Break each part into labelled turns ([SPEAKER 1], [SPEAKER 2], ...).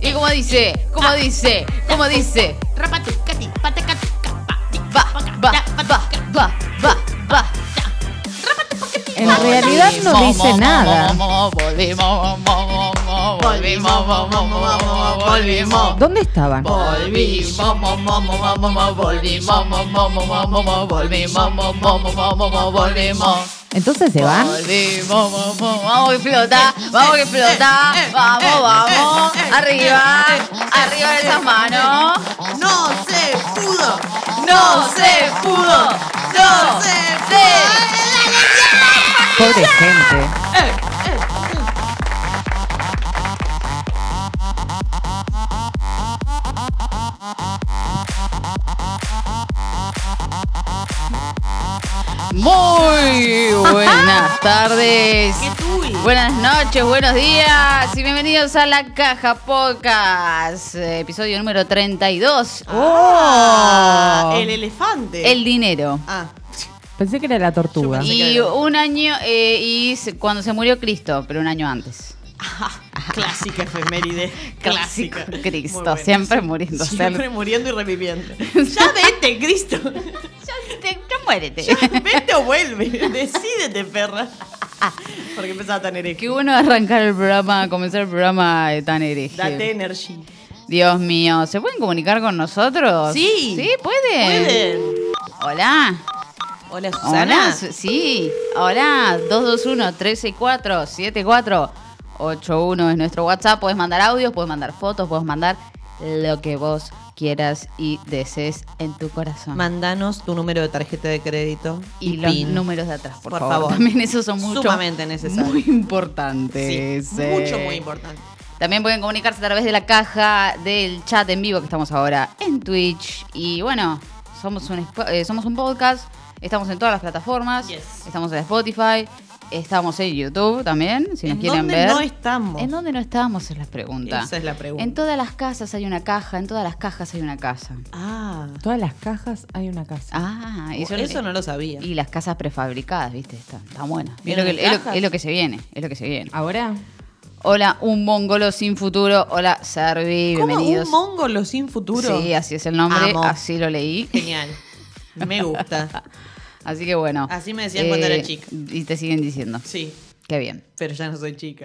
[SPEAKER 1] e,
[SPEAKER 2] ¿cómo dice? ¿Cómo dice? ¿Cómo dice?
[SPEAKER 1] Rapatucati, patacatica,
[SPEAKER 2] Va, va, va, va, va, va.
[SPEAKER 3] En realidad no dice nada.
[SPEAKER 2] Volvimos, volvimos, volvimos, volvimos, volvimos.
[SPEAKER 3] ¿Dónde estaban?
[SPEAKER 2] Volvimos, volvimos, volvimos, volvimos, volvimos.
[SPEAKER 3] Entonces se van.
[SPEAKER 2] Volvimos, vamos, vamos que flota, vamos que
[SPEAKER 1] eh,
[SPEAKER 2] flota,
[SPEAKER 4] eh,
[SPEAKER 2] vamos, vamos, arriba,
[SPEAKER 1] eh,
[SPEAKER 2] arriba de esas manos.
[SPEAKER 1] No se pudo.
[SPEAKER 2] No se pudo, no se pudo.
[SPEAKER 3] Pobre gente.
[SPEAKER 2] Muy buenas tardes.
[SPEAKER 1] Ah, Que tui.
[SPEAKER 2] Buenas noches, buenos días y bienvenidos a La Caja Pocas, episodio número 32.
[SPEAKER 1] Ah, El elefante.
[SPEAKER 2] El dinero.
[SPEAKER 1] Ah.
[SPEAKER 3] Pensé que era la tortuga.
[SPEAKER 1] Yo
[SPEAKER 2] Y un año, eh, y se- cuando se murió Cristo, pero un año antes.
[SPEAKER 1] Clásica efeméride.
[SPEAKER 2] Clásico
[SPEAKER 1] Clásica.
[SPEAKER 2] Cristo,
[SPEAKER 1] Muy buena.
[SPEAKER 2] siempre muriendo.
[SPEAKER 1] Siempre muriendo y reviviendo. Ya vete, Cristo.
[SPEAKER 2] Ya, te- ya muérete.
[SPEAKER 1] Vete o vuelve. Decídete, perra. Porque empezaba tan hereje.
[SPEAKER 2] Qué bueno arrancar el programa, comenzar el programa eh, tan hereje.
[SPEAKER 1] Date energía.
[SPEAKER 2] Dios mío, ¿se pueden comunicar con nosotros?
[SPEAKER 1] Sí.
[SPEAKER 2] Sí, pueden.
[SPEAKER 1] Pueden.
[SPEAKER 2] Hola.
[SPEAKER 1] Hola,
[SPEAKER 2] Hola,
[SPEAKER 1] Susana.
[SPEAKER 2] su- sí. Hola, 221-364-7481 es nuestro WhatsApp. Puedes mandar audios, puedes mandar fotos, puedes mandar lo que vos quieras y desees en tu corazón.
[SPEAKER 4] Mandanos tu número de tarjeta de crédito
[SPEAKER 2] y
[SPEAKER 4] y,
[SPEAKER 2] los
[SPEAKER 4] PIN.
[SPEAKER 2] números de atrás, por,
[SPEAKER 4] Por
[SPEAKER 2] favor.
[SPEAKER 4] favor.
[SPEAKER 2] También esos son mucho,
[SPEAKER 4] Sumamente necesarios.
[SPEAKER 2] Muy importantes.
[SPEAKER 1] Sí,
[SPEAKER 2] eh.
[SPEAKER 1] Mucho, muy importante.
[SPEAKER 2] También pueden comunicarse a través de la caja del chat en vivo que estamos ahora en Twitch. Y bueno, somos un, esp- eh, somos un podcast, estamos en todas las plataformas,
[SPEAKER 1] Yes.
[SPEAKER 2] estamos en Spotify, estamos en YouTube también, si nos
[SPEAKER 1] ¿En
[SPEAKER 2] quieren
[SPEAKER 1] dónde
[SPEAKER 2] ver.
[SPEAKER 1] no estamos?
[SPEAKER 2] ¿En dónde no estábamos? Es la pregunta.
[SPEAKER 1] Esa es la pregunta.
[SPEAKER 2] En todas las casas hay una caja, en todas las cajas hay una casa.
[SPEAKER 1] Ah,
[SPEAKER 3] Todas las cajas hay una casa.
[SPEAKER 2] Ah, y
[SPEAKER 1] Oh,
[SPEAKER 4] Eso,
[SPEAKER 2] son-
[SPEAKER 4] no lo sabía.
[SPEAKER 2] y las casas prefabricadas, ¿viste? Están, están buenas. Es lo,
[SPEAKER 4] ¿Vienen
[SPEAKER 2] que,
[SPEAKER 4] en
[SPEAKER 2] es lo-
[SPEAKER 4] cajas?
[SPEAKER 2] es lo que se viene, es lo que se viene.
[SPEAKER 3] Ahora,
[SPEAKER 2] Hola, un mongolo sin futuro. Hola, Servi,
[SPEAKER 4] ¿Cómo
[SPEAKER 2] bienvenidos.
[SPEAKER 4] un mongolo sin futuro?
[SPEAKER 2] Sí, así es el nombre,
[SPEAKER 4] Amo.
[SPEAKER 2] así lo leí.
[SPEAKER 4] Genial. Me gusta.
[SPEAKER 2] Así que bueno. eh,
[SPEAKER 4] Así me decían cuando era chica.
[SPEAKER 2] Y te siguen diciendo.
[SPEAKER 4] Sí,
[SPEAKER 2] Qué bien.
[SPEAKER 4] pero ya no soy chica.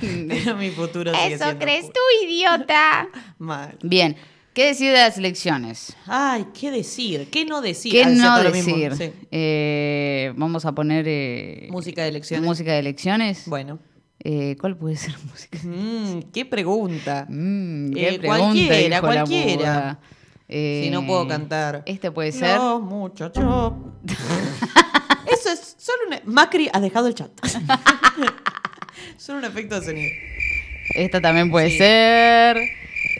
[SPEAKER 4] Pero mi futuro sigue
[SPEAKER 2] Eso
[SPEAKER 4] siendo
[SPEAKER 2] crees
[SPEAKER 4] oscuro.
[SPEAKER 2] tú, idiota.
[SPEAKER 4] Mal.
[SPEAKER 2] Bien. ¿Qué decir de las elecciones?
[SPEAKER 4] Ay, ¿qué decir? ¿Qué no decir?
[SPEAKER 2] ¿Qué
[SPEAKER 4] Ah, decía
[SPEAKER 2] no
[SPEAKER 4] todo lo mismo.
[SPEAKER 2] decir?
[SPEAKER 4] Sí.
[SPEAKER 2] Eh, vamos a poner. eh,
[SPEAKER 4] Música de elecciones.
[SPEAKER 2] Música de elecciones.
[SPEAKER 4] Bueno.
[SPEAKER 2] Eh, ¿Cuál puede ser música?
[SPEAKER 4] Mm, qué pregunta.
[SPEAKER 2] Mm, qué
[SPEAKER 4] Eh,
[SPEAKER 2] pregunta,
[SPEAKER 4] cualquiera,
[SPEAKER 2] hijo de la
[SPEAKER 4] cualquiera.
[SPEAKER 2] muda. Eh,
[SPEAKER 4] Si no puedo cantar.
[SPEAKER 2] Este puede ser.
[SPEAKER 4] Los muchachos. Eso es solo una. Macri ha dejado el chat. solo un efecto de sonido.
[SPEAKER 2] Esta también puede
[SPEAKER 4] Sí.
[SPEAKER 2] ser.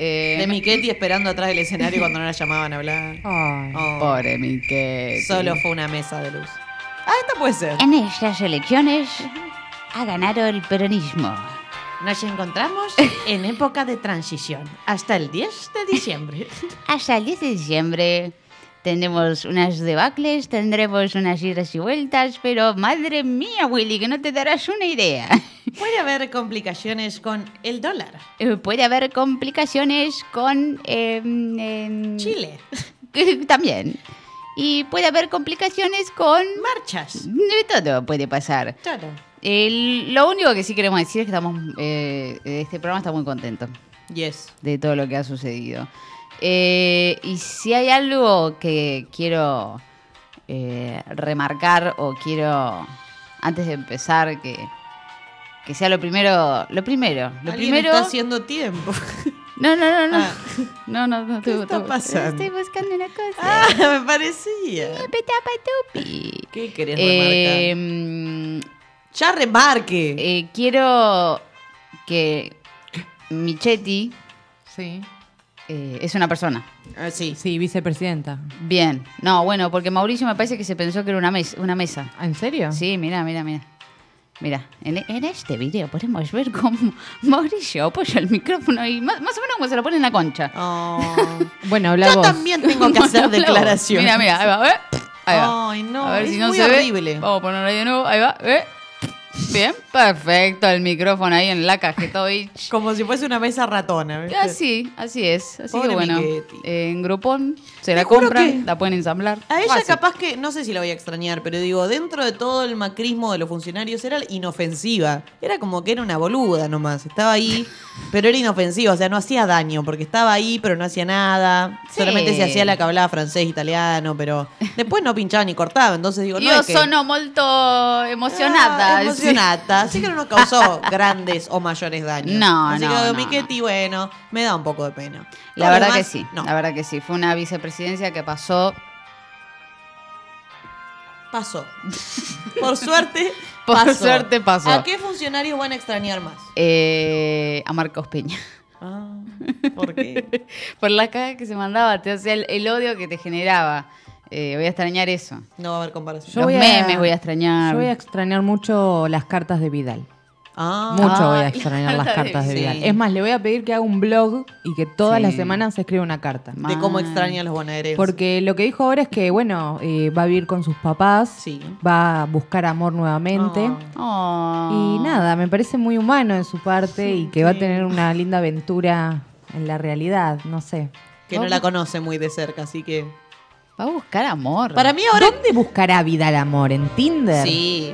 [SPEAKER 2] Eh,
[SPEAKER 4] De Miquetti esperando atrás del escenario cuando no la llamaban a hablar.
[SPEAKER 3] Ay.
[SPEAKER 4] Oh,
[SPEAKER 2] Pobre Miquel.
[SPEAKER 4] Solo fue una mesa de luz. Ah, esta puede ser.
[SPEAKER 2] En estas elecciones ha ganado el peronismo.
[SPEAKER 4] Nos encontramos en época de transición. Hasta el 10 de diciembre.
[SPEAKER 2] Hasta el 10 de diciembre tendremos unas debacles, tendremos unas idas y vueltas, pero madre mía, Willy, que no te darás una idea.
[SPEAKER 4] Puede haber complicaciones con el dólar.
[SPEAKER 2] Eh, Puede haber complicaciones con... eh, em,
[SPEAKER 4] Chile.
[SPEAKER 2] que- También. Y puede haber complicaciones con...
[SPEAKER 4] Marchas.
[SPEAKER 2] De todo puede pasar.
[SPEAKER 4] Todo.
[SPEAKER 2] El- lo único que sí queremos decir es que estamos... eh, este programa está muy contento.
[SPEAKER 4] Yes.
[SPEAKER 2] de todo lo que ha sucedido. Eh, y si hay algo que quiero eh, remarcar o quiero, antes de empezar, que, que sea lo primero, lo primero, lo
[SPEAKER 4] Alguien
[SPEAKER 2] primero...
[SPEAKER 4] está haciendo tiempo.
[SPEAKER 2] No, no, no, no.
[SPEAKER 4] Ah.
[SPEAKER 2] No, no, no.
[SPEAKER 4] ¿Qué
[SPEAKER 2] tengo-
[SPEAKER 4] está
[SPEAKER 2] tengo-
[SPEAKER 4] pasando?
[SPEAKER 2] Estoy buscando una cosa.
[SPEAKER 4] Ah, me parecía.
[SPEAKER 2] Petapatupi.
[SPEAKER 4] ¿Qué querés
[SPEAKER 2] Eh,
[SPEAKER 4] remarcar?
[SPEAKER 2] mm,
[SPEAKER 4] Ya remarque.
[SPEAKER 2] eh, quiero que Michetti
[SPEAKER 3] Sí.
[SPEAKER 2] eh, es una persona.
[SPEAKER 4] Ah, sí.
[SPEAKER 3] Sí, vicepresidenta.
[SPEAKER 2] Bien. No, bueno, porque Mauricio me parece que se pensó que era una mesa. Una mesa.
[SPEAKER 3] ¿En serio?
[SPEAKER 2] Sí, mira, mira, mira. Mira, en, en este video podemos ver cómo Mauricio apoya el micrófono y más, más o menos como se lo pone en la concha.
[SPEAKER 4] Oh.
[SPEAKER 3] Bueno, habla
[SPEAKER 4] Yo
[SPEAKER 3] vos.
[SPEAKER 4] también tengo que hacer declaraciones.
[SPEAKER 2] Mira, mira, ahí va, ¿eh? Ahí va.
[SPEAKER 4] Ay, no,
[SPEAKER 2] a ver
[SPEAKER 4] es
[SPEAKER 2] si no
[SPEAKER 4] muy
[SPEAKER 2] se ve.
[SPEAKER 4] horrible.
[SPEAKER 2] Vamos a ponerlo ahí de nuevo, ahí va, ¿eh? Bien, perfecto. El micrófono ahí en la Cajetovich.
[SPEAKER 4] Como si fuese una mesa ratona. ¿viste?
[SPEAKER 2] Así, así es. Así
[SPEAKER 4] Pobre
[SPEAKER 2] que bueno,
[SPEAKER 4] Miguetti.
[SPEAKER 2] eh, en grupón se
[SPEAKER 4] Te
[SPEAKER 2] la
[SPEAKER 4] juro
[SPEAKER 2] compran,
[SPEAKER 4] que-
[SPEAKER 2] la pueden ensamblar.
[SPEAKER 4] A ella
[SPEAKER 2] Fácil.
[SPEAKER 4] capaz que, no sé si la voy a extrañar, pero digo, dentro de todo el macrismo de los funcionarios era inofensiva. Era como que era una boluda nomás. Estaba ahí, pero era inofensiva, o sea, no hacía daño, porque estaba ahí, pero no hacía nada.
[SPEAKER 2] Sí.
[SPEAKER 4] Solamente se hacía la que hablaba francés, italiano, pero después no pinchaba ni cortaba. Entonces digo, no
[SPEAKER 2] Yo
[SPEAKER 4] es que...
[SPEAKER 2] sono molto emocionada.
[SPEAKER 4] Ah, emocionada. Así que no nos causó grandes o mayores daños.
[SPEAKER 2] No,
[SPEAKER 4] Así
[SPEAKER 2] no,
[SPEAKER 4] que
[SPEAKER 2] no,
[SPEAKER 4] Miquetti, bueno, me da un poco de pena. Todo lo
[SPEAKER 2] La verdad que
[SPEAKER 4] demás,
[SPEAKER 2] sí,
[SPEAKER 4] No.
[SPEAKER 2] la verdad que sí. Fue una vicepresidencia que pasó
[SPEAKER 4] Pasó. Por suerte.
[SPEAKER 2] Por
[SPEAKER 4] pasó.
[SPEAKER 2] suerte pasó.
[SPEAKER 4] ¿A qué funcionarios van a extrañar más?
[SPEAKER 2] eh, a Marcos Peña.
[SPEAKER 4] Ah, ¿Por qué?
[SPEAKER 2] Por la caga que se mandaba, te- o sea, el, el odio que te generaba. Eh, voy a extrañar eso.
[SPEAKER 4] No va a haber comparación.
[SPEAKER 3] Yo
[SPEAKER 2] Los
[SPEAKER 3] voy a-
[SPEAKER 2] memes voy a extrañar.
[SPEAKER 3] Yo voy a extrañar mucho las cartas de Vidal.
[SPEAKER 4] Ah,
[SPEAKER 3] Mucho
[SPEAKER 2] Ah,
[SPEAKER 3] voy a
[SPEAKER 2] las
[SPEAKER 3] extrañar las
[SPEAKER 2] cartas de
[SPEAKER 3] cartas de
[SPEAKER 4] Vidal.
[SPEAKER 3] Vidal. Es más, le voy a pedir que haga un blog y que todas
[SPEAKER 2] Sí.
[SPEAKER 3] las semanas se escriba una carta.
[SPEAKER 4] de cómo extraña a los bonaerenses.
[SPEAKER 3] Porque lo que dijo ahora es que, bueno, eh, va a vivir con sus papás,
[SPEAKER 4] Sí.
[SPEAKER 3] va a buscar amor nuevamente.
[SPEAKER 4] Ah.
[SPEAKER 2] Oh.
[SPEAKER 3] Y nada, me parece muy humano en su parte y que va a tener una linda aventura en la realidad, no sé.
[SPEAKER 4] Que no la conoce muy de cerca, así que.
[SPEAKER 2] Va a buscar amor.
[SPEAKER 4] Para mí ahora.
[SPEAKER 3] ¿Dónde buscará Vidal amor? ¿En Tinder?
[SPEAKER 4] Sí.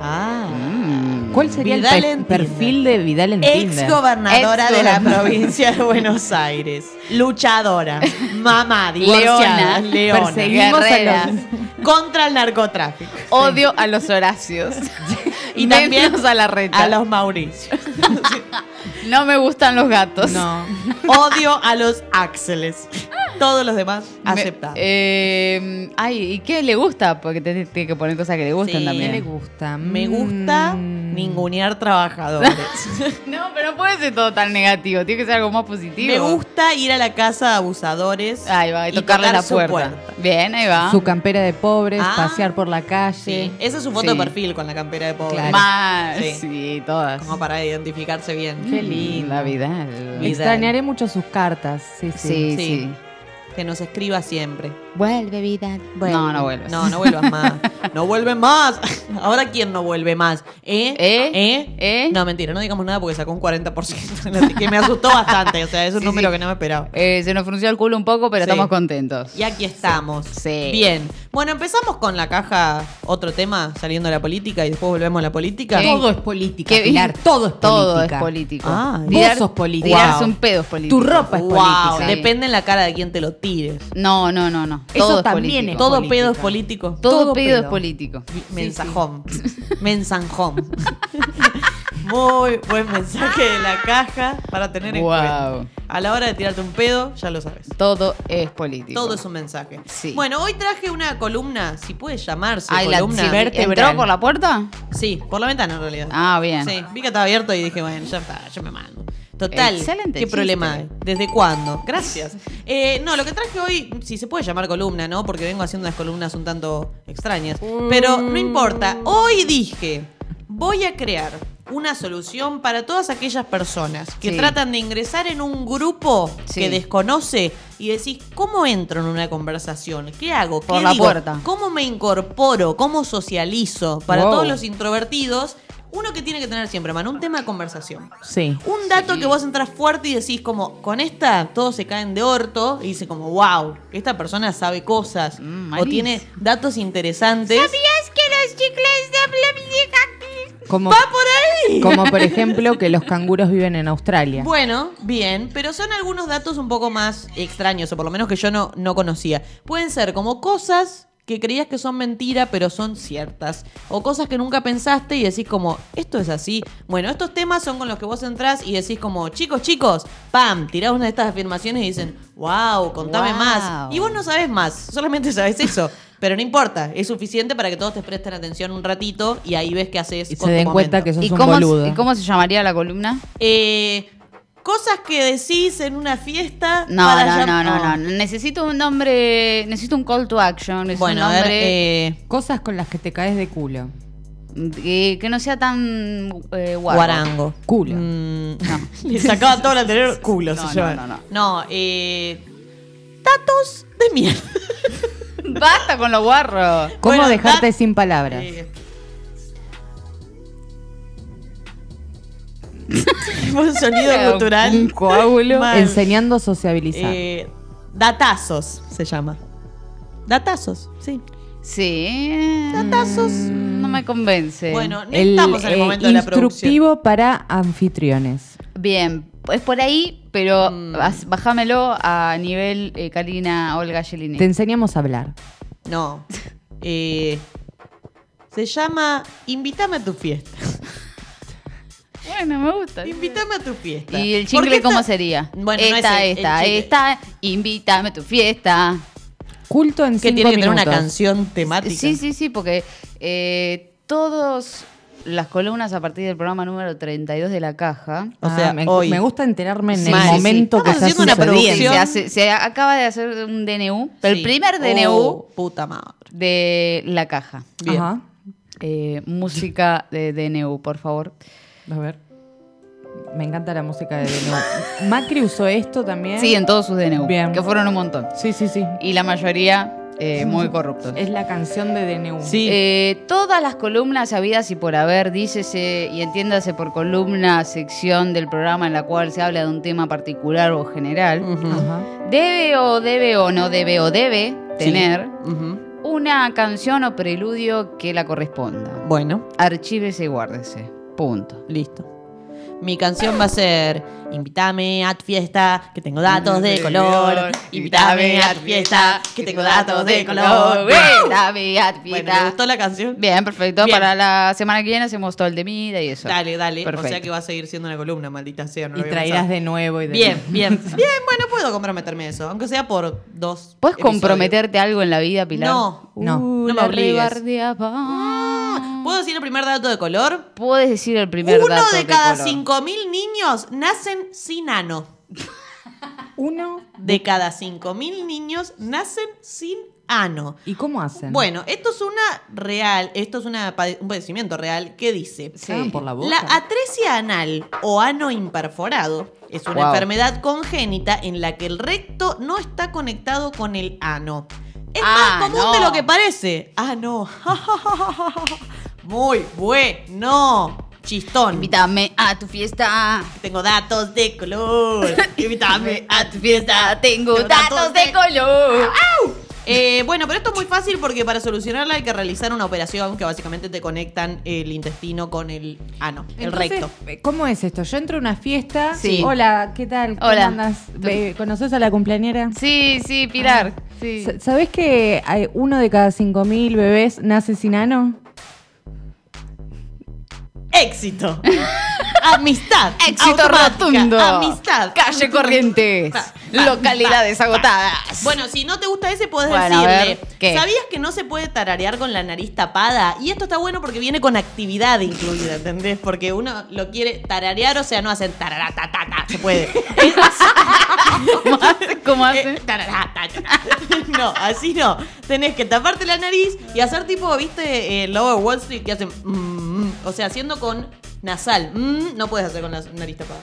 [SPEAKER 4] Ah.
[SPEAKER 2] Mm.
[SPEAKER 3] ¿Cuál sería
[SPEAKER 4] Vidal
[SPEAKER 3] el pe-
[SPEAKER 4] en
[SPEAKER 3] perfil de Vidal en
[SPEAKER 4] Ex
[SPEAKER 3] Tinder?
[SPEAKER 4] gobernadora de la
[SPEAKER 2] Ex-gobernadora.
[SPEAKER 4] provincia de Buenos Aires. Luchadora. Mamá, divorciada.
[SPEAKER 2] Leona.
[SPEAKER 4] Leona.
[SPEAKER 2] Perseguimos a
[SPEAKER 4] Guerrera.
[SPEAKER 2] los-
[SPEAKER 4] Contra el narcotráfico.
[SPEAKER 2] Odio a los Horacios.
[SPEAKER 4] Y
[SPEAKER 2] y
[SPEAKER 4] también
[SPEAKER 2] también a la reta.
[SPEAKER 4] A los Mauricios.
[SPEAKER 2] No me gustan los gatos.
[SPEAKER 3] No.
[SPEAKER 4] Odio a los Axeles. Todos los demás
[SPEAKER 2] Me-
[SPEAKER 4] aceptados.
[SPEAKER 2] eh, ay, ¿y qué le gusta? Porque te- tiene que poner cosas que le gustan
[SPEAKER 4] Sí.
[SPEAKER 3] ¿Qué le
[SPEAKER 2] también.
[SPEAKER 3] gusta?
[SPEAKER 4] Me gusta
[SPEAKER 3] Mm.
[SPEAKER 4] ningunear trabajadores.
[SPEAKER 2] No, pero no puede ser todo tan negativo. Tiene que ser algo más positivo.
[SPEAKER 4] Me gusta ir a la casa de abusadores.
[SPEAKER 2] Ahí va, y, tocarle
[SPEAKER 4] tocar
[SPEAKER 2] la
[SPEAKER 4] su
[SPEAKER 2] puerta. Bien, ahí va.
[SPEAKER 3] Su campera de pobres,
[SPEAKER 4] Ah.
[SPEAKER 3] pasear por la
[SPEAKER 4] Sí.
[SPEAKER 3] calle.
[SPEAKER 4] Esa es su foto
[SPEAKER 2] Sí.
[SPEAKER 4] de perfil con la campera de pobre.
[SPEAKER 3] Claro.
[SPEAKER 2] Más.
[SPEAKER 4] Sí.
[SPEAKER 2] Sí. todas.
[SPEAKER 4] Como para identificarse bien. Mm.
[SPEAKER 3] Qué lindo.
[SPEAKER 2] La vida.
[SPEAKER 4] Vidal.
[SPEAKER 3] Extrañaré mucho sus cartas. Sí, sí.
[SPEAKER 2] Sí, sí.
[SPEAKER 4] Sí. Que nos escriba siempre.
[SPEAKER 2] Vuelve, vida. No, no vuelves.
[SPEAKER 4] No, no vuelvas más. No vuelve más. Ahora, ¿quién no vuelve más? ¿Eh?
[SPEAKER 2] ¿Eh?
[SPEAKER 4] ¿Eh?
[SPEAKER 2] ¿Eh?
[SPEAKER 4] No, mentira, no digamos nada porque sacó un 40%. Así que me asustó bastante. O sea, es un
[SPEAKER 2] Sí,
[SPEAKER 4] número
[SPEAKER 2] sí.
[SPEAKER 4] que no me esperaba.
[SPEAKER 2] Eh, se nos frunció el culo un poco, pero
[SPEAKER 4] Sí.
[SPEAKER 2] estamos contentos.
[SPEAKER 4] Y aquí estamos.
[SPEAKER 2] Sí.
[SPEAKER 4] Bien. Bueno, empezamos con la caja, otro tema, saliendo de la política y después volvemos a la política.
[SPEAKER 2] Sí.
[SPEAKER 3] Todo es política,
[SPEAKER 2] Qué bien.
[SPEAKER 3] Pilar, todo es
[SPEAKER 2] Todo es
[SPEAKER 3] política.
[SPEAKER 2] político.
[SPEAKER 4] Ay.
[SPEAKER 3] Vos sos político.
[SPEAKER 2] Tirarse
[SPEAKER 4] Wow.
[SPEAKER 2] un pedo es político.
[SPEAKER 3] Tu ropa es política.
[SPEAKER 4] Wow,
[SPEAKER 2] Sí.
[SPEAKER 4] depende en la cara de quién te lo tires.
[SPEAKER 2] No, no, no, no.
[SPEAKER 3] Eso
[SPEAKER 2] Todo es
[SPEAKER 3] también
[SPEAKER 2] político.
[SPEAKER 3] es
[SPEAKER 4] Todo
[SPEAKER 3] política.
[SPEAKER 4] pedo es político.
[SPEAKER 2] Todo,
[SPEAKER 3] todo
[SPEAKER 2] pedo es
[SPEAKER 3] pedo.
[SPEAKER 2] político.
[SPEAKER 4] Mensajón. Mensanjón. Muy buen mensaje de la caja para tener en cuenta.
[SPEAKER 2] Wow.
[SPEAKER 4] A la hora de tirarte un pedo, ya lo sabes.
[SPEAKER 2] Todo es político.
[SPEAKER 4] Todo es un mensaje.
[SPEAKER 2] Sí.
[SPEAKER 4] Bueno, hoy traje una columna, si puede llamarse
[SPEAKER 2] Ay, la
[SPEAKER 4] columna.
[SPEAKER 2] sí, ¿Entró por la puerta?
[SPEAKER 4] Sí, por la ventana en realidad.
[SPEAKER 2] Ah, bien.
[SPEAKER 4] Sí, vi que estaba abierto y dije, bueno, ya está, yo me mando. Total,
[SPEAKER 2] Excelente
[SPEAKER 4] ¿qué
[SPEAKER 2] chiste.
[SPEAKER 4] problema hay? ¿Desde cuándo? Gracias. Eh, no, lo que traje hoy, si se puede llamar columna, ¿no? Porque vengo haciendo unas columnas un tanto extrañas. Pero
[SPEAKER 2] Mm.
[SPEAKER 4] no importa. Hoy dije, voy a crear una solución para todas aquellas personas que
[SPEAKER 2] Sí.
[SPEAKER 4] tratan de ingresar en un grupo
[SPEAKER 2] Sí.
[SPEAKER 4] que desconoce y decís, ¿cómo entro en una conversación? ¿Qué hago? ¿Qué
[SPEAKER 2] Por la
[SPEAKER 4] digo?
[SPEAKER 2] puerta.
[SPEAKER 4] ¿Cómo me incorporo? ¿Cómo socializo? Para
[SPEAKER 3] Wow.
[SPEAKER 4] todos los introvertidos, uno que tiene que tener siempre, mano, un tema de conversación.
[SPEAKER 3] Sí.
[SPEAKER 4] Un dato que vos entras fuerte y decís como, con esta todos se caen de orto y dice como, wow, esta persona sabe cosas
[SPEAKER 2] Mm,
[SPEAKER 4] o
[SPEAKER 2] Maris.
[SPEAKER 4] tiene datos interesantes.
[SPEAKER 2] ¿Sabías que los chicles de
[SPEAKER 3] Como, como por ejemplo que los canguros viven en Australia.
[SPEAKER 4] Bueno, bien, pero son algunos datos un poco más extraños, o por lo menos que yo no, no conocía. Pueden ser como cosas que creías que son mentira, pero son ciertas. O cosas que nunca pensaste y decís como, esto es así. Bueno, estos temas son con los que vos entrás y decís como, chicos, chicos, pam, tirás una de estas afirmaciones y dicen, wow, contame
[SPEAKER 2] Wow.
[SPEAKER 4] más. Y vos no sabés más, solamente sabés eso. Pero no importa, es suficiente para que todos te presten atención un ratito y ahí ves qué haces.
[SPEAKER 3] Y se
[SPEAKER 4] con tu
[SPEAKER 3] den cuenta
[SPEAKER 4] momento.
[SPEAKER 3] que sos
[SPEAKER 2] ¿Y
[SPEAKER 3] un
[SPEAKER 2] cómo,
[SPEAKER 3] boludo.
[SPEAKER 2] ¿Y cómo se llamaría la columna?
[SPEAKER 4] Eh, cosas que decís en una fiesta.
[SPEAKER 2] No,
[SPEAKER 4] para
[SPEAKER 2] no,
[SPEAKER 4] llam-
[SPEAKER 2] no, no,
[SPEAKER 4] Ah.
[SPEAKER 2] no. Necesito un nombre. Necesito un call to action. Necesito
[SPEAKER 4] Bueno,
[SPEAKER 2] un
[SPEAKER 4] a ver,
[SPEAKER 2] nombre
[SPEAKER 4] eh,
[SPEAKER 3] Cosas con las que te caes de culo.
[SPEAKER 2] eh, que, que no sea tan eh, guarro.
[SPEAKER 4] guarango.
[SPEAKER 3] Culo.
[SPEAKER 4] Mm,
[SPEAKER 2] No.
[SPEAKER 4] Le sacaba todo el anterior culo,
[SPEAKER 2] No,
[SPEAKER 4] se
[SPEAKER 2] no,
[SPEAKER 4] llama.
[SPEAKER 2] no, no.
[SPEAKER 4] eh, datos de mierda.
[SPEAKER 2] Basta con los guarros.
[SPEAKER 3] ¿Cómo
[SPEAKER 4] Bueno,
[SPEAKER 3] dejarte
[SPEAKER 4] da-
[SPEAKER 3] sin palabras?
[SPEAKER 4] Eh,
[SPEAKER 1] Fue un sonido
[SPEAKER 2] Era
[SPEAKER 1] cultural.
[SPEAKER 2] un coágulo.
[SPEAKER 1] Mal.
[SPEAKER 3] Enseñando a sociabilizar.
[SPEAKER 1] Eh,
[SPEAKER 4] Datazos se llama. Datazos, sí.
[SPEAKER 2] Sí. Mm,
[SPEAKER 4] Datazos.
[SPEAKER 2] No me convence.
[SPEAKER 4] Bueno, no
[SPEAKER 3] el
[SPEAKER 4] estamos en el
[SPEAKER 3] eh,
[SPEAKER 4] momento de la producción.
[SPEAKER 3] instructivo para anfitriones.
[SPEAKER 2] Bien, es por ahí, pero
[SPEAKER 4] Mm.
[SPEAKER 2] bas- bajámelo a nivel eh, Karina Olga Yelini.
[SPEAKER 3] Te enseñamos a hablar.
[SPEAKER 4] No. Eh, se llama Invítame a tu fiesta.
[SPEAKER 2] Bueno, me gusta.
[SPEAKER 4] Invítame a tu fiesta.
[SPEAKER 2] ¿Y el
[SPEAKER 4] Porque
[SPEAKER 2] jingle
[SPEAKER 4] esta-
[SPEAKER 2] cómo sería?
[SPEAKER 4] Bueno, no
[SPEAKER 2] esta,
[SPEAKER 4] es el- el
[SPEAKER 2] esta,
[SPEAKER 4] jingle.
[SPEAKER 2] esta, invítame a tu fiesta.
[SPEAKER 3] Culto en
[SPEAKER 4] Que
[SPEAKER 3] cinco
[SPEAKER 4] tiene que tener una
[SPEAKER 3] minutos.
[SPEAKER 4] canción temática.
[SPEAKER 2] Sí, sí, sí, porque eh, todas las columnas a partir del programa número 32 de la caja.
[SPEAKER 4] O
[SPEAKER 3] Ah,
[SPEAKER 4] sea,
[SPEAKER 3] me,
[SPEAKER 4] hoy.
[SPEAKER 3] me gusta enterarme en
[SPEAKER 2] Sí,
[SPEAKER 3] el
[SPEAKER 2] sí, sí.
[SPEAKER 3] momento que
[SPEAKER 4] Estamos haciendo
[SPEAKER 3] está
[SPEAKER 4] una
[SPEAKER 3] sucediendo.
[SPEAKER 4] producción.
[SPEAKER 2] Se, hace- se acaba de hacer un DNU, pero el
[SPEAKER 4] Sí.
[SPEAKER 2] primer DNU
[SPEAKER 4] Oh, puta madre.
[SPEAKER 2] de la caja.
[SPEAKER 4] Bien.
[SPEAKER 3] Ajá.
[SPEAKER 2] Eh, música de DNU, por favor.
[SPEAKER 3] A ver. Me encanta la música de DNU. Macri usó esto también.
[SPEAKER 2] Sí, en todos sus DNU,
[SPEAKER 3] Bien.
[SPEAKER 2] que fueron un montón.
[SPEAKER 3] sí, sí, sí.
[SPEAKER 2] Y la mayoría eh, muy corruptos.
[SPEAKER 3] Es la canción de DNU.
[SPEAKER 4] Sí.
[SPEAKER 2] Eh, todas las columnas habidas y por haber, dícese y entiéndase por columna, sección del programa en la cual se habla de un tema particular o general,
[SPEAKER 3] Ajá.
[SPEAKER 2] debe o debe o no debe o debe
[SPEAKER 4] Sí.
[SPEAKER 2] tener
[SPEAKER 4] Ujú.
[SPEAKER 2] una canción o preludio que la corresponda.
[SPEAKER 4] Bueno,
[SPEAKER 2] Archívese y guárdese. Punto.
[SPEAKER 4] listo. Mi canción va a ser Invítame a tu fiesta, que tengo datos de color. Invítame a tu fiesta, que tengo datos de color.
[SPEAKER 2] Invítame a tu
[SPEAKER 4] Bueno,
[SPEAKER 2] fiesta.
[SPEAKER 4] ¿le gustó la canción?
[SPEAKER 2] Bien, perfecto.
[SPEAKER 4] Bien.
[SPEAKER 2] Para la semana que viene hacemos todo el de mida y eso.
[SPEAKER 4] Dale, dale. O sea
[SPEAKER 2] Perfecto.
[SPEAKER 4] que va a seguir siendo una columna, maldita sea. No lo
[SPEAKER 3] Y
[SPEAKER 4] había
[SPEAKER 3] traerás
[SPEAKER 4] pensado.
[SPEAKER 3] de nuevo y de
[SPEAKER 4] Bien,
[SPEAKER 3] nuevo.
[SPEAKER 4] bien. Bien, bueno, puedo comprometerme a eso. Aunque sea por dos.
[SPEAKER 2] ¿Puedes
[SPEAKER 4] episodios.
[SPEAKER 2] comprometerte algo en la vida, Pilar? Uh,
[SPEAKER 4] No,
[SPEAKER 3] no.
[SPEAKER 4] No me
[SPEAKER 2] la
[SPEAKER 4] obligues.
[SPEAKER 2] rebardeaba.
[SPEAKER 4] ¿Puedo decir el primer dato de color?
[SPEAKER 2] Puedes decir el primer
[SPEAKER 4] Uno
[SPEAKER 2] dato
[SPEAKER 4] de cada
[SPEAKER 2] color.
[SPEAKER 4] 5.000 niños nacen sin ano.
[SPEAKER 3] Uno.
[SPEAKER 4] De cada 5.000 niños nacen sin ano.
[SPEAKER 3] ¿Y cómo hacen?
[SPEAKER 4] Bueno, esto es una real, esto es una, pade- un padecimiento real que dice...
[SPEAKER 3] ¿Cagan
[SPEAKER 2] Sí.
[SPEAKER 3] por la boca.
[SPEAKER 4] La atresia anal o ano imperforado es una
[SPEAKER 2] Wow.
[SPEAKER 4] enfermedad congénita en la que el recto no está conectado con el ano. Es
[SPEAKER 2] Ah,
[SPEAKER 4] más común
[SPEAKER 2] no.
[SPEAKER 4] de lo que parece. Ah, no. Muy bueno. Chistón.
[SPEAKER 2] Invítame a tu fiesta.
[SPEAKER 4] Tengo datos de color. Invítame a tu fiesta.
[SPEAKER 2] Tengo datos de color.
[SPEAKER 4] Eh, bueno, pero esto es muy fácil porque para solucionarla hay que realizar una operación que básicamente te conectan el intestino con el ano, el
[SPEAKER 3] Entonces,
[SPEAKER 4] recto.
[SPEAKER 3] eh, ¿Cómo es esto? Yo entro a una fiesta.
[SPEAKER 2] Sí.
[SPEAKER 3] Hola, ¿qué tal? ¿Cómo
[SPEAKER 2] Hola.
[SPEAKER 3] andas? Ve, ¿Conoces a la cumpleañera?
[SPEAKER 2] Sí, sí, Pilar. Sí.
[SPEAKER 3] Sa- ¿Sabés que hay uno de cada 5.000 bebés nace sin ano?
[SPEAKER 4] Éxito. Amistad.
[SPEAKER 2] Éxito
[SPEAKER 4] Automática.
[SPEAKER 2] rotundo.
[SPEAKER 4] Amistad.
[SPEAKER 2] Calle Corrientes.
[SPEAKER 4] Pa, pa,
[SPEAKER 2] Localidades agotadas.
[SPEAKER 4] Bueno, si no te gusta ese, podés
[SPEAKER 2] Bueno, a
[SPEAKER 4] decirle.
[SPEAKER 2] ver, ¿qué?
[SPEAKER 4] ¿Sabías que no se puede tararear con la nariz tapada? Y esto está bueno porque viene con actividad incluida, ¿entendés? Porque uno lo quiere tararear, o sea, no hacen tararatatata. Se puede.
[SPEAKER 2] ¿Cómo hace? ¿Cómo hace?
[SPEAKER 4] Eh, tarará, tarará. No, así no. Tenés que taparte la nariz y hacer tipo, viste, el lobo de Wall Street que hacen. mm, mm. o sea, haciendo con nasal. Mm, no puedes hacer con la nariz tapada.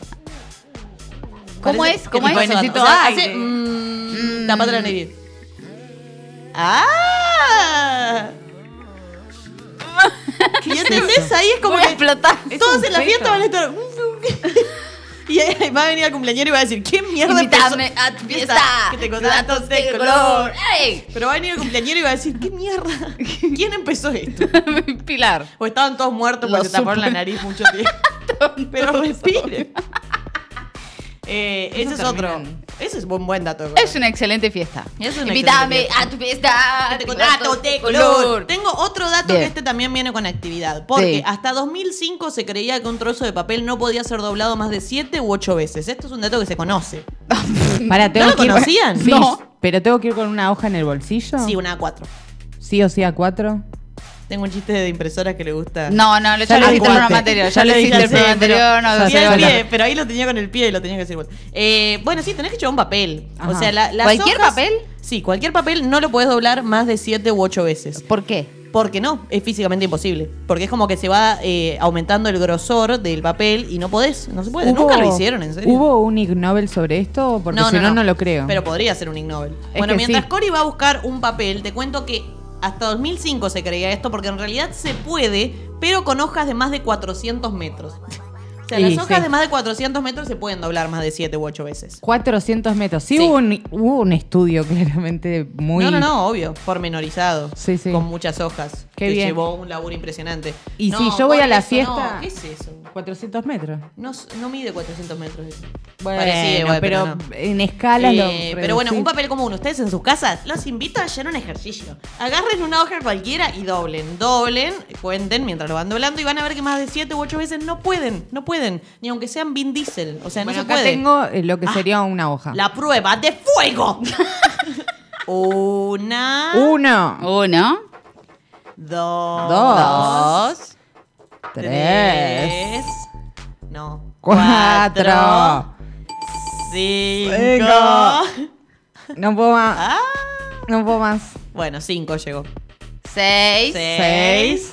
[SPEAKER 2] ¿Cómo
[SPEAKER 4] Parece que
[SPEAKER 2] es? ¿Cómo
[SPEAKER 4] tipo
[SPEAKER 2] es?
[SPEAKER 4] eso,
[SPEAKER 2] Necesito
[SPEAKER 4] o sea,
[SPEAKER 2] aire.
[SPEAKER 4] hace, mm, tapate la nariz. ¡Ah! ¿Y entendés? Ahí es como
[SPEAKER 2] Voy a
[SPEAKER 4] que
[SPEAKER 2] explotar.
[SPEAKER 4] Todos
[SPEAKER 3] un
[SPEAKER 4] en la
[SPEAKER 3] feto.
[SPEAKER 4] fiesta van a estar. Y ahí va a venir al cumpleañero y va a decir, ¿qué mierda
[SPEAKER 2] Invítame
[SPEAKER 4] empezó?
[SPEAKER 2] a tu fiesta.
[SPEAKER 4] Que te datos de color.
[SPEAKER 2] ¡Ey!
[SPEAKER 4] Pero va a venir el cumpleañero y va a decir, ¿qué mierda? ¿Quién empezó esto?
[SPEAKER 2] Pilar.
[SPEAKER 4] O estaban todos muertos
[SPEAKER 2] Lo
[SPEAKER 4] porque se taparon la
[SPEAKER 2] supe.
[SPEAKER 4] nariz mucho tiempo. Pero respiren. Eh, ese es
[SPEAKER 3] Eso
[SPEAKER 4] otro.
[SPEAKER 3] terminan.
[SPEAKER 4] Ese es un buen dato. ¿verdad?
[SPEAKER 2] Es una excelente fiesta.
[SPEAKER 4] Es una
[SPEAKER 2] Invítame
[SPEAKER 4] excelente fiesta. Ah,
[SPEAKER 2] a tu fiesta.
[SPEAKER 4] Tengo
[SPEAKER 2] con
[SPEAKER 4] datos de color. Tengo otro dato
[SPEAKER 2] Bien.
[SPEAKER 4] que este también viene con actividad. Porque
[SPEAKER 2] Sí.
[SPEAKER 4] hasta 2005 se creía que un trozo de papel no podía ser doblado más de 7 u 8 veces. Esto es un dato que se conoce.
[SPEAKER 3] Para, tengo
[SPEAKER 4] lo
[SPEAKER 3] que ir-
[SPEAKER 4] conocían?
[SPEAKER 3] Sí,
[SPEAKER 2] No.
[SPEAKER 3] Pero tengo que ir con una hoja en el bolsillo.
[SPEAKER 4] Sí, una A4.
[SPEAKER 3] Sí o sí a cuatro.
[SPEAKER 4] Tengo un chiste de impresora que le gusta.
[SPEAKER 2] No, no, ya,
[SPEAKER 3] Ya
[SPEAKER 2] lo hiciste
[SPEAKER 3] lo
[SPEAKER 2] el programa
[SPEAKER 3] jugaste.
[SPEAKER 2] anterior. Ya
[SPEAKER 3] Ya
[SPEAKER 2] lo
[SPEAKER 3] lo
[SPEAKER 2] hiciste el
[SPEAKER 3] dijiste,
[SPEAKER 2] programa anterior. No,
[SPEAKER 3] pero-
[SPEAKER 2] se
[SPEAKER 4] Hacía el
[SPEAKER 2] vale.
[SPEAKER 4] pie, pero ahí lo tenía con el pie y lo tenía que hacer igual. Eh, bueno, sí, tenés que llevar un papel. O
[SPEAKER 3] Ajá.
[SPEAKER 4] sea, la- las
[SPEAKER 2] ¿Cualquier
[SPEAKER 4] hojas-
[SPEAKER 2] papel?
[SPEAKER 4] Sí, cualquier papel no lo podés doblar más de 7 u 8 veces.
[SPEAKER 2] ¿Por qué?
[SPEAKER 4] Porque no, es físicamente imposible. Porque es como que se va eh, aumentando el grosor del papel y no podés, no se puede.
[SPEAKER 3] ¿Hubo-
[SPEAKER 4] Nunca lo hicieron, en serio.
[SPEAKER 3] ¿Hubo un Ig Nobel sobre esto? Porque si no, no, lo creo.
[SPEAKER 4] Pero podría ser un Ig Nobel.
[SPEAKER 3] Es
[SPEAKER 4] bueno,
[SPEAKER 3] que
[SPEAKER 4] mientras
[SPEAKER 3] sí.
[SPEAKER 4] Cory va a buscar un papel, te cuento que hasta 2005 se creía esto porque en realidad se puede, pero con hojas de más de 400 metros. O sea,
[SPEAKER 3] Sí,
[SPEAKER 4] las hojas
[SPEAKER 3] sí.
[SPEAKER 4] de más de 400 metros se pueden doblar más de 7 u 8 veces.
[SPEAKER 3] 400 metros. Sí,
[SPEAKER 4] Sí.
[SPEAKER 3] Hubo, un, hubo un estudio claramente muy...
[SPEAKER 4] No, no, no, obvio, pormenorizado.
[SPEAKER 3] Sí, sí.
[SPEAKER 4] Con muchas hojas.
[SPEAKER 3] Qué
[SPEAKER 4] que
[SPEAKER 3] bien.
[SPEAKER 4] llevó un laburo impresionante.
[SPEAKER 3] Y
[SPEAKER 4] No,
[SPEAKER 3] si yo voy a la
[SPEAKER 4] eso
[SPEAKER 3] fiesta-
[SPEAKER 4] no, ¿Qué es eso?
[SPEAKER 3] 400 metros.
[SPEAKER 4] No, s- no mide 400 metros. eso.
[SPEAKER 3] Bueno,
[SPEAKER 4] Parecía igual,
[SPEAKER 3] pero,
[SPEAKER 4] no.
[SPEAKER 3] en escala lo
[SPEAKER 4] Eh, pero bueno,
[SPEAKER 3] reducí.
[SPEAKER 4] un papel común. Ustedes en sus casas los invito a hacer un ejercicio. Agarren una hoja cualquiera y doblen. Doblen, cuenten mientras lo van doblando y van a ver que más de 7 u 8 veces no pueden. No pueden. Ni aunque sean Vin Diesel. O sea,
[SPEAKER 3] Bueno,
[SPEAKER 4] no se
[SPEAKER 3] acá
[SPEAKER 4] puede. Ah.
[SPEAKER 3] tengo eh, lo que sería una hoja.
[SPEAKER 4] La prueba de fuego. una. Oh,
[SPEAKER 3] Uno,
[SPEAKER 2] Uno,
[SPEAKER 4] Dos.
[SPEAKER 2] dos,
[SPEAKER 3] tres,
[SPEAKER 4] No.
[SPEAKER 3] cuatro.
[SPEAKER 4] Cinco.
[SPEAKER 3] No puedo más,
[SPEAKER 4] Ah,
[SPEAKER 3] no puedo más.
[SPEAKER 4] Bueno, cinco llegó.
[SPEAKER 2] seis.
[SPEAKER 4] Seis.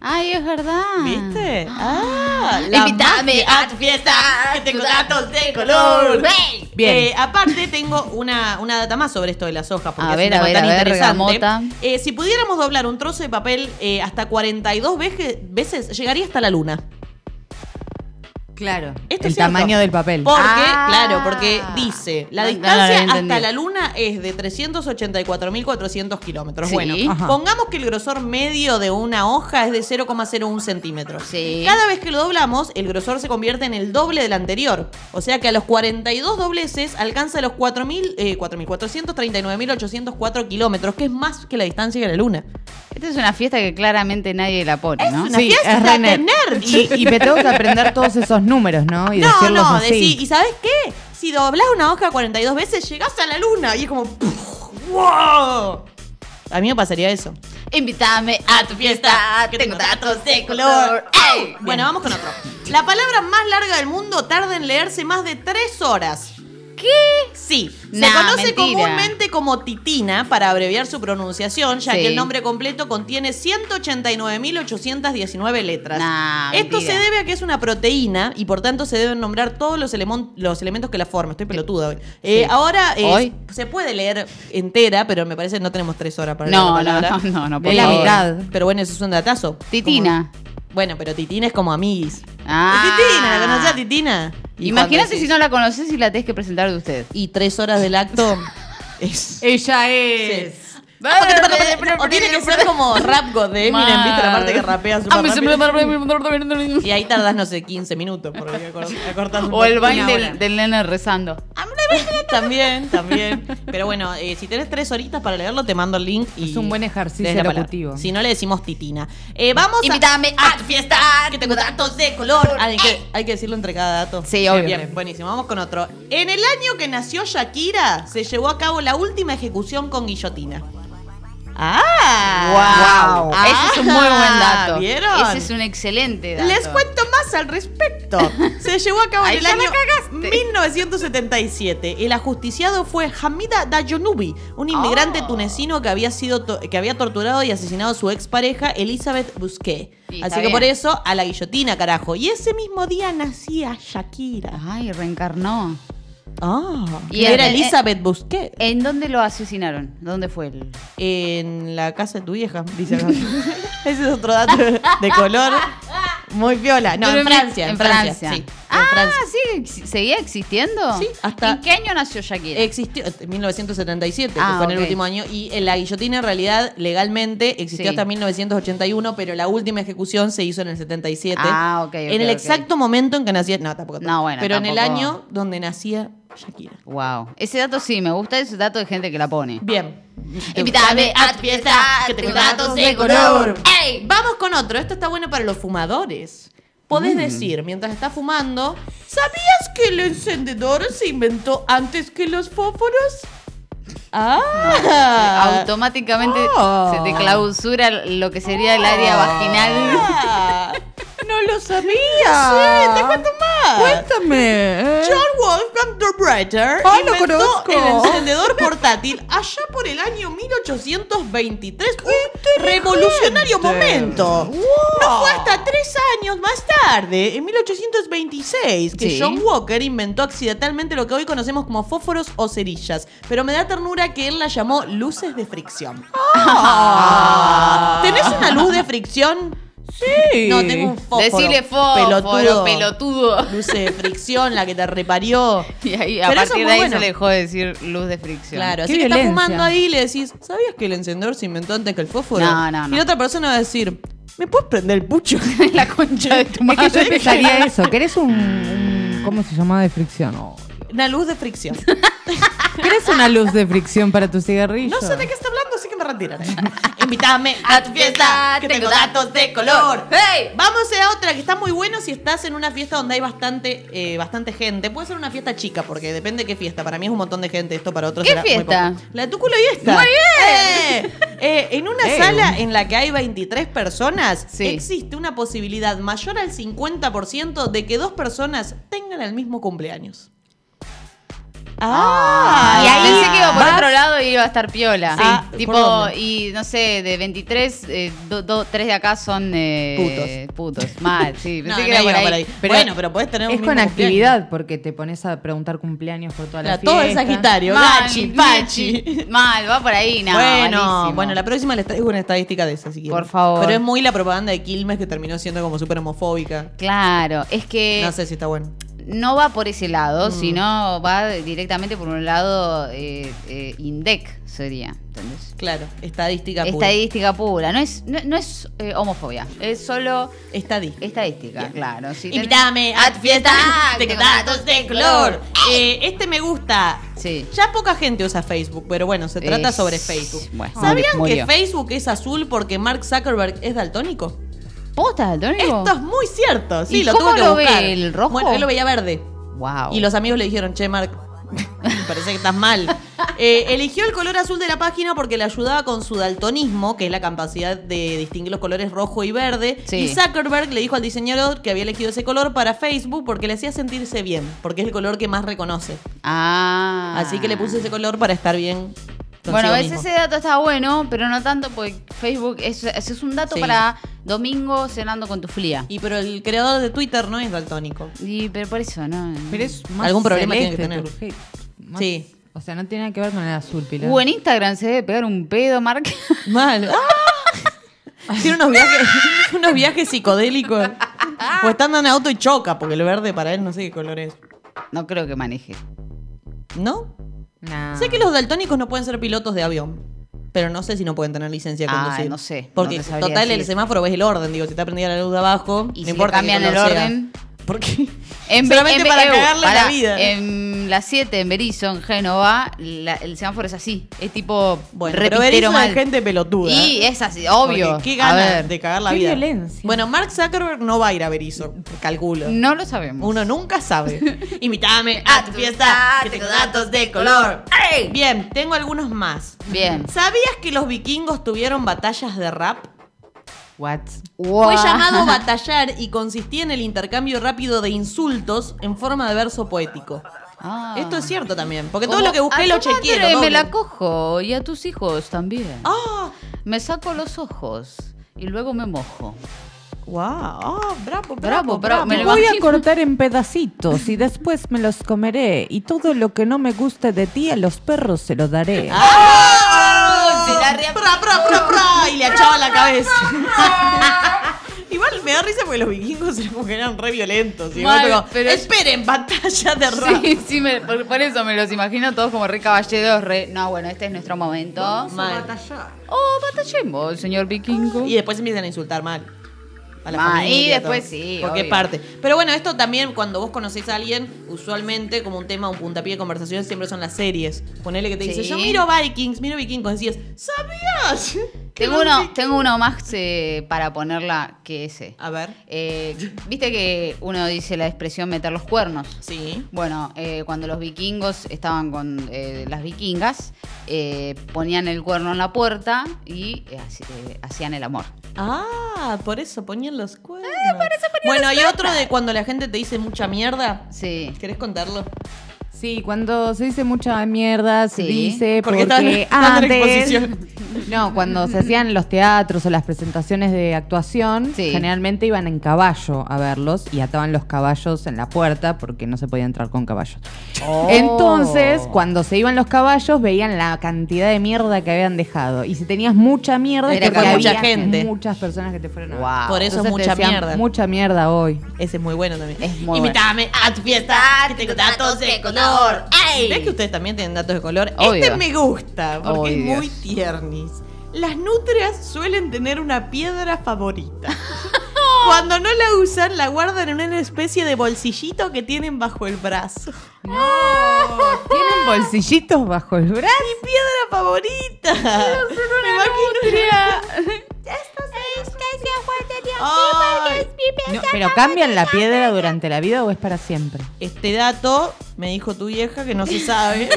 [SPEAKER 2] Ay, es verdad.
[SPEAKER 4] ¿Viste? Ah, la
[SPEAKER 2] Invítame
[SPEAKER 4] magia a tu fiesta. Que tengo datos de color.
[SPEAKER 2] Rey.
[SPEAKER 3] Bien.
[SPEAKER 4] Eh, aparte, tengo una, una data más sobre esto de las hojas. Porque
[SPEAKER 2] A
[SPEAKER 4] es
[SPEAKER 2] ver,
[SPEAKER 4] un tema
[SPEAKER 2] a ver,
[SPEAKER 4] tan
[SPEAKER 2] a ver,
[SPEAKER 4] interesante.
[SPEAKER 2] Gamota.
[SPEAKER 4] Eh, si pudiéramos doblar un trozo de papel eh, hasta 42 veje- veces, llegaría hasta la luna.
[SPEAKER 3] Claro.
[SPEAKER 4] Esto
[SPEAKER 3] el
[SPEAKER 4] Este es cierto.
[SPEAKER 3] tamaño del papel.
[SPEAKER 4] Porque,
[SPEAKER 2] Ah.
[SPEAKER 4] claro, porque dice, la
[SPEAKER 2] No, no, no lo había
[SPEAKER 4] distancia hasta
[SPEAKER 2] entendido.
[SPEAKER 4] la Luna es de 384.400 kilómetros.
[SPEAKER 2] Sí.
[SPEAKER 4] Bueno,
[SPEAKER 3] Ajá.
[SPEAKER 4] pongamos que el grosor medio de una hoja es de 0,01 centímetros.
[SPEAKER 2] Sí.
[SPEAKER 4] Cada vez que lo doblamos, el grosor se convierte en el doble del anterior. O sea que a los 42 dobleces alcanza los 4.000, eh, 4.439.804 kilómetros, que es más que la distancia de la Luna.
[SPEAKER 2] Esta es una fiesta que claramente nadie la pone, ¿no?
[SPEAKER 4] una fiesta
[SPEAKER 3] es
[SPEAKER 4] de
[SPEAKER 3] re nerd.
[SPEAKER 4] nerd.
[SPEAKER 3] Y, y me tengo que aprender todos esos números, ¿no? Y
[SPEAKER 4] No,
[SPEAKER 3] decirlos
[SPEAKER 4] no,
[SPEAKER 3] así.
[SPEAKER 4] decí, ¿y sabes qué? Si doblás una hoja 42 veces, llegás a la luna. Y es como. ¡puf! ¡Wow! A mí me pasaría eso.
[SPEAKER 2] Invítame a tu fiesta,
[SPEAKER 4] que
[SPEAKER 2] tengo
[SPEAKER 4] tengo
[SPEAKER 2] datos de color. ¡Ey!
[SPEAKER 4] Bueno, vamos con otro. La palabra más larga del mundo tarda en leerse más de 3 horas.
[SPEAKER 2] ¿Qué?
[SPEAKER 4] Sí, se
[SPEAKER 2] Nah,
[SPEAKER 4] conoce
[SPEAKER 2] mentira.
[SPEAKER 4] comúnmente como titina para abreviar su pronunciación, ya
[SPEAKER 2] Sí.
[SPEAKER 4] que el nombre completo contiene 189.819 letras.
[SPEAKER 2] Nah,
[SPEAKER 4] Esto
[SPEAKER 2] mentira.
[SPEAKER 4] se debe a que es una proteína y por tanto se deben nombrar todos los, elemon- los elementos que la forman. Estoy pelotuda hoy. Eh, ahora eh,
[SPEAKER 2] Hoy.
[SPEAKER 4] se puede leer entera, pero me parece que no tenemos tres horas para
[SPEAKER 2] No,
[SPEAKER 4] leer la
[SPEAKER 2] no,
[SPEAKER 4] palabra.
[SPEAKER 2] no, no, no, por
[SPEAKER 4] Es la
[SPEAKER 2] favor.
[SPEAKER 4] mitad. Pero bueno, eso es un datazo.
[SPEAKER 2] Titina.
[SPEAKER 4] Como- bueno, pero titina es como amiguis.
[SPEAKER 2] Ah.
[SPEAKER 4] Titina, ¿conocés a titina? Y cuando
[SPEAKER 2] Imagínate
[SPEAKER 4] decís-
[SPEAKER 2] si no la conoces y la tenés que presentar de usted.
[SPEAKER 4] y tres horas del acto es.
[SPEAKER 3] Ella
[SPEAKER 4] es- O tiene que ser como rap god de Eminem, viste la parte que rapea
[SPEAKER 2] Ah,
[SPEAKER 4] super
[SPEAKER 2] me
[SPEAKER 4] rápido.
[SPEAKER 2] se-
[SPEAKER 4] Y ahí tardás, no sé, 15 minutos porque acor- acortás un
[SPEAKER 2] O el
[SPEAKER 4] poco.
[SPEAKER 2] baile
[SPEAKER 4] Una
[SPEAKER 2] del,
[SPEAKER 4] hora.
[SPEAKER 2] del nene rezando.
[SPEAKER 4] También, también. Pero bueno, eh, si tenés tres horitas para leerlo, te mando el link. Y
[SPEAKER 3] Es un buen ejercicio
[SPEAKER 4] lees la palabra.
[SPEAKER 3] locutivo.
[SPEAKER 4] Si no, le decimos titina. Eh, vamos a-
[SPEAKER 2] Invítame a tu fiesta.
[SPEAKER 4] que tengo datos de color. Ah, Hay que, hay que decirlo entre cada dato.
[SPEAKER 2] Sí, obvio.
[SPEAKER 4] Bien, buenísimo. Vamos con otro. En el año que nació Shakira, se llevó a cabo la última ejecución con guillotina. ¡Ah!
[SPEAKER 2] Wow.
[SPEAKER 4] Ah,
[SPEAKER 2] Ese es un muy buen dato.
[SPEAKER 4] ¿Vieron?
[SPEAKER 2] Ese es un excelente dato.
[SPEAKER 4] Les cuento más al respecto. Se llevó a cabo en
[SPEAKER 2] Ahí
[SPEAKER 4] el
[SPEAKER 2] ya la
[SPEAKER 4] año
[SPEAKER 2] cagaste.
[SPEAKER 4] 1977. El ajusticiado fue Hamida Dayonubi, un inmigrante
[SPEAKER 2] Oh.
[SPEAKER 4] tunecino que había, sido to- que había torturado y asesinado a su expareja Elizabeth Busquet.
[SPEAKER 2] Sí, está
[SPEAKER 4] Así que
[SPEAKER 2] bien.
[SPEAKER 4] por eso, a la guillotina, carajo. Y ese mismo día nacía Shakira.
[SPEAKER 2] Ay, reencarnó.
[SPEAKER 4] Ah,
[SPEAKER 2] Y
[SPEAKER 4] era
[SPEAKER 2] en- eh,
[SPEAKER 4] Elizabeth Busquet.
[SPEAKER 2] ¿En dónde lo asesinaron? ¿Dónde fue el...?
[SPEAKER 4] En la casa de tu vieja, dice acá. Ese es otro dato de color. Muy viola. No,
[SPEAKER 2] Pero
[SPEAKER 4] en Francia. En Francia. Sí, en
[SPEAKER 2] ah,
[SPEAKER 4] Francia.
[SPEAKER 2] ¿sí? ¿Ex- ¿Seguía existiendo?
[SPEAKER 4] Sí, hasta-
[SPEAKER 2] ¿En qué año nació Shakira?
[SPEAKER 4] Existió en 1977,
[SPEAKER 2] Ah,
[SPEAKER 4] que fue en el
[SPEAKER 2] ok.
[SPEAKER 4] último año, y en la guillotina en realidad legalmente existió
[SPEAKER 2] Sí.
[SPEAKER 4] hasta 1981, pero la última ejecución se hizo en el 77.
[SPEAKER 2] Ah, ok, ok,
[SPEAKER 4] En el
[SPEAKER 2] ok.
[SPEAKER 4] exacto momento en que nacía. No, tampoco.
[SPEAKER 2] No, bueno,
[SPEAKER 4] Pero en el
[SPEAKER 2] tampoco.
[SPEAKER 4] año donde nacía Shakira.
[SPEAKER 2] Wow. Ese dato sí, me gusta ese dato de gente que la pone.
[SPEAKER 4] Bien.
[SPEAKER 2] Invítame a tu fiesta, que tengo datos de color. ¡Ey!
[SPEAKER 4] Vamos con otro. Esto está bueno para los fumadores. Podés decir, mientras estás fumando, ¿sabías que el encendedor se inventó antes que los fósforos? Ah,
[SPEAKER 2] Automáticamente
[SPEAKER 4] Oh.
[SPEAKER 2] se te clausura lo que sería el área vaginal.
[SPEAKER 4] Ah, No lo sabía.
[SPEAKER 3] Sí,
[SPEAKER 4] te cuento más.
[SPEAKER 3] Cuéntame. eh,
[SPEAKER 4] John Wolfgang de Bretter
[SPEAKER 3] Ah, lo
[SPEAKER 4] inventó
[SPEAKER 3] conozco.
[SPEAKER 4] el encendedor portátil allá por el año 1823. Un revolucionario momento. No fue hasta tres años más tarde, en 1826, que
[SPEAKER 2] Sí.
[SPEAKER 4] John Walker inventó accidentalmente lo que hoy conocemos como fósforos o cerillas. Pero me da ternura que él la llamó luces de fricción. ¿Tenés una luz de fricción? Sí. No, tengo un fósforo.
[SPEAKER 2] Decile fósforo, pelotudo. pelotudo.
[SPEAKER 4] Luz de fricción, la que te reparió.
[SPEAKER 2] Y ahí, a
[SPEAKER 4] Pero eso es
[SPEAKER 2] partir
[SPEAKER 4] muy
[SPEAKER 2] de ahí
[SPEAKER 4] bueno.
[SPEAKER 2] se le dejó de decir luz de fricción.
[SPEAKER 4] Claro, así
[SPEAKER 3] Qué
[SPEAKER 4] que está
[SPEAKER 3] violencia.
[SPEAKER 4] fumando ahí y le decís, ¿sabías que el encendedor se inventó antes que el fósforo?
[SPEAKER 2] No, no,
[SPEAKER 4] Y
[SPEAKER 2] no.
[SPEAKER 4] la otra persona va a decir, ¿me puedes prender el pucho?
[SPEAKER 2] la concha de tu
[SPEAKER 3] Es
[SPEAKER 2] madre.
[SPEAKER 3] que yo empezaría eso. ¿Querés un, un- ¿Cómo se llamaba? De fricción. Oh.
[SPEAKER 4] Una luz de fricción.
[SPEAKER 3] ¿Querés una luz de fricción para tu cigarrillo?
[SPEAKER 4] No sé de qué está hablando, así que me retiraré. Invítame a tu fiesta, que tengo datos de color.
[SPEAKER 2] ¡Hey!
[SPEAKER 4] Vamos a otra que está muy bueno si estás en una fiesta donde hay bastante, eh, bastante gente. Puede ser una fiesta chica, porque depende qué fiesta. Para mí es un montón de gente, esto para otros
[SPEAKER 2] ¿Qué
[SPEAKER 4] será muy
[SPEAKER 2] fiesta?
[SPEAKER 4] poco. La de tu culo y esta.
[SPEAKER 2] Muy
[SPEAKER 4] bien! en una
[SPEAKER 3] Eh.
[SPEAKER 4] sala en la que hay 23 personas,
[SPEAKER 2] Sí.
[SPEAKER 4] existe una posibilidad mayor al 50% de que dos personas tengan el mismo cumpleaños. ¡Ah!
[SPEAKER 2] y ahí pensé que iba por
[SPEAKER 4] Vas-
[SPEAKER 2] otro lado y iba a estar piola.
[SPEAKER 4] Sí. Ah,
[SPEAKER 2] tipo,
[SPEAKER 4] ¿por dónde?
[SPEAKER 2] y no sé, de eh, 23, 3 de acá son eh, putos. Mal, sí.
[SPEAKER 4] No,
[SPEAKER 2] Pensé
[SPEAKER 4] no
[SPEAKER 2] que era por
[SPEAKER 4] iba
[SPEAKER 2] ahí.
[SPEAKER 4] por ahí.
[SPEAKER 2] Pero-
[SPEAKER 4] bueno, pero puedes tener un
[SPEAKER 3] Es
[SPEAKER 4] mismo
[SPEAKER 3] con
[SPEAKER 4] cumpleaños.
[SPEAKER 3] actividad, porque te pones a preguntar cumpleaños por toda la
[SPEAKER 4] Claro,
[SPEAKER 3] fiesta.
[SPEAKER 4] todo el Sagitario,
[SPEAKER 2] mal,
[SPEAKER 4] Gachi,
[SPEAKER 2] Nietzsche.
[SPEAKER 4] Pachi.
[SPEAKER 2] Mal, va por ahí, no,
[SPEAKER 4] bueno,
[SPEAKER 2] malísimo.
[SPEAKER 4] bueno, la próxima les traigo una estadística de esa, si quieren.
[SPEAKER 2] Por favor.
[SPEAKER 4] Pero es muy la propaganda de Quilmes que terminó siendo como súper homofóbica.
[SPEAKER 2] Claro, es que
[SPEAKER 4] no sé Mm. si está bueno.
[SPEAKER 2] no va por ese lado, sino va directamente por un lado eh, eh, INDEC sería. ¿entendés?
[SPEAKER 4] Claro, estadística pura.
[SPEAKER 2] Estadística pura, no es, no, no es eh, homofobia, es solo
[SPEAKER 4] Estadística.
[SPEAKER 2] estadística, claro. sí, tenés- Ah,
[SPEAKER 4] Invítame a tu fiesta, tengo
[SPEAKER 2] tengo
[SPEAKER 4] datos
[SPEAKER 2] datos
[SPEAKER 4] de color. Eh, este me gusta.
[SPEAKER 2] Sí.
[SPEAKER 4] Ya poca gente usa Facebook, pero bueno, se trata
[SPEAKER 2] Es-
[SPEAKER 4] sobre Facebook.
[SPEAKER 2] bueno,
[SPEAKER 4] ¿Sabían
[SPEAKER 2] murió.
[SPEAKER 4] que Facebook es azul porque Mark Zuckerberg es daltónico?
[SPEAKER 2] ¿Posta, daltónico?
[SPEAKER 4] Esto es muy cierto. Sí,
[SPEAKER 2] ¿Y
[SPEAKER 4] lo
[SPEAKER 2] cómo
[SPEAKER 4] tuve que
[SPEAKER 2] lo ve
[SPEAKER 4] buscar.
[SPEAKER 2] el rojo?
[SPEAKER 4] Bueno, él lo veía verde.
[SPEAKER 2] Wow.
[SPEAKER 4] Y los amigos le dijeron, che, Mark, me parece que estás mal. Eh, eligió el color azul de la página porque le ayudaba con su daltonismo, que es la capacidad de distinguir los colores rojo y verde.
[SPEAKER 2] Sí.
[SPEAKER 4] Y Zuckerberg le dijo al diseñador que había elegido ese color para Facebook porque le hacía sentirse bien, porque es el color que más reconoce.
[SPEAKER 2] Ah.
[SPEAKER 4] Así que le puso ese color para estar bien. consigo
[SPEAKER 2] Bueno, a
[SPEAKER 4] mismo.
[SPEAKER 2] veces ese dato está bueno, pero no tanto porque Facebook es, es es un dato
[SPEAKER 4] Sí.
[SPEAKER 2] para domingo cenando con tu flia. Y,
[SPEAKER 4] Y pero el creador de Twitter no es daltónico.
[SPEAKER 2] pero por eso, ¿no? no.
[SPEAKER 3] Pero es más
[SPEAKER 4] Algún problema tiene que
[SPEAKER 3] celeste
[SPEAKER 4] tener.
[SPEAKER 3] tu- más-
[SPEAKER 4] Sí.
[SPEAKER 3] O sea, no tiene nada que ver con el azul, Pilar.
[SPEAKER 2] Uh, en Instagram se debe pegar un pedo, Mark.
[SPEAKER 4] Mal. ¡Ah! Tiene unos viajes, unos viajes psicodélicos. O está andando en auto y choca, porque el verde para él no sé qué color es.
[SPEAKER 2] No creo que maneje.
[SPEAKER 4] ¿No?
[SPEAKER 3] Nah.
[SPEAKER 4] Sé que los daltónicos no pueden ser pilotos de avión. Pero no sé si no pueden tener licencia de
[SPEAKER 2] Ah,
[SPEAKER 4] conducir.
[SPEAKER 2] no sé, no
[SPEAKER 4] Porque
[SPEAKER 2] te sabría
[SPEAKER 4] total el
[SPEAKER 2] decir.
[SPEAKER 4] semáforo ves el orden. Digo, si está prendida la luz de abajo, no
[SPEAKER 2] Y si le
[SPEAKER 4] importa qué
[SPEAKER 2] cambian el
[SPEAKER 4] color sea.
[SPEAKER 2] orden.
[SPEAKER 4] ¿Por qué?
[SPEAKER 2] En Be-
[SPEAKER 4] Solamente
[SPEAKER 2] en Be-
[SPEAKER 4] para
[SPEAKER 2] eh,
[SPEAKER 4] cagarle
[SPEAKER 2] pará, eh,
[SPEAKER 4] la vida.
[SPEAKER 2] En las 7, en Berizo, en Génova, la- el semáforo es así. Es tipo
[SPEAKER 4] Bueno, pero
[SPEAKER 2] repitero
[SPEAKER 4] Berizo
[SPEAKER 2] mal.
[SPEAKER 4] es gente pelotuda.
[SPEAKER 2] y es así, obvio.
[SPEAKER 4] Porque qué
[SPEAKER 2] a
[SPEAKER 4] ganas
[SPEAKER 2] ver,
[SPEAKER 4] de cagar la
[SPEAKER 3] Qué
[SPEAKER 4] vida.
[SPEAKER 3] violencia.
[SPEAKER 4] Bueno, Mark Zuckerberg no va a ir a Berizo, calculo.
[SPEAKER 2] no lo sabemos. Ah,
[SPEAKER 4] Uno nunca sabe. Invítame a tu fiesta, que tengo datos de color.
[SPEAKER 2] ¡Ey!
[SPEAKER 4] Bien, tengo algunos más.
[SPEAKER 2] Bien.
[SPEAKER 4] ¿Sabías que los vikingos tuvieron batallas de rap?
[SPEAKER 3] What?
[SPEAKER 2] Guau.
[SPEAKER 4] Fue llamado batallar y consistía en el intercambio rápido de insultos en forma de verso poético.
[SPEAKER 2] Ah.
[SPEAKER 4] Esto es cierto también, porque todo
[SPEAKER 2] Como,
[SPEAKER 4] lo que busqué
[SPEAKER 2] "A
[SPEAKER 4] lo
[SPEAKER 2] tu
[SPEAKER 4] chequeé.
[SPEAKER 2] madre
[SPEAKER 4] lo
[SPEAKER 2] me
[SPEAKER 4] doble.
[SPEAKER 2] la cojo y a tus hijos también.
[SPEAKER 4] ¡Ah!
[SPEAKER 2] Me saco los ojos y luego me mojo.
[SPEAKER 4] ¡Wow! ah, bravo, bravo,
[SPEAKER 2] Bravo, bravo,
[SPEAKER 4] bravo.
[SPEAKER 2] me
[SPEAKER 3] Te
[SPEAKER 2] lo
[SPEAKER 3] voy a
[SPEAKER 2] imagino.
[SPEAKER 3] cortar en pedacitos y después me los comeré. Y todo lo que no me guste de ti a los perros se lo daré.
[SPEAKER 4] ¡Ah!
[SPEAKER 2] Se la reaplicó.
[SPEAKER 4] Pra, pra, pra, pra, y le achaba la cabeza. Igual me da risa porque los vikingos eran como que eran re violentos. y
[SPEAKER 2] Mal,
[SPEAKER 4] vos como,
[SPEAKER 2] pero-
[SPEAKER 4] Esperen, batalla de rap.
[SPEAKER 2] Sí, sí, me- por, por eso me los imagino todos como re caballeros, re... No, bueno, este es nuestro momento.
[SPEAKER 4] Mal.
[SPEAKER 2] Oh, batallemos, señor vikingo.
[SPEAKER 4] Y después empiezan a insultar mal. A la
[SPEAKER 2] Mal,
[SPEAKER 4] familia,
[SPEAKER 2] y después
[SPEAKER 4] todo.
[SPEAKER 2] sí,
[SPEAKER 4] Porque es
[SPEAKER 2] obvio.
[SPEAKER 4] parte. Pero bueno, esto también cuando vos conocés a alguien, usualmente como un tema, un puntapié de conversación, siempre son las series. Ponele que te dice,
[SPEAKER 2] Sí.
[SPEAKER 4] yo miro Vikings, miro vikingos. Decías, ¿sabías? que
[SPEAKER 2] Tengo
[SPEAKER 4] los
[SPEAKER 2] uno,
[SPEAKER 4] vi-?"
[SPEAKER 2] tengo uno más eh, para ponerla que ese.
[SPEAKER 4] A ver.
[SPEAKER 2] Eh, Viste que uno dice la expresión meter los cuernos.
[SPEAKER 4] Sí.
[SPEAKER 2] Bueno, eh, cuando los vikingos estaban con eh, las vikingas, eh, ponían el cuerno en la puerta y eh, haci- eh, hacían el amor.
[SPEAKER 4] Ah, por eso ponían los cuernos. bueno, hay otro de cuando la gente te dice mucha mierda.
[SPEAKER 2] Sí.
[SPEAKER 4] ¿Querés contarlo?
[SPEAKER 3] Sí, cuando se dice mucha mierda, se
[SPEAKER 2] Sí.
[SPEAKER 3] dice
[SPEAKER 1] Porque
[SPEAKER 3] porque,
[SPEAKER 1] estaban dando la
[SPEAKER 3] antes...
[SPEAKER 1] exposición.
[SPEAKER 3] No, cuando se hacían los teatros o las presentaciones de actuación,
[SPEAKER 2] Sí.
[SPEAKER 3] generalmente iban en caballo a verlos y ataban los caballos en la puerta porque no se podía entrar con caballos.
[SPEAKER 2] Oh.
[SPEAKER 3] Oh. Entonces, cuando se iban los caballos, veían la cantidad de mierda que habían dejado. Y si tenías mucha mierda, es
[SPEAKER 2] Era
[SPEAKER 3] porque
[SPEAKER 2] como
[SPEAKER 3] había
[SPEAKER 4] mucha gente.
[SPEAKER 3] muchas personas que te fueron a ver.
[SPEAKER 2] Wow.
[SPEAKER 4] Por eso es
[SPEAKER 3] Entonces te
[SPEAKER 4] mucha
[SPEAKER 3] decían,
[SPEAKER 4] mierda.
[SPEAKER 3] Mucha mierda hoy.
[SPEAKER 4] Ese es muy bueno también.
[SPEAKER 2] Es muy
[SPEAKER 4] Invítame a tu fiesta, que tengo datos de color.
[SPEAKER 1] ¡Ey!
[SPEAKER 4] ¿Ves que ustedes también tienen datos de color? Este
[SPEAKER 2] Obvio.
[SPEAKER 4] me gusta, porque
[SPEAKER 2] Obvio.
[SPEAKER 4] es muy tiernis.
[SPEAKER 1] Las nutrias suelen tener una piedra favorita. Cuando no la usan, la guardan en una especie de bolsillito que tienen bajo el brazo.
[SPEAKER 3] ¿Tienen bolsillitos bajo el brazo?
[SPEAKER 1] ¡Mi piedra favorita! Me imagino- Ay,
[SPEAKER 3] No, ¿Pero cambian la piedra durante la vida o es para siempre?
[SPEAKER 4] Este dato me dijo tu vieja que no se sabe.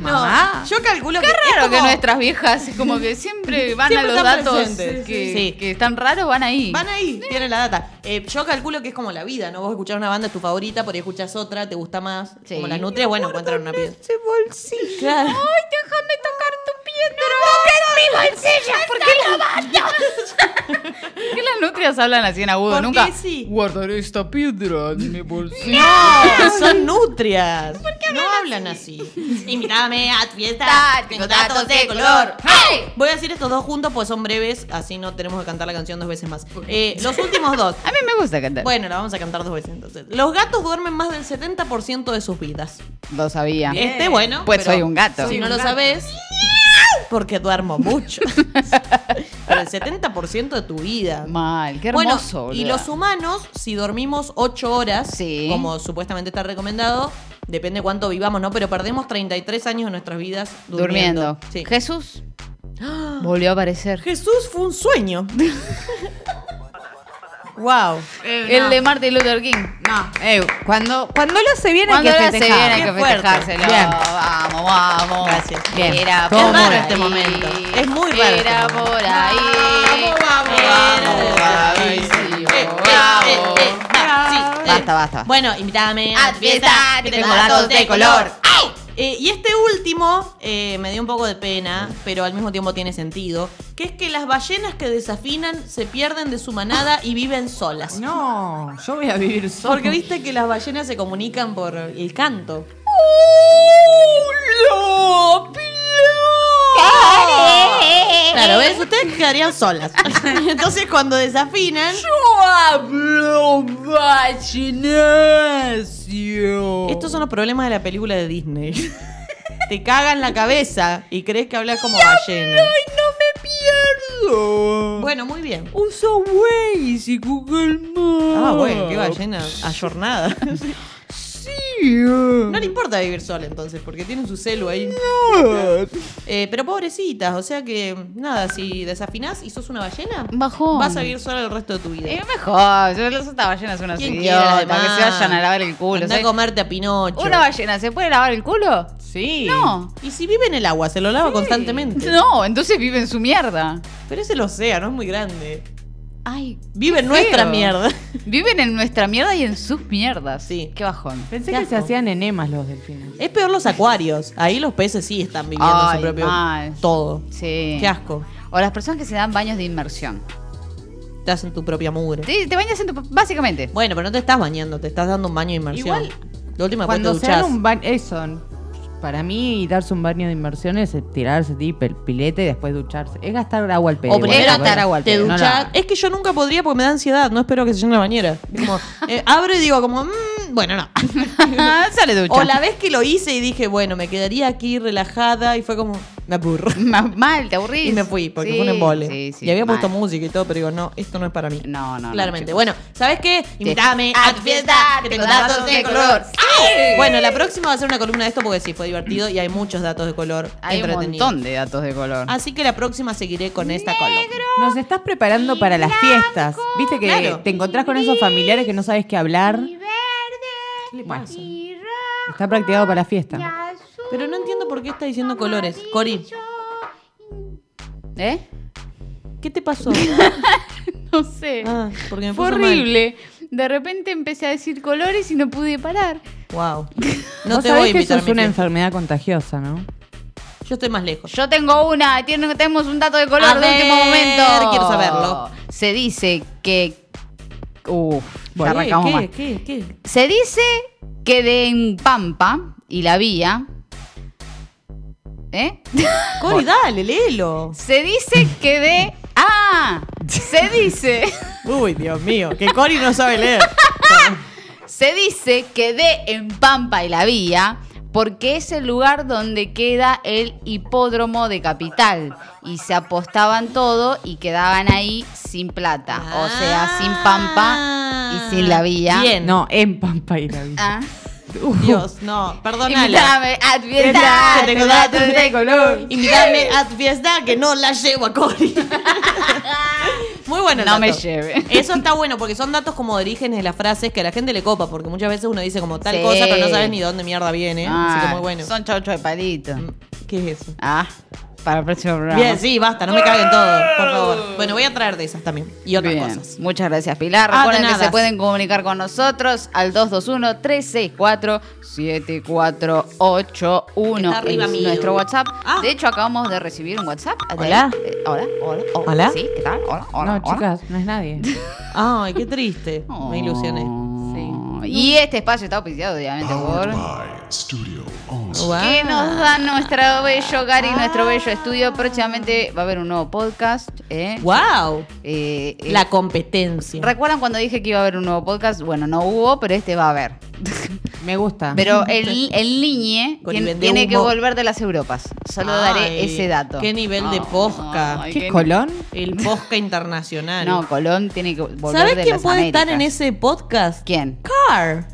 [SPEAKER 4] no,
[SPEAKER 3] Mamá.
[SPEAKER 4] yo calculo Ah. que.
[SPEAKER 2] Claro
[SPEAKER 4] es
[SPEAKER 2] que
[SPEAKER 4] como-
[SPEAKER 2] nuestras viejas como que siempre van
[SPEAKER 4] Siempre
[SPEAKER 2] a los
[SPEAKER 4] están
[SPEAKER 2] datos
[SPEAKER 4] presentes.
[SPEAKER 2] que,
[SPEAKER 4] Sí.
[SPEAKER 2] que están raros, van ahí.
[SPEAKER 4] Van ahí, tienen la data. Eh, yo calculo que es como la vida, ¿no? Vos escuchás una banda, es tu favorita, por ahí escuchás otra, te gusta más.
[SPEAKER 2] Sí.
[SPEAKER 4] Como las nutrias, bueno, encuentran una piedra.
[SPEAKER 1] ese bolsillo.
[SPEAKER 4] Claro.
[SPEAKER 2] déjame tocar tu piedra. No, que es mi bolsilla. ¿Por qué la ¿Por qué las nutrias hablan así en agudo?
[SPEAKER 1] Porque
[SPEAKER 2] Ah, Nunca.
[SPEAKER 1] sí.
[SPEAKER 2] Guardaré esta piedra en mi bolsillo.
[SPEAKER 4] No, son nutrias. no hablan así. Invítame a tu fiesta. Tengo datos de color.
[SPEAKER 2] ¡Hey!
[SPEAKER 4] Voy a decir estos dos juntos pues son breves, así no tenemos que cantar la canción dos veces más. Eh, los últimos dos.
[SPEAKER 2] A mí me gusta cantar.
[SPEAKER 4] Bueno, la vamos a cantar dos veces entonces. Los gatos duermen más del 70% de sus vidas.
[SPEAKER 2] Lo sabía.
[SPEAKER 4] Este, bueno.
[SPEAKER 2] Pues
[SPEAKER 4] pero
[SPEAKER 2] soy un gato.
[SPEAKER 4] Si
[SPEAKER 2] Soy
[SPEAKER 4] no
[SPEAKER 2] un
[SPEAKER 4] lo sabes, porque duermo mucho. Pero el 70% de tu vida.
[SPEAKER 2] Mal, qué
[SPEAKER 4] Bueno,
[SPEAKER 2] hermoso.
[SPEAKER 4] y
[SPEAKER 2] boluda.
[SPEAKER 4] los humanos, si dormimos 8 horas,
[SPEAKER 2] Sí.
[SPEAKER 4] como supuestamente está recomendado, depende cuánto vivamos, ¿no? Pero perdemos 33 años de nuestras vidas durmiendo.
[SPEAKER 2] durmiendo.
[SPEAKER 4] Sí.
[SPEAKER 2] Jesús volvió a aparecer.
[SPEAKER 1] Jesús fue un sueño. wow.
[SPEAKER 4] Eh,
[SPEAKER 2] El de Martin Luther King.
[SPEAKER 3] No, eh, cuando, cuando lo hace bien hay
[SPEAKER 2] Cuando
[SPEAKER 3] que
[SPEAKER 2] ahora se
[SPEAKER 3] festejar.
[SPEAKER 2] viene hay
[SPEAKER 1] Qué
[SPEAKER 2] que
[SPEAKER 1] fuerte.
[SPEAKER 2] festejárselo.
[SPEAKER 3] Bien.
[SPEAKER 2] Vamos, vamos.
[SPEAKER 4] Gracias.
[SPEAKER 3] Bien.
[SPEAKER 2] Era
[SPEAKER 3] Todo
[SPEAKER 2] por
[SPEAKER 3] raro
[SPEAKER 2] ahí.
[SPEAKER 4] este momento. Es muy raro este
[SPEAKER 2] Era
[SPEAKER 4] momento.
[SPEAKER 2] por ahí.
[SPEAKER 4] Vamos, vamos,
[SPEAKER 2] Era
[SPEAKER 4] vamos,
[SPEAKER 2] por ahí, sí,
[SPEAKER 4] Eh, eh,
[SPEAKER 2] vamos.
[SPEAKER 4] eh, eh, no, sí, eh.
[SPEAKER 2] Basta, basta.
[SPEAKER 4] Bueno, invítame
[SPEAKER 2] A
[SPEAKER 4] a tu fiesta, que Ah, tengo datos de color. Eh, y este último eh, me dio un poco de pena, pero al mismo tiempo tiene sentido, que es que las ballenas que desafinan se pierden de su manada y viven solas.
[SPEAKER 3] No, yo voy a vivir solo.
[SPEAKER 4] Porque viste que las ballenas se comunican por el canto. eh. Claro, ¿ves? Ustedes quedarían solas. Entonces cuando desafinan,
[SPEAKER 2] hablo gimnasio.
[SPEAKER 4] estos son los problemas de la película de Disney. Te cagan la cabeza y crees que hablas como ballena.
[SPEAKER 2] pierdo.
[SPEAKER 4] Bueno, muy bien.
[SPEAKER 2] Uso Waze y Google Maps.
[SPEAKER 4] Ah, bueno, qué ballena ayornada.
[SPEAKER 2] No
[SPEAKER 4] No le importa vivir sola entonces, porque tiene su celu ahí. Eh, pero pobrecitas, o sea que nada, si desafinás y sos una ballena,
[SPEAKER 2] Bajón.
[SPEAKER 4] vas a vivir sola el resto de tu vida.
[SPEAKER 2] Es mejor. Yo las otras ballenas son unas
[SPEAKER 4] ¿Quién quiere la
[SPEAKER 2] idiotas. Que
[SPEAKER 4] demás?
[SPEAKER 2] se vayan a lavar el culo.
[SPEAKER 4] Andá a
[SPEAKER 2] ¿sabes?
[SPEAKER 4] comerte a Pinocho.
[SPEAKER 2] ¿Una ballena se puede lavar el culo?
[SPEAKER 4] Sí.
[SPEAKER 2] No.
[SPEAKER 4] Y si vive en el agua, se lo lava constantemente.
[SPEAKER 2] No, entonces viven su mierda.
[SPEAKER 4] Pero es el océano, es muy grande.
[SPEAKER 2] Ay.
[SPEAKER 4] Vive en
[SPEAKER 2] qué
[SPEAKER 4] nuestra
[SPEAKER 2] feo.
[SPEAKER 4] mierda.
[SPEAKER 2] Viven en nuestra mierda y en sus mierdas.
[SPEAKER 4] Sí.
[SPEAKER 2] Qué bajón.
[SPEAKER 3] Pensé
[SPEAKER 4] Qué
[SPEAKER 3] que se
[SPEAKER 4] asco.
[SPEAKER 3] hacían enemas los delfines.
[SPEAKER 4] Es peor los acuarios. Ahí los peces sí están viviendo
[SPEAKER 2] Ay,
[SPEAKER 4] su propio
[SPEAKER 2] mal.
[SPEAKER 4] todo.
[SPEAKER 2] Sí.
[SPEAKER 4] Qué asco.
[SPEAKER 2] O las personas que se dan baños de inmersión.
[SPEAKER 4] Te hacen tu propia mugre.
[SPEAKER 2] Te, te bañas en tu. Básicamente.
[SPEAKER 4] Bueno, pero no te estás bañando, te estás dando un baño de inmersión.
[SPEAKER 3] Igual,
[SPEAKER 4] la última vez pues te
[SPEAKER 3] Cuando se dan
[SPEAKER 4] duchás.
[SPEAKER 3] un baño, eso, para mí darse un baño de inmersión es tirarse tipo el pilete y después ducharse. Es gastar agua al pedo.
[SPEAKER 4] O primero
[SPEAKER 2] Era
[SPEAKER 4] te,
[SPEAKER 2] atar agua al
[SPEAKER 4] te
[SPEAKER 2] pedo, no
[SPEAKER 4] duchás.
[SPEAKER 2] la-
[SPEAKER 4] Es que yo nunca podría porque me da ansiedad. No espero que se llene la bañera. Como, eh, abro y digo como, "Mm, bueno, no.
[SPEAKER 3] Ah,
[SPEAKER 2] Sale ducha.
[SPEAKER 4] O la vez que lo hice y dije, bueno, me quedaría aquí relajada y fue como, me aburro.
[SPEAKER 2] Ma- Mal, te aburrís.
[SPEAKER 4] Y me fui porque
[SPEAKER 2] Sí,
[SPEAKER 4] fue un embole.
[SPEAKER 2] sí, sí,
[SPEAKER 4] y había
[SPEAKER 2] mal.
[SPEAKER 4] puesto música y todo, pero digo, no, esto no es para mí.
[SPEAKER 2] No, no. no,
[SPEAKER 4] Claramente.
[SPEAKER 2] chicos.
[SPEAKER 4] bueno, ¿sabes qué? Invítame a tu fiesta, que tengo datos de color.
[SPEAKER 2] ¡Ay!
[SPEAKER 4] Bueno, la próxima va a ser una columna de esto porque sí, fue divertido y hay muchos datos de color
[SPEAKER 2] Hay un
[SPEAKER 4] entretenidos.
[SPEAKER 2] montón de datos de color.
[SPEAKER 4] Así que la próxima seguiré con esta columna.
[SPEAKER 3] Nos estás preparando para las fiestas. Viste que
[SPEAKER 4] Claro.
[SPEAKER 3] te encontrás con esos familiares que no sabes qué hablar. Bueno, está practicado para la fiesta.
[SPEAKER 4] Pero no entiendo por qué está diciendo colores. Cori,
[SPEAKER 2] ¿Eh?
[SPEAKER 4] ¿qué te pasó?
[SPEAKER 2] No sé.
[SPEAKER 4] Ah, porque me
[SPEAKER 2] Fue
[SPEAKER 4] Ah, puso mal.
[SPEAKER 2] horrible. De repente empecé a decir colores y no pude parar.
[SPEAKER 4] Wow.
[SPEAKER 3] No
[SPEAKER 4] No
[SPEAKER 3] Vos
[SPEAKER 4] te voy a
[SPEAKER 3] sabés que eso
[SPEAKER 4] invitar a
[SPEAKER 3] es
[SPEAKER 4] mi fiesta.
[SPEAKER 3] una enfermedad contagiosa, ¿no?
[SPEAKER 4] Yo estoy más lejos.
[SPEAKER 2] Yo tengo una, tiene- tenemos un dato de color
[SPEAKER 4] A
[SPEAKER 2] de
[SPEAKER 4] ver,
[SPEAKER 2] último momento.
[SPEAKER 4] quiero saberlo.
[SPEAKER 2] Se dice que. Uf, ya
[SPEAKER 4] ¿Qué?
[SPEAKER 2] arrancamos
[SPEAKER 4] ¿Qué?
[SPEAKER 2] mal.
[SPEAKER 4] ¿Qué? ¿Qué?
[SPEAKER 2] Se dice que de en Pampa y la vía. ¿Eh?
[SPEAKER 4] Cori, dale, léelo.
[SPEAKER 2] Se dice que de. ¡Ah! Se dice.
[SPEAKER 1] Uy, Dios mío, que Cori no sabe leer.
[SPEAKER 2] Se dice que de en Pampa y la vía. Porque es el lugar donde queda el hipódromo de Capital. Y se apostaban todo y quedaban ahí sin plata. O sea, sin Pampa y sin la vía.
[SPEAKER 4] Ah. Bien.
[SPEAKER 3] No, en Pampa y la vida.
[SPEAKER 2] Ah.
[SPEAKER 1] Dios, no, perdónale.
[SPEAKER 2] Invítame a tu fiesta,
[SPEAKER 1] Fiesta,
[SPEAKER 2] te
[SPEAKER 1] tengo
[SPEAKER 2] dato
[SPEAKER 1] datos
[SPEAKER 2] de color.
[SPEAKER 1] Invítame a tu fiesta que no la llevo a Cori.
[SPEAKER 4] Muy bueno. el
[SPEAKER 2] No me
[SPEAKER 4] dato.
[SPEAKER 2] lleve.
[SPEAKER 4] Eso está bueno porque son datos como de orígenes de las frases que a la gente le copa, porque muchas veces uno dice como tal
[SPEAKER 2] Sí. Ah.
[SPEAKER 4] cosa, pero no sabes ni de dónde mierda viene. así que muy bueno. Mm,
[SPEAKER 2] Son chocho de palito.
[SPEAKER 4] ¿Qué es eso?
[SPEAKER 2] Ah, para el próximo programa.
[SPEAKER 4] Bien, sí, basta, no me caguen todo, por favor. Bueno, voy a traer de esas también y otras
[SPEAKER 2] Bien.
[SPEAKER 4] cosas.
[SPEAKER 2] Muchas gracias, Pilar.
[SPEAKER 4] Ah,
[SPEAKER 2] Recuerden
[SPEAKER 4] de
[SPEAKER 2] que
[SPEAKER 4] nada.
[SPEAKER 2] se pueden comunicar con nosotros al 221-364-7481.
[SPEAKER 4] Está arriba
[SPEAKER 2] Es
[SPEAKER 4] mío.
[SPEAKER 2] Nuestro WhatsApp.
[SPEAKER 4] Ah.
[SPEAKER 2] De hecho, acabamos de recibir un WhatsApp. de-
[SPEAKER 4] Hola.
[SPEAKER 2] eh, hola. Hola.
[SPEAKER 4] Hola.
[SPEAKER 2] Sí, ¿qué tal? Hola. Hola.
[SPEAKER 3] no,
[SPEAKER 2] hola.
[SPEAKER 3] chicas, no es nadie.
[SPEAKER 4] Ay, qué triste. Me ilusioné.
[SPEAKER 2] Oh, Y este espacio está auspiciado, obviamente, por.
[SPEAKER 5] Powered by Studio Oz.
[SPEAKER 4] Ah.
[SPEAKER 2] que nos da nuestro bello Gary, nuestro bello estudio. Próximamente va a haber un nuevo podcast. ¿eh?
[SPEAKER 4] Wow.
[SPEAKER 2] Eh, eh,
[SPEAKER 4] La competencia.
[SPEAKER 2] ¿Recuerdan cuando dije que iba a haber un nuevo podcast? Bueno, no hubo, pero este va a haber.
[SPEAKER 3] Me gusta.
[SPEAKER 2] Pero el, el Liñe
[SPEAKER 4] Con
[SPEAKER 2] tien-
[SPEAKER 4] nivel de
[SPEAKER 2] tiene que
[SPEAKER 4] humo.
[SPEAKER 2] volver de las Europas. Solo
[SPEAKER 4] Ay,
[SPEAKER 2] daré ese dato.
[SPEAKER 4] Qué nivel de posca.
[SPEAKER 2] Ay,
[SPEAKER 3] ¿Qué
[SPEAKER 2] qué-
[SPEAKER 3] es Colón?
[SPEAKER 4] El posca internacional.
[SPEAKER 2] No, Colón tiene que volver
[SPEAKER 4] ¿Sabes
[SPEAKER 2] de
[SPEAKER 4] quién
[SPEAKER 2] las
[SPEAKER 4] puede
[SPEAKER 2] Américas.
[SPEAKER 4] estar en ese podcast?
[SPEAKER 2] ¿Quién?
[SPEAKER 4] Car,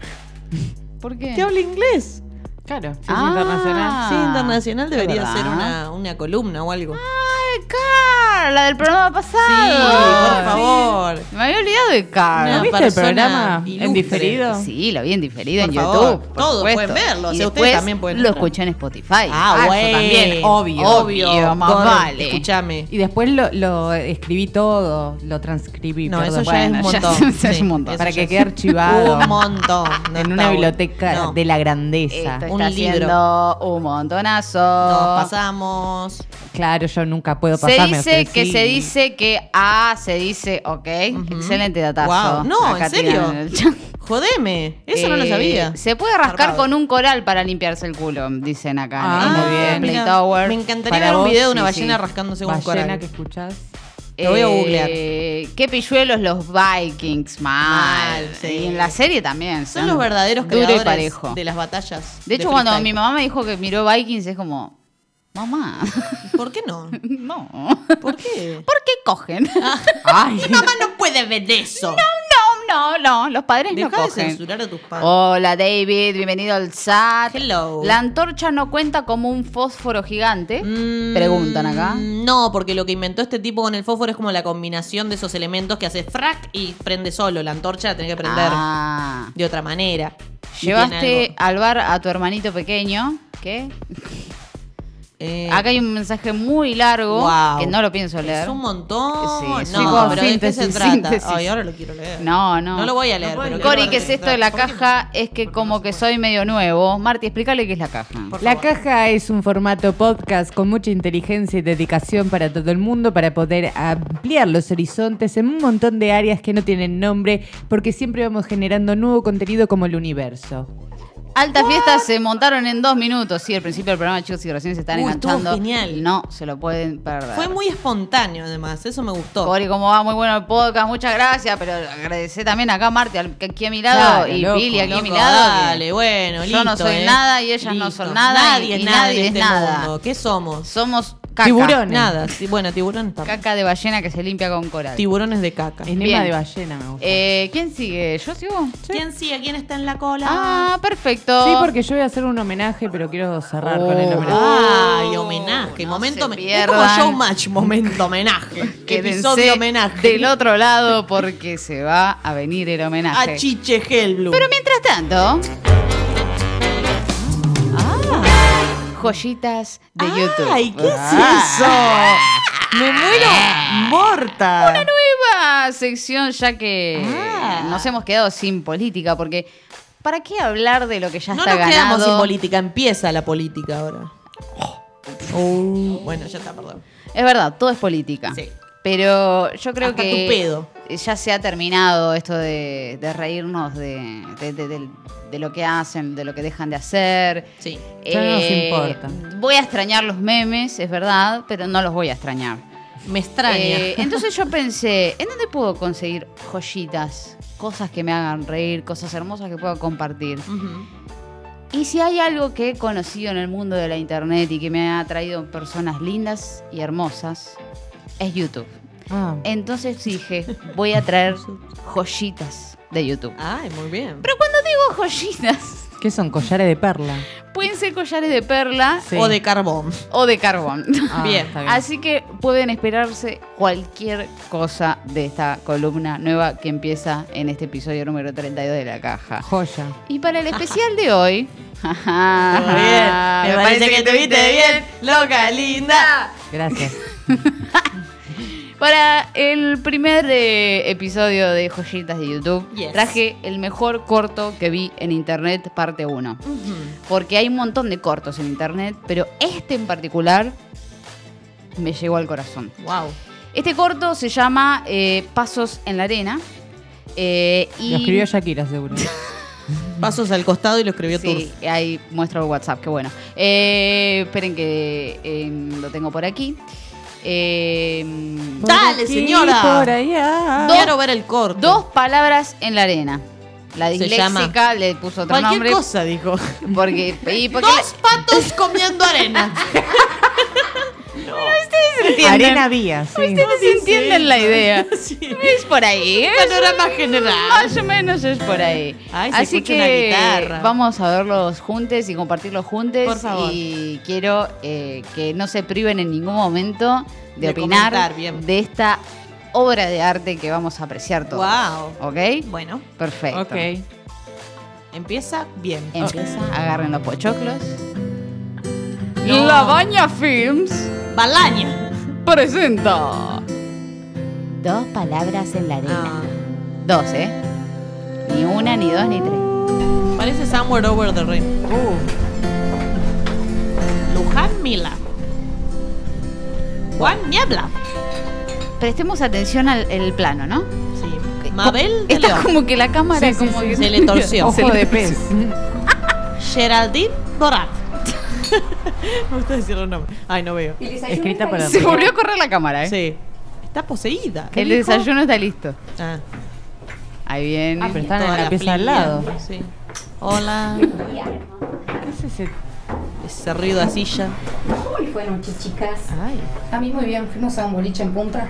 [SPEAKER 2] ¿Por qué?
[SPEAKER 4] que habla inglés.
[SPEAKER 3] Claro, sí, es
[SPEAKER 2] Ah.
[SPEAKER 3] internacional.
[SPEAKER 2] Ah,
[SPEAKER 4] sí, internacional debería
[SPEAKER 2] ¿verdad?
[SPEAKER 4] ser una, una columna o algo.
[SPEAKER 2] Ay, Car, la del programa pasado.
[SPEAKER 4] sí, por favor.
[SPEAKER 2] Me había olvidado de Car.
[SPEAKER 4] Una
[SPEAKER 3] ¿Viste el
[SPEAKER 4] persona
[SPEAKER 3] programa en
[SPEAKER 4] ilustre.
[SPEAKER 3] diferido?
[SPEAKER 2] Sí, lo vi en diferido
[SPEAKER 4] Por
[SPEAKER 2] en
[SPEAKER 4] favor,
[SPEAKER 2] YouTube. por
[SPEAKER 4] todos
[SPEAKER 2] supuesto.
[SPEAKER 4] pueden verlo, o
[SPEAKER 2] Y
[SPEAKER 4] sea, ustedes
[SPEAKER 2] después
[SPEAKER 4] también pueden
[SPEAKER 2] Lo
[SPEAKER 4] verlo.
[SPEAKER 2] escuché en Spotify.
[SPEAKER 4] Ah,
[SPEAKER 2] yo
[SPEAKER 4] güey.
[SPEAKER 2] también, obvio. Obvio, más
[SPEAKER 4] Gordo,
[SPEAKER 2] vale.
[SPEAKER 4] Escúchame.
[SPEAKER 3] Y después lo, lo escribí todo, lo transcribí.
[SPEAKER 4] No,
[SPEAKER 3] perdón.
[SPEAKER 4] eso ya es un
[SPEAKER 2] Bueno, ya-
[SPEAKER 4] montón.
[SPEAKER 2] eso es un montón.
[SPEAKER 4] eso
[SPEAKER 3] Para
[SPEAKER 4] ya
[SPEAKER 3] que
[SPEAKER 4] es
[SPEAKER 3] quede archivado.
[SPEAKER 4] Un montón. No
[SPEAKER 3] en
[SPEAKER 4] está
[SPEAKER 3] una
[SPEAKER 4] bueno.
[SPEAKER 3] biblioteca
[SPEAKER 4] No.
[SPEAKER 3] de la
[SPEAKER 2] Esto
[SPEAKER 3] grandeza.
[SPEAKER 2] está
[SPEAKER 4] Un libro.
[SPEAKER 2] haciendo un montonazo.
[SPEAKER 4] Nos pasamos.
[SPEAKER 3] Claro, yo nunca puedo
[SPEAKER 2] Se dice
[SPEAKER 3] pasarme. ustedes
[SPEAKER 2] que
[SPEAKER 3] sí.
[SPEAKER 2] se dice que ah, se dice, ok. Excelente datazo.
[SPEAKER 4] Guau. No,
[SPEAKER 2] Acá
[SPEAKER 4] ¿en serio?
[SPEAKER 2] tiran el chat.
[SPEAKER 4] Jodeme. Eso no lo
[SPEAKER 2] Eh,
[SPEAKER 4] sabía.
[SPEAKER 2] Se puede rascar
[SPEAKER 4] Zarpado.
[SPEAKER 2] con un coral para limpiarse el culo, dicen acá.
[SPEAKER 3] Ah,
[SPEAKER 2] en el
[SPEAKER 3] muy bien.
[SPEAKER 2] Play
[SPEAKER 4] mira,
[SPEAKER 2] Tower.
[SPEAKER 4] Me encantaría
[SPEAKER 3] Para
[SPEAKER 4] ver un
[SPEAKER 3] vos,
[SPEAKER 4] video de una
[SPEAKER 2] sí,
[SPEAKER 4] ballena
[SPEAKER 2] sí.
[SPEAKER 4] rascándose con un
[SPEAKER 3] Ballena
[SPEAKER 4] coral.
[SPEAKER 3] que escuchás.
[SPEAKER 4] Lo voy a googlear.
[SPEAKER 2] Eh, ¿Qué pilluelos los Vikings? Mal.
[SPEAKER 4] Mal, sí.
[SPEAKER 2] Y en la serie también.
[SPEAKER 4] Son los verdaderos
[SPEAKER 2] Ah, duro y
[SPEAKER 4] creadores
[SPEAKER 2] parejo.
[SPEAKER 4] de las batallas.
[SPEAKER 2] De hecho, cuando
[SPEAKER 4] freestyle.
[SPEAKER 2] mi mamá me dijo que miró Vikings, es como, mamá,
[SPEAKER 4] ¿Por qué no?
[SPEAKER 2] no.
[SPEAKER 4] ¿Por qué?
[SPEAKER 2] ¿Por qué cogen?
[SPEAKER 4] Ah.
[SPEAKER 3] Ay,
[SPEAKER 4] Mamá no puede ver eso.
[SPEAKER 2] No, no, no, los padres no
[SPEAKER 4] Deja de
[SPEAKER 2] cogen.
[SPEAKER 4] censurar a tus padres.
[SPEAKER 2] Hola David, bienvenido al SAT.
[SPEAKER 4] Hello.
[SPEAKER 2] La antorcha no cuenta como un fósforo gigante.
[SPEAKER 4] Mm,
[SPEAKER 2] Oh, Preguntan acá.
[SPEAKER 4] No, porque lo que inventó este tipo con el fósforo es como la combinación de esos elementos que hace frac y prende solo. La antorcha la tenés que prender
[SPEAKER 2] Ah.
[SPEAKER 4] de otra manera. Y tiene
[SPEAKER 2] Llevaste
[SPEAKER 4] algo.
[SPEAKER 2] al bar a tu hermanito pequeño. ¿Qué?
[SPEAKER 4] Eh,
[SPEAKER 2] Acá hay un mensaje muy largo
[SPEAKER 4] Guau.
[SPEAKER 2] que no lo pienso leer.
[SPEAKER 4] Es un montón.
[SPEAKER 2] Sí, es
[SPEAKER 4] no,
[SPEAKER 2] un montón.
[SPEAKER 4] pero ¿de qué se
[SPEAKER 2] Síntesis,
[SPEAKER 4] trata?
[SPEAKER 2] síntesis.
[SPEAKER 4] Ay, ahora lo quiero leer.
[SPEAKER 2] No, no.
[SPEAKER 4] No lo voy a leer. pero
[SPEAKER 3] No puedes
[SPEAKER 4] quiero
[SPEAKER 2] Cori,
[SPEAKER 4] ver
[SPEAKER 2] ¿qué
[SPEAKER 4] de
[SPEAKER 2] es esto de
[SPEAKER 4] trata.
[SPEAKER 2] la
[SPEAKER 4] ¿Por qué?
[SPEAKER 2] caja? Es que como que soy medio nuevo. Marti, explícale qué es la caja.
[SPEAKER 3] La caja es un formato podcast con mucha inteligencia y dedicación para todo el mundo para poder ampliar los horizontes en un montón de áreas que no tienen nombre porque siempre vamos generando nuevo contenido como el universo.
[SPEAKER 2] Alta fiesta se montaron en dos minutos. Sí, al principio del programa, chicos, y recién se están
[SPEAKER 4] Uy, estuvo
[SPEAKER 2] enganchando.
[SPEAKER 4] genial.
[SPEAKER 2] No se lo pueden perder.
[SPEAKER 4] Fue muy espontáneo, además. Eso me gustó.
[SPEAKER 2] Cori, ¿cómo va? Muy bueno el podcast, muchas gracias. Pero agradecer también acá a Marti, al- que aquí a mi lado,
[SPEAKER 3] Claro,
[SPEAKER 2] y
[SPEAKER 3] loco,
[SPEAKER 2] Billy aquí a
[SPEAKER 4] Loco,
[SPEAKER 2] mi lado. que
[SPEAKER 4] Dale, bueno,
[SPEAKER 2] yo
[SPEAKER 4] listo,
[SPEAKER 2] no soy
[SPEAKER 4] eh.
[SPEAKER 2] nada y ellas no son nada
[SPEAKER 4] Nadie
[SPEAKER 2] y-
[SPEAKER 4] es
[SPEAKER 2] y
[SPEAKER 4] nada
[SPEAKER 2] nadie
[SPEAKER 4] en
[SPEAKER 2] es
[SPEAKER 4] este
[SPEAKER 2] nada.
[SPEAKER 4] mundo. ¿Qué somos?
[SPEAKER 2] Somos caca.
[SPEAKER 3] Tiburón.
[SPEAKER 4] Nada. Sí, bueno, tiburón está-
[SPEAKER 2] Caca de ballena que se limpia con coral.
[SPEAKER 4] Tiburones de caca.
[SPEAKER 3] Enema
[SPEAKER 2] Bien.
[SPEAKER 3] de ballena me gusta.
[SPEAKER 2] Eh, ¿Quién sigue? ¿Yo sigo?
[SPEAKER 4] ¿Quién sigue? ¿Quién está en la cola?
[SPEAKER 2] Ah, perfecto.
[SPEAKER 3] Sí, porque yo voy a hacer un homenaje, pero quiero cerrar con el
[SPEAKER 2] Oh.
[SPEAKER 3] homenaje.
[SPEAKER 4] Ay, homenaje.
[SPEAKER 2] No se
[SPEAKER 4] momento homenaje. Es como
[SPEAKER 2] pierdan.
[SPEAKER 4] showmatch, momento homenaje.
[SPEAKER 2] Quédense
[SPEAKER 4] Episodio homenaje.
[SPEAKER 2] del otro lado porque se va a venir el homenaje.
[SPEAKER 4] A Chiche Hellblum.
[SPEAKER 2] Pero mientras tanto. ah, Joyitas de YouTube.
[SPEAKER 4] Ay, ¿qué es
[SPEAKER 2] Ah.
[SPEAKER 4] eso? Me muero morta.
[SPEAKER 2] Nueva otra sección, ya que
[SPEAKER 4] Ah.
[SPEAKER 2] nos hemos quedado sin política, porque ¿para qué hablar de lo que ya
[SPEAKER 4] No
[SPEAKER 2] está
[SPEAKER 4] nos quedamos sin
[SPEAKER 2] ganado?
[SPEAKER 4] política, empieza la política ahora. Oh. Bueno, ya está, perdón.
[SPEAKER 2] es verdad, todo es política.
[SPEAKER 4] Sí.
[SPEAKER 2] Pero yo creo
[SPEAKER 4] Hasta
[SPEAKER 2] que
[SPEAKER 4] tu pedo.
[SPEAKER 2] ya se ha terminado esto de, de reírnos de, de- de- del- de lo que hacen, de lo que dejan de hacer.
[SPEAKER 4] Sí.
[SPEAKER 3] Ya no nos importa.
[SPEAKER 2] Eh, Voy a extrañar los memes, es verdad, pero no los voy a extrañar.
[SPEAKER 4] Me extraña.
[SPEAKER 2] Eh, entonces yo pensé, ¿en dónde puedo conseguir joyitas? Cosas que me hagan reír, cosas hermosas que pueda compartir.
[SPEAKER 4] Ujú.
[SPEAKER 2] Y si hay algo que he conocido en el mundo de la internet y que me ha traído personas lindas y hermosas, es YouTube.
[SPEAKER 3] Ah.
[SPEAKER 2] Entonces dije, voy a traer joyitas de YouTube.
[SPEAKER 4] Ay, muy bien.
[SPEAKER 2] Digo joyitas.
[SPEAKER 3] ¿Qué son? Collares de perla.
[SPEAKER 2] Pueden ser collares de perla
[SPEAKER 3] Sí.
[SPEAKER 4] O de carbón.
[SPEAKER 2] o de carbón.
[SPEAKER 3] Ah,
[SPEAKER 4] Bien.
[SPEAKER 3] está
[SPEAKER 2] Así que pueden esperarse cualquier cosa de esta columna nueva que empieza en este episodio número 32 de La Caja.
[SPEAKER 3] Joya.
[SPEAKER 2] Y para el especial de hoy...
[SPEAKER 4] Muy bien. Me, parece, que te viste bien, Ah. loca, linda.
[SPEAKER 3] Gracias.
[SPEAKER 2] Para el primer eh, episodio de Joyitas de YouTube,
[SPEAKER 4] Yes.
[SPEAKER 2] traje el mejor corto que vi en internet, parte 1. Porque hay un montón de cortos en internet, pero este en particular me llegó al corazón.
[SPEAKER 4] Wow.
[SPEAKER 2] Este corto se llama eh, Pasos en la Arena. eh, y
[SPEAKER 3] Lo escribió Shakira, seguro.
[SPEAKER 4] Pasos al costado y lo escribió
[SPEAKER 2] Sí, ahí muestro el WhatsApp, qué bueno. Eh, esperen que eh, lo tengo por aquí. Eh,
[SPEAKER 4] Por Dale, aquí, señora. por
[SPEAKER 3] allá.
[SPEAKER 4] Turf. Quiero ver el corto.
[SPEAKER 2] dos palabras en la arena. La
[SPEAKER 4] Se
[SPEAKER 2] disléxica
[SPEAKER 4] llama-
[SPEAKER 2] le puso otro
[SPEAKER 4] Cualquier
[SPEAKER 2] nombre.
[SPEAKER 4] cosa, dijo.
[SPEAKER 2] Porque, y porque
[SPEAKER 4] Dos patos comiendo arena.
[SPEAKER 3] Arena Vía, sí.
[SPEAKER 2] ustedes entienden la idea.
[SPEAKER 4] Sí.
[SPEAKER 2] Es por ahí. es
[SPEAKER 4] Panorama
[SPEAKER 2] un-
[SPEAKER 4] general.
[SPEAKER 2] Más o menos es por ahí.
[SPEAKER 4] Ay, se
[SPEAKER 2] Así
[SPEAKER 4] escucha
[SPEAKER 2] que
[SPEAKER 4] una guitarra.
[SPEAKER 2] vamos a verlos juntos y compartirlos juntos.
[SPEAKER 4] Por favor.
[SPEAKER 2] Y quiero eh, que no se priven en ningún momento de,
[SPEAKER 4] De
[SPEAKER 2] opinar
[SPEAKER 4] comentar, bien.
[SPEAKER 2] de esta obra de arte que vamos a apreciar todos.
[SPEAKER 4] Wow.
[SPEAKER 2] ¿Ok?
[SPEAKER 4] Bueno,
[SPEAKER 2] Perfecto.
[SPEAKER 3] Ok.
[SPEAKER 4] empieza bien.
[SPEAKER 2] Empieza, agarren los pochoclos.
[SPEAKER 4] No.
[SPEAKER 2] Labaña Films
[SPEAKER 4] Balaña.
[SPEAKER 2] presenta. Dos palabras en la
[SPEAKER 4] Ah.
[SPEAKER 2] arena. Dos, ¿eh? Ni una, ni dos, ni tres.
[SPEAKER 4] Parece Somewhere Over the Rain.
[SPEAKER 3] Uh,
[SPEAKER 4] Luján Mila. Juan Niebla.
[SPEAKER 2] Prestemos atención al el plano, ¿no?
[SPEAKER 4] Sí. Mabel de
[SPEAKER 2] Está
[SPEAKER 4] León.
[SPEAKER 2] como que la cámara como que-
[SPEAKER 4] Se le torció.
[SPEAKER 3] Ojo de pez.
[SPEAKER 4] Geraldine Dorat. Me gusta decir los nombres. Ay, no veo.
[SPEAKER 3] Escrita para
[SPEAKER 2] Se volvió a correr la cámara, ¿eh?
[SPEAKER 4] Sí. Está poseída.
[SPEAKER 2] El desayuno está listo.
[SPEAKER 4] Ah.
[SPEAKER 2] Ahí viene.
[SPEAKER 3] Ah, pero están en
[SPEAKER 4] Toda
[SPEAKER 3] la, pieza al
[SPEAKER 4] flia.
[SPEAKER 3] lado.
[SPEAKER 4] Sí. Hola.
[SPEAKER 3] ¿Qué es ese?
[SPEAKER 4] Ese ruido a silla.
[SPEAKER 6] ¿Cómo les fue anoche, chicas?
[SPEAKER 4] Ay.
[SPEAKER 6] A mí muy bien, fuimos a un boliche en Punta.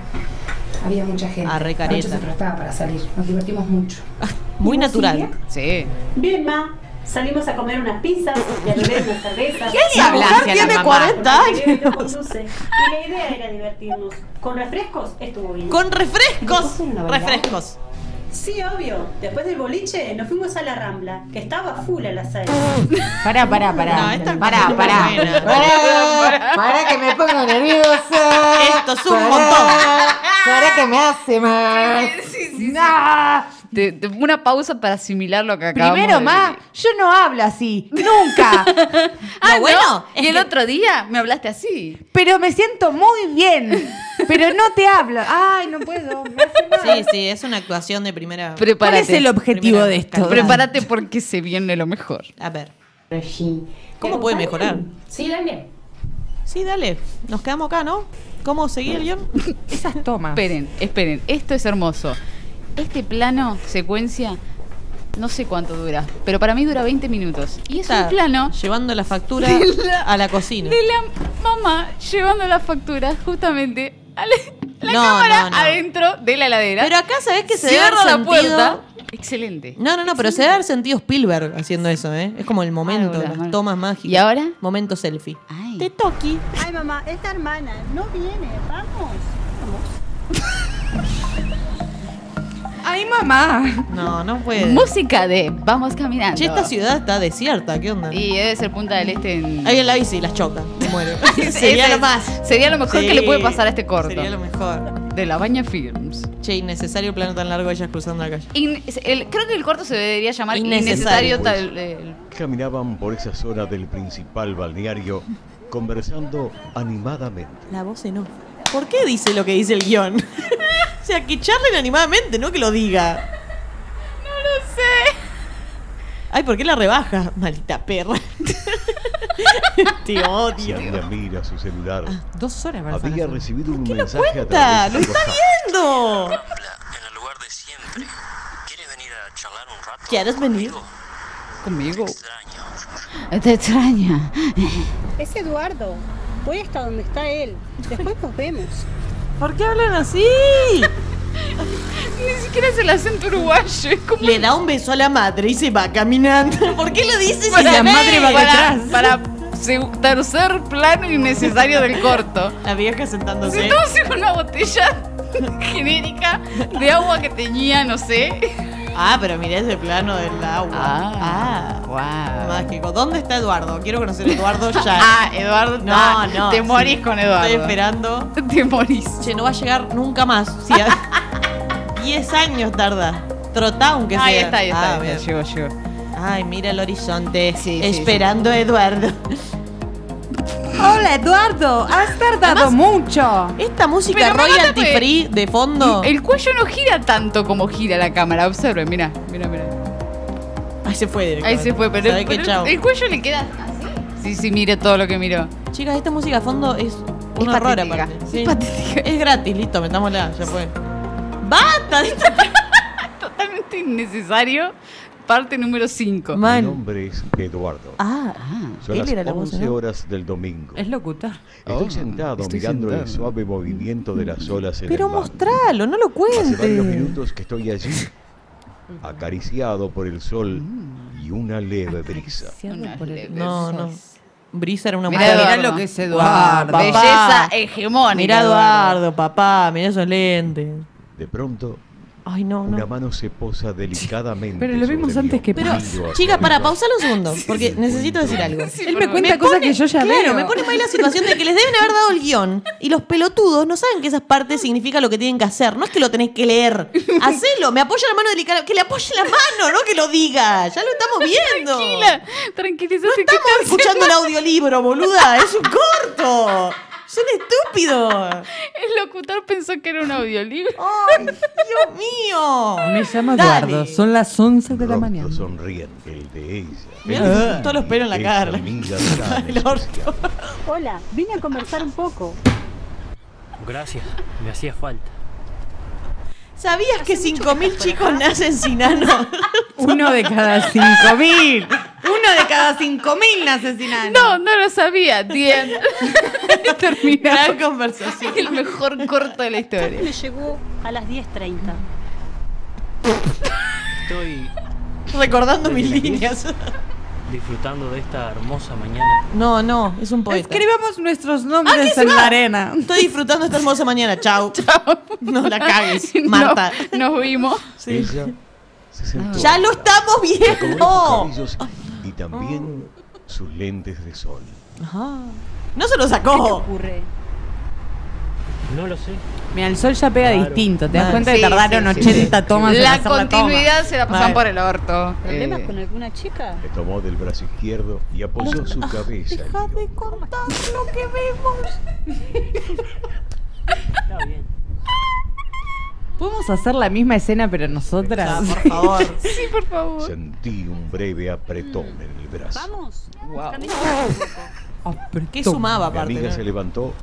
[SPEAKER 6] Había mucha gente.
[SPEAKER 4] Ah, re careta.
[SPEAKER 6] Anoche se prestaba para salir, nos divertimos mucho.
[SPEAKER 4] Muy natural.
[SPEAKER 2] Sí.
[SPEAKER 7] Bien, ma. Salimos a comer unas pizzas y a beber unas cervezas.
[SPEAKER 2] le hablaste a la mamá?
[SPEAKER 7] Porque el bebé no conduce. Y la idea era divertirnos. Con refrescos estuvo bien.
[SPEAKER 4] Con refrescos.
[SPEAKER 7] ¿Me puedo bailar?
[SPEAKER 4] Refrescos.
[SPEAKER 7] Sí, obvio. Después del boliche eh, nos fuimos a la Rambla, que estaba full a las seis.
[SPEAKER 3] Pará, pará,
[SPEAKER 4] No,
[SPEAKER 3] pará.
[SPEAKER 4] esta-
[SPEAKER 3] pará, pará.
[SPEAKER 4] Buena.
[SPEAKER 3] Pará, pará que me pongo nerviosa.
[SPEAKER 4] Esto es un montón.
[SPEAKER 3] Pará que me hace mal.
[SPEAKER 2] Te- te- una pausa para asimilar lo que acabamos
[SPEAKER 3] Primero,
[SPEAKER 2] de
[SPEAKER 3] ma,
[SPEAKER 2] vivir.
[SPEAKER 3] yo no hablo así. Nunca.
[SPEAKER 2] Ah,
[SPEAKER 4] Lo bueno
[SPEAKER 2] ¿no? Y el otro día me hablaste así.
[SPEAKER 3] Pero me siento muy bien. Pero no te hablo. Ay, no puedo. Me hace mal.
[SPEAKER 4] Sí, sí, es una actuación de primera.
[SPEAKER 3] ¿Cuál
[SPEAKER 2] Prepárate.
[SPEAKER 3] es el objetivo
[SPEAKER 4] Primero,
[SPEAKER 3] de esto?
[SPEAKER 2] Prepárate porque se viene lo mejor.
[SPEAKER 4] A ver.
[SPEAKER 6] Sí.
[SPEAKER 4] ¿Cómo puede mejorar?
[SPEAKER 6] Sí, Daniel.
[SPEAKER 4] Sí, dale. Nos quedamos acá, ¿no? ¿Cómo seguir el guión?
[SPEAKER 3] Esas tomas.
[SPEAKER 2] Esperen, esperen, esto es hermoso. Este plano, secuencia, no sé cuánto dura, pero para mí dura 20 minutos. Y es un
[SPEAKER 4] Está
[SPEAKER 2] plano
[SPEAKER 4] Llevando la factura
[SPEAKER 2] De la-
[SPEAKER 4] a la cocina.
[SPEAKER 2] de la mamá llevando las facturas justamente a la, la
[SPEAKER 4] No,
[SPEAKER 2] cámara
[SPEAKER 4] no, no.
[SPEAKER 2] adentro de la heladera.
[SPEAKER 4] Pero acá sabes que se
[SPEAKER 2] cierra
[SPEAKER 4] debe haber
[SPEAKER 2] la
[SPEAKER 4] sentido-
[SPEAKER 2] puerta. Excelente.
[SPEAKER 4] No, no, no, pero se debe haber sentido Spielberg haciendo eso, ¿eh? Es como el momento,
[SPEAKER 2] Ahora, ahora.
[SPEAKER 4] las tomas mágicas.
[SPEAKER 2] ¿Y ahora?
[SPEAKER 4] Momento selfie.
[SPEAKER 2] Ay.
[SPEAKER 4] Te toqui.
[SPEAKER 8] Ay, mamá, esta hermana no viene, vamos.
[SPEAKER 3] Ay, mamá.
[SPEAKER 4] No, no puede.
[SPEAKER 2] Música de Vamos caminando.
[SPEAKER 4] Che, esta ciudad está desierta, ¿qué onda?
[SPEAKER 2] Y debe ser Punta del Este en.
[SPEAKER 4] Alguien la bici y las choca. Me muero.
[SPEAKER 2] Ese
[SPEAKER 4] Sería
[SPEAKER 2] es-
[SPEAKER 4] lo más.
[SPEAKER 2] Sería lo mejor
[SPEAKER 4] Sí.
[SPEAKER 2] que le puede pasar a este corto.
[SPEAKER 4] Sería lo mejor.
[SPEAKER 2] De la Baña Films.
[SPEAKER 9] Che, innecesario plano tan largo de ellas cruzando la calle.
[SPEAKER 2] In- el- creo que el corto se debería llamar
[SPEAKER 9] Innecesario.
[SPEAKER 2] innecesario tal. eh, el-
[SPEAKER 10] Caminaban por esas zonas del principal balneario, conversando animadamente.
[SPEAKER 4] La voz en off. ¿Por qué dice lo que dice el guión? o sea, que charlen animadamente, no que lo diga. Ay, ¿por qué la rebaja? Maldita perra. Te
[SPEAKER 10] Si
[SPEAKER 4] odio.
[SPEAKER 10] ella mira su celular,
[SPEAKER 3] Dos horas, para
[SPEAKER 10] había
[SPEAKER 3] sacar.
[SPEAKER 10] recibido un
[SPEAKER 4] Ah, lo
[SPEAKER 10] mensaje a
[SPEAKER 4] cuenta?
[SPEAKER 10] través
[SPEAKER 4] ¡Lo
[SPEAKER 10] de su
[SPEAKER 4] está
[SPEAKER 10] WhatsApp.
[SPEAKER 4] viendo!
[SPEAKER 11] en el lugar de siempre. ¿Quieres venir a charlar un rato?
[SPEAKER 4] ¿Quieres venir?
[SPEAKER 2] Conmigo.
[SPEAKER 11] Extraño.
[SPEAKER 2] Te extraña.
[SPEAKER 7] Es Eduardo. Voy hasta donde está él. Después nos vemos.
[SPEAKER 4] ¿Por qué hablan así?
[SPEAKER 2] Ni siquiera es el acento uruguayo. Es como.
[SPEAKER 4] Le da un beso a la madre y se va caminando. ¿Por qué lo dice si
[SPEAKER 2] Para
[SPEAKER 4] la
[SPEAKER 2] mí,
[SPEAKER 4] madre va
[SPEAKER 2] para,
[SPEAKER 4] detrás?
[SPEAKER 2] Para seg- tercer plano innecesario del corto.
[SPEAKER 4] La vieja
[SPEAKER 2] Si
[SPEAKER 4] sentándose.
[SPEAKER 2] estamos en una botella genérica de agua que tenía, no sé.
[SPEAKER 4] Ah, pero mirá ese plano del agua. Ah.
[SPEAKER 2] wow.
[SPEAKER 4] Mágico. ¿Dónde está Eduardo? Quiero conocer a Eduardo ya.
[SPEAKER 2] Ah, Eduardo.
[SPEAKER 4] No,
[SPEAKER 2] ah,
[SPEAKER 4] no,
[SPEAKER 2] Te
[SPEAKER 4] sí.
[SPEAKER 2] morís con
[SPEAKER 4] Estoy
[SPEAKER 2] Eduardo.
[SPEAKER 4] esperando.
[SPEAKER 2] Te morís.
[SPEAKER 4] Che, no va a llegar nunca más. Sí, a- 10 años tarda. Trotá aunque sea.
[SPEAKER 2] Ahí está, ahí está.
[SPEAKER 4] Ah,
[SPEAKER 2] ahí está.
[SPEAKER 4] bien.
[SPEAKER 2] Llegó, llegó.
[SPEAKER 4] Ay, mira el horizonte.
[SPEAKER 2] Sí, sí,
[SPEAKER 4] esperando a Eduardo.
[SPEAKER 3] Hola, Eduardo. Has tardado mucho.
[SPEAKER 4] Esta música
[SPEAKER 2] Pero me mata
[SPEAKER 4] royalty
[SPEAKER 2] porque-
[SPEAKER 4] free de fondo.
[SPEAKER 2] El cuello no gira tanto como gira la cámara. Observen, mira, mira, mira.
[SPEAKER 4] Ahí se fue.
[SPEAKER 2] Ahí se fue, pero,
[SPEAKER 4] ¿Sabe qué?
[SPEAKER 2] pero
[SPEAKER 4] Chao.
[SPEAKER 2] el cuello le queda así. Sí, sí, mire todo lo que miró.
[SPEAKER 4] Chicas, esta música a fondo es un
[SPEAKER 2] Es
[SPEAKER 4] horror
[SPEAKER 2] patética,
[SPEAKER 4] aparte.
[SPEAKER 2] es
[SPEAKER 4] Sí.
[SPEAKER 2] patética.
[SPEAKER 4] Es gratis, listo, metámosla, ya fue. ¡Basta! de esta-
[SPEAKER 2] Totalmente innecesario. Parte número 5.
[SPEAKER 10] Mi
[SPEAKER 4] Mal.
[SPEAKER 10] nombre es Eduardo.
[SPEAKER 4] Ah,
[SPEAKER 10] Son
[SPEAKER 4] él
[SPEAKER 10] las
[SPEAKER 4] era la voz,
[SPEAKER 10] 11
[SPEAKER 4] ¿no?
[SPEAKER 10] horas del domingo.
[SPEAKER 3] Es locutor.
[SPEAKER 10] Estoy
[SPEAKER 2] Oh,
[SPEAKER 10] sentado
[SPEAKER 2] estoy
[SPEAKER 10] mirando el
[SPEAKER 2] sentado.
[SPEAKER 10] suave movimiento de las olas en
[SPEAKER 4] pero
[SPEAKER 10] el mar.
[SPEAKER 4] mostralo, no lo
[SPEAKER 10] Hace varios
[SPEAKER 4] cuentes.
[SPEAKER 10] minutos que estoy allí, acariciado por el sol
[SPEAKER 4] Mm.
[SPEAKER 10] y una leve brisa.
[SPEAKER 4] No, no. Brisa era una
[SPEAKER 2] Mirá,
[SPEAKER 4] mujer.
[SPEAKER 2] mirá
[SPEAKER 3] lo que es Eduardo.
[SPEAKER 4] Guau, papá.
[SPEAKER 2] Belleza hegemónica.
[SPEAKER 4] Mirá, Eduardo, papá, mirá esos lentes.
[SPEAKER 10] De pronto,
[SPEAKER 4] Ay, no,
[SPEAKER 10] una
[SPEAKER 4] no.
[SPEAKER 10] mano se posa delicadamente.
[SPEAKER 3] Pero lo
[SPEAKER 10] sobre
[SPEAKER 3] vimos
[SPEAKER 10] mí.
[SPEAKER 3] antes que
[SPEAKER 10] Miro
[SPEAKER 3] Pero,
[SPEAKER 10] hacia
[SPEAKER 4] Chica, para,
[SPEAKER 10] arriba.
[SPEAKER 4] pausalo un segundo, porque necesito decir algo.
[SPEAKER 3] Él me cuenta cosas que yo ya
[SPEAKER 4] Claro,
[SPEAKER 3] veo.
[SPEAKER 4] me pone mal la situación de que les deben haber dado el guión y los pelotudos no saben que esas partes significa lo que tienen que hacer. No es que lo tenés que leer. Hacelo, me apoya la mano delicada. Que le apoye la mano, no que lo diga. Ya lo estamos viendo.
[SPEAKER 2] Tranquila, tranquilízate. que
[SPEAKER 4] Estamos escuchando el audiolibro, boluda. Es un corto. Son estúpidos.
[SPEAKER 2] El locutor pensó que era un audiolibro.
[SPEAKER 4] ¡Ay, Dios mío!
[SPEAKER 3] Me llamo
[SPEAKER 4] Dale.
[SPEAKER 3] Eduardo. Son las 11 de la
[SPEAKER 10] Rostro
[SPEAKER 3] mañana.
[SPEAKER 10] sonriente, el de ella.
[SPEAKER 4] Mirá, todos los pelos en la
[SPEAKER 10] Esa
[SPEAKER 4] cara.
[SPEAKER 10] amiga tan
[SPEAKER 4] El orto.
[SPEAKER 10] especial.
[SPEAKER 7] Hola, vine a conversar un poco.
[SPEAKER 11] Gracias, me hacía falta.
[SPEAKER 4] ¿Sabías que 5.000 chicos nacen sin ano?
[SPEAKER 3] Uno de cada cinco mil. Uno de cada cinco mil nace sin ano.
[SPEAKER 2] No, no lo sabía. Bien. Terminar
[SPEAKER 4] Gran conversación.
[SPEAKER 2] el mejor corto de la historia.
[SPEAKER 7] Me llegó a las 10.30.
[SPEAKER 11] Estoy
[SPEAKER 4] Recordando mis líneas.
[SPEAKER 11] disfrutando de esta hermosa mañana.
[SPEAKER 4] No, no, es un poeta.
[SPEAKER 3] Escribamos nuestros
[SPEAKER 4] Ah, ¿qué
[SPEAKER 3] nombres
[SPEAKER 4] se
[SPEAKER 3] en
[SPEAKER 4] va?
[SPEAKER 3] la arena.
[SPEAKER 4] Estoy disfrutando esta hermosa mañana. Chau. Chau. No la cagues, Marta.
[SPEAKER 2] No, nos vimos.
[SPEAKER 10] Ella se sentó.
[SPEAKER 4] Ah. Ya lo estamos
[SPEAKER 10] Recobró sus
[SPEAKER 4] viendo.
[SPEAKER 10] cabellos y también sus lentes de sol.
[SPEAKER 4] No se lo sacó.
[SPEAKER 7] Ocurre.
[SPEAKER 11] No lo sé.
[SPEAKER 3] Mira, el sol ya pega
[SPEAKER 11] Claro.
[SPEAKER 3] distinto. Te das
[SPEAKER 4] Mal.
[SPEAKER 3] cuenta que
[SPEAKER 2] Sí,
[SPEAKER 3] tardaron
[SPEAKER 2] sí, sí,
[SPEAKER 3] 80
[SPEAKER 4] Ah,
[SPEAKER 3] tomas en
[SPEAKER 2] La
[SPEAKER 3] hacer la
[SPEAKER 2] continuidad se la
[SPEAKER 4] Vale.
[SPEAKER 2] pasaban por el orto.
[SPEAKER 7] ¿Problemas
[SPEAKER 2] Eh,
[SPEAKER 7] con alguna chica?
[SPEAKER 10] Le tomó del brazo izquierdo y apoyó su cabeza. en
[SPEAKER 4] Deja
[SPEAKER 10] mi
[SPEAKER 4] de contar lo que vemos.
[SPEAKER 11] Está bien.
[SPEAKER 3] toma. Podemos hacer la misma escena, pero nosotras.
[SPEAKER 4] Por favor.
[SPEAKER 2] Sí, por favor.
[SPEAKER 10] Sentí un breve apretón en el brazo.
[SPEAKER 7] Vamos.
[SPEAKER 2] Wow.
[SPEAKER 7] Caminemos un poco.
[SPEAKER 4] ¿Qué sumaba
[SPEAKER 10] Mi
[SPEAKER 4] aparte?
[SPEAKER 10] amiga
[SPEAKER 4] no?
[SPEAKER 10] se levantó,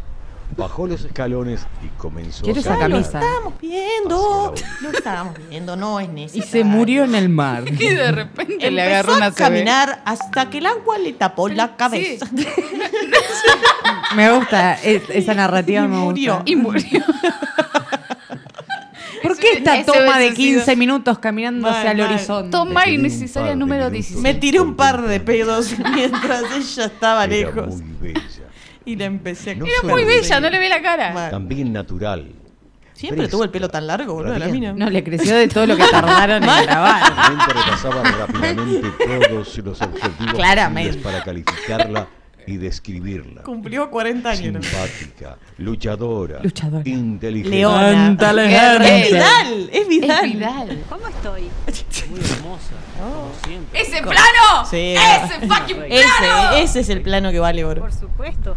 [SPEAKER 10] bajó los escalones y comenzó
[SPEAKER 3] Quiero
[SPEAKER 10] a
[SPEAKER 3] esa
[SPEAKER 10] caminar
[SPEAKER 3] camisa.
[SPEAKER 4] Estábamos viendo.
[SPEAKER 10] Hacia la
[SPEAKER 4] Lo estábamos viendo, no es necesario.
[SPEAKER 3] Y se murió en el mar.
[SPEAKER 2] Y de repente le
[SPEAKER 4] Empezó
[SPEAKER 2] agarró una
[SPEAKER 4] a
[SPEAKER 2] CB.
[SPEAKER 4] caminar hasta que el agua le tapó la cabeza.
[SPEAKER 3] Me gusta es- esa narrativa.
[SPEAKER 4] Y
[SPEAKER 3] Me
[SPEAKER 4] murió.
[SPEAKER 3] gusta.
[SPEAKER 2] Y murió.
[SPEAKER 3] ¿Por qué esta
[SPEAKER 2] Eso
[SPEAKER 3] toma de
[SPEAKER 2] hubiese sido-
[SPEAKER 3] 15 minutos caminando
[SPEAKER 4] Mal,
[SPEAKER 3] hacia el
[SPEAKER 4] mal.
[SPEAKER 3] horizonte?
[SPEAKER 2] Toma
[SPEAKER 10] Te tiré un par
[SPEAKER 2] innecesaria
[SPEAKER 10] de
[SPEAKER 2] número
[SPEAKER 10] minutos.
[SPEAKER 2] 16.
[SPEAKER 4] Me tiré un par de pedos mientras ella estaba
[SPEAKER 10] Era
[SPEAKER 4] lejos.
[SPEAKER 10] muy bella.
[SPEAKER 4] Y la empecé a
[SPEAKER 10] No
[SPEAKER 4] coger.
[SPEAKER 10] solo
[SPEAKER 2] Eh, Muy
[SPEAKER 10] bella,
[SPEAKER 2] bella, no le ve la cara.
[SPEAKER 4] Mal.
[SPEAKER 10] También natural.
[SPEAKER 4] Siempre tuvo el pelo tan largo, boludo, la mina.
[SPEAKER 3] No, le creció de todo lo que tardaron en grabar.
[SPEAKER 10] Realmente repasaba rápidamente todos los objetivos posibles
[SPEAKER 3] Claramente.
[SPEAKER 10] para calificarla y describirla.
[SPEAKER 4] Cumplió 40 años. ¿no?
[SPEAKER 10] Simpática, luchadora,
[SPEAKER 3] Luchadora.
[SPEAKER 10] inteligente.
[SPEAKER 4] Leona.
[SPEAKER 12] Tanta la
[SPEAKER 4] Es
[SPEAKER 12] gente.
[SPEAKER 4] Vidal, es
[SPEAKER 2] Es
[SPEAKER 4] Vidal.
[SPEAKER 2] Vidal.
[SPEAKER 8] ¿Cómo estoy?
[SPEAKER 11] Muy hermosa, como siempre.
[SPEAKER 2] ¡Ese plano!
[SPEAKER 4] Sí.
[SPEAKER 2] ¡Ese fucking plano!
[SPEAKER 4] Ese, ese es el plano que vale oro.
[SPEAKER 8] Por supuesto.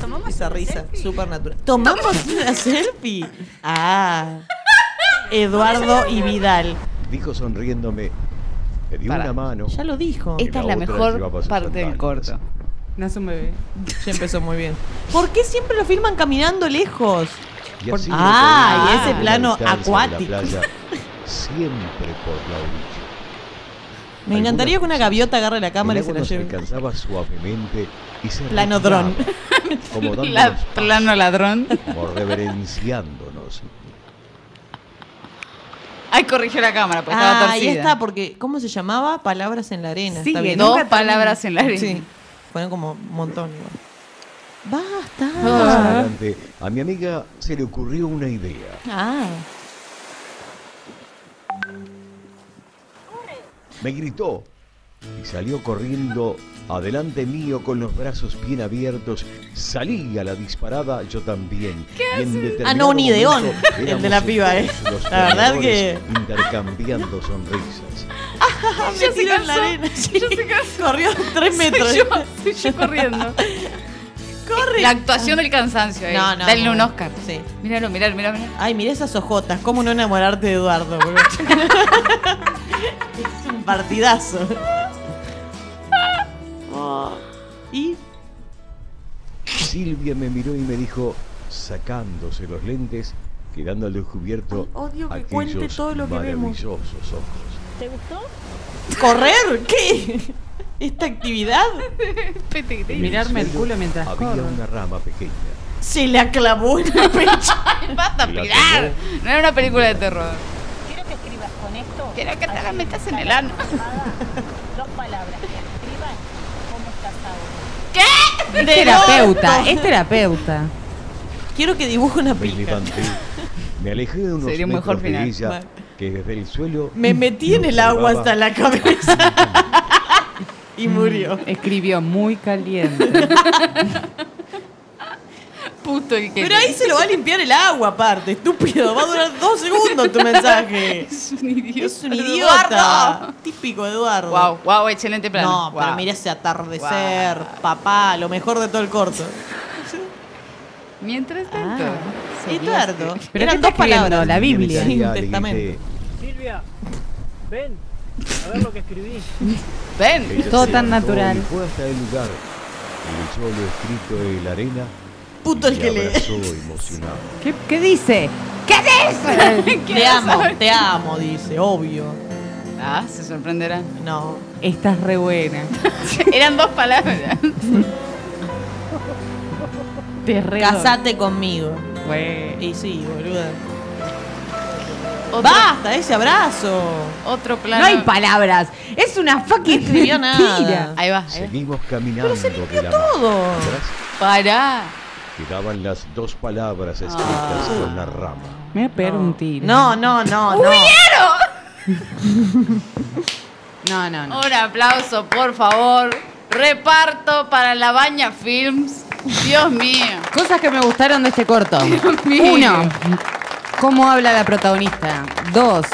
[SPEAKER 8] Tomamos
[SPEAKER 4] Esa
[SPEAKER 8] una
[SPEAKER 4] risa,
[SPEAKER 8] selfie.
[SPEAKER 4] súper natural. Tomamos una selfie. Ah. Eduardo y Vidal.
[SPEAKER 10] Dijo sonriéndome. Me dio
[SPEAKER 2] Pará.
[SPEAKER 10] una mano.
[SPEAKER 4] Ya lo dijo.
[SPEAKER 2] Esta es
[SPEAKER 10] la
[SPEAKER 2] la
[SPEAKER 10] otra lleva para
[SPEAKER 2] mejor
[SPEAKER 10] sus
[SPEAKER 2] parte del
[SPEAKER 10] sandalias.
[SPEAKER 2] corto.
[SPEAKER 3] Nace un bebé.
[SPEAKER 4] Ya empezó muy bien. ¿Por qué siempre lo filman caminando lejos?
[SPEAKER 10] Y así
[SPEAKER 4] Ah,
[SPEAKER 10] recorrí
[SPEAKER 2] y ese
[SPEAKER 10] la
[SPEAKER 4] plano
[SPEAKER 10] distancia de la
[SPEAKER 4] acuático.
[SPEAKER 10] playa, siempre por la orilla.
[SPEAKER 4] Me encantaría que una gaviota agarre la cámara y
[SPEAKER 10] El
[SPEAKER 4] se
[SPEAKER 10] agua
[SPEAKER 4] la
[SPEAKER 10] nos
[SPEAKER 4] lleve.
[SPEAKER 10] alcanzaba suavemente y se
[SPEAKER 4] Plano
[SPEAKER 10] retiraba,
[SPEAKER 4] dron.
[SPEAKER 10] Como dándonos
[SPEAKER 2] La-
[SPEAKER 10] paso,
[SPEAKER 2] plano ladrón.
[SPEAKER 10] como reverenciándonos.
[SPEAKER 2] Ay, corrigió la cámara, pues
[SPEAKER 4] Ah,
[SPEAKER 2] estaba
[SPEAKER 4] ahí
[SPEAKER 2] torcida.
[SPEAKER 4] está, porque ¿cómo se llamaba? Palabras en la arena.
[SPEAKER 3] Sigue,
[SPEAKER 4] está bien.
[SPEAKER 2] Dos palabras en la arena.
[SPEAKER 4] Sí, fueron como un montón igual. Basta.
[SPEAKER 2] Ah.
[SPEAKER 10] Más adelante, a mi amiga se le ocurrió una idea.
[SPEAKER 4] Ah.
[SPEAKER 10] Me gritó y salió corriendo adelante mío con los brazos bien abiertos. Salí a la disparada yo también. Y en determinado
[SPEAKER 4] Ah, no, un
[SPEAKER 10] momento
[SPEAKER 4] ideón, el
[SPEAKER 10] éramos
[SPEAKER 4] de la piba, ¿eh?
[SPEAKER 10] todos los
[SPEAKER 4] La verdad
[SPEAKER 10] corredores
[SPEAKER 4] que-
[SPEAKER 10] Intercambiando sonrisas.
[SPEAKER 4] Ah,
[SPEAKER 2] Ya
[SPEAKER 4] me
[SPEAKER 2] se
[SPEAKER 4] tiró en la
[SPEAKER 2] cansó,
[SPEAKER 4] arena.
[SPEAKER 2] ya se cansó.
[SPEAKER 4] Corrió tres metros.
[SPEAKER 2] Soy yo, soy yo corriendo.
[SPEAKER 4] Corre.
[SPEAKER 2] La actuación del cansancio. ahí.
[SPEAKER 4] No, no,
[SPEAKER 2] Dale
[SPEAKER 4] no.
[SPEAKER 2] un Oscar.
[SPEAKER 4] Sí.
[SPEAKER 2] Míralo, miralo, miralo. miralo.
[SPEAKER 4] Ay, mira esas ojotas. ¿Cómo no enamorarte de Eduardo? boludo? es un partidazo. Oh, Y
[SPEAKER 10] Silvia me miró y me dijo, sacándose los lentes, quedando al descubierto
[SPEAKER 4] Ay, odio que cuente
[SPEAKER 10] aquellos
[SPEAKER 4] todo lo que vemos.
[SPEAKER 10] maravillosos ojos.
[SPEAKER 8] ¿Te gustó?
[SPEAKER 4] correr, ¿qué? Esta actividad
[SPEAKER 10] En el
[SPEAKER 12] Mirarme el
[SPEAKER 10] suelo
[SPEAKER 12] culo mientras
[SPEAKER 10] Había
[SPEAKER 12] corro.
[SPEAKER 10] una rama pequeña.
[SPEAKER 4] se la clavó en el pecho.
[SPEAKER 2] ¡Basta,
[SPEAKER 10] La
[SPEAKER 2] Pilar! No era una película de terror.
[SPEAKER 8] Quiero que escribas con esto.
[SPEAKER 2] Quiero que te la metas en el ano.
[SPEAKER 8] Dos palabras. Que escriban cómo estás ahora.
[SPEAKER 3] Es terapeuta, es terapeuta.
[SPEAKER 4] Quiero que dibuje una
[SPEAKER 10] Me
[SPEAKER 4] pica.
[SPEAKER 10] levanté, me alejé de unos
[SPEAKER 2] Sería un
[SPEAKER 10] metros
[SPEAKER 2] mejor
[SPEAKER 10] de
[SPEAKER 2] final.
[SPEAKER 10] ella,
[SPEAKER 4] Bueno.
[SPEAKER 10] que desde el suelo...
[SPEAKER 4] Me metí en
[SPEAKER 10] me
[SPEAKER 4] el agua
[SPEAKER 10] observaba.
[SPEAKER 4] hasta la cabeza. y murió.
[SPEAKER 3] Mm. Escribió muy caliente.
[SPEAKER 2] Puto y que.
[SPEAKER 4] Pero ahí se lo va a limpiar el agua, aparte, estúpido. Va a durar dos segundos tu mensaje.
[SPEAKER 2] Es un idiota.
[SPEAKER 4] Es un idiota. Típico Eduardo.
[SPEAKER 2] Wow, wow, excelente plan.
[SPEAKER 4] No,
[SPEAKER 2] Guau.
[SPEAKER 4] pero mira ese atardecer, papá, lo mejor de todo el corto.
[SPEAKER 2] Mientras tanto. se
[SPEAKER 4] Eduardo.
[SPEAKER 3] ¿Pero
[SPEAKER 4] Eran
[SPEAKER 3] qué está
[SPEAKER 4] dos palabras.
[SPEAKER 3] escribiendo? La Biblia.
[SPEAKER 10] Y me caía,
[SPEAKER 4] Sí, un
[SPEAKER 10] le grité,
[SPEAKER 11] Silvia, ven, a ver lo que escribí.
[SPEAKER 2] Ven.
[SPEAKER 10] ella
[SPEAKER 3] Todo
[SPEAKER 10] se
[SPEAKER 3] tan
[SPEAKER 10] levantó
[SPEAKER 3] natural.
[SPEAKER 10] Y fue hasta el lugar. Y echó lo escrito en la arena.
[SPEAKER 4] Puto
[SPEAKER 10] y
[SPEAKER 4] el que
[SPEAKER 10] me
[SPEAKER 4] lee.
[SPEAKER 10] abrazó emocionado.
[SPEAKER 3] ¿Qué, qué dice? ¿Qué dice?
[SPEAKER 4] Te amo, te amo, dice, obvio.
[SPEAKER 2] Ah, se sorprenderá.
[SPEAKER 4] No.
[SPEAKER 3] Estás re buena.
[SPEAKER 2] Eran dos palabras.
[SPEAKER 3] Te re
[SPEAKER 4] Casate conmigo.
[SPEAKER 3] Güey.
[SPEAKER 4] Y sí, boluda.
[SPEAKER 2] Otro,
[SPEAKER 4] ¡Basta ese abrazo!
[SPEAKER 2] otro plano.
[SPEAKER 3] No hay palabras. Es una fucking
[SPEAKER 4] escribió nada.
[SPEAKER 3] mentira.
[SPEAKER 2] Ahí va. Ahí va.
[SPEAKER 10] Seguimos caminando de la
[SPEAKER 4] todo.
[SPEAKER 10] mano. Atrás
[SPEAKER 2] Pará.
[SPEAKER 10] Quedaban las dos palabras escritas con la rama.
[SPEAKER 3] Me voy a pegar un tiro.
[SPEAKER 4] No, no, no, no.
[SPEAKER 2] ah.
[SPEAKER 3] no, no. no.
[SPEAKER 2] Un aplauso, por favor. Reparto para la Baña Films. Dios mío.
[SPEAKER 3] Cosas que me gustaron de este corto.
[SPEAKER 2] mío.
[SPEAKER 3] Uno, cómo habla la protagonista. Dos,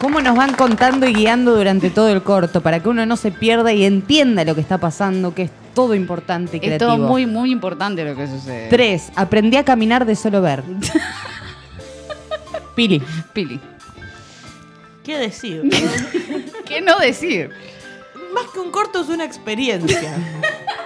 [SPEAKER 3] cómo nos van contando y guiando durante todo el corto para que uno no se pierda y entienda lo que está pasando, que es todo importante y
[SPEAKER 2] Es
[SPEAKER 3] creativo.
[SPEAKER 2] todo muy, muy importante lo que sucede.
[SPEAKER 3] Tres, aprendí a caminar de solo ver. Pili.
[SPEAKER 2] Pili.
[SPEAKER 4] ¿Qué decir?
[SPEAKER 2] ¿Qué no decir?
[SPEAKER 4] Más que un corto es una experiencia.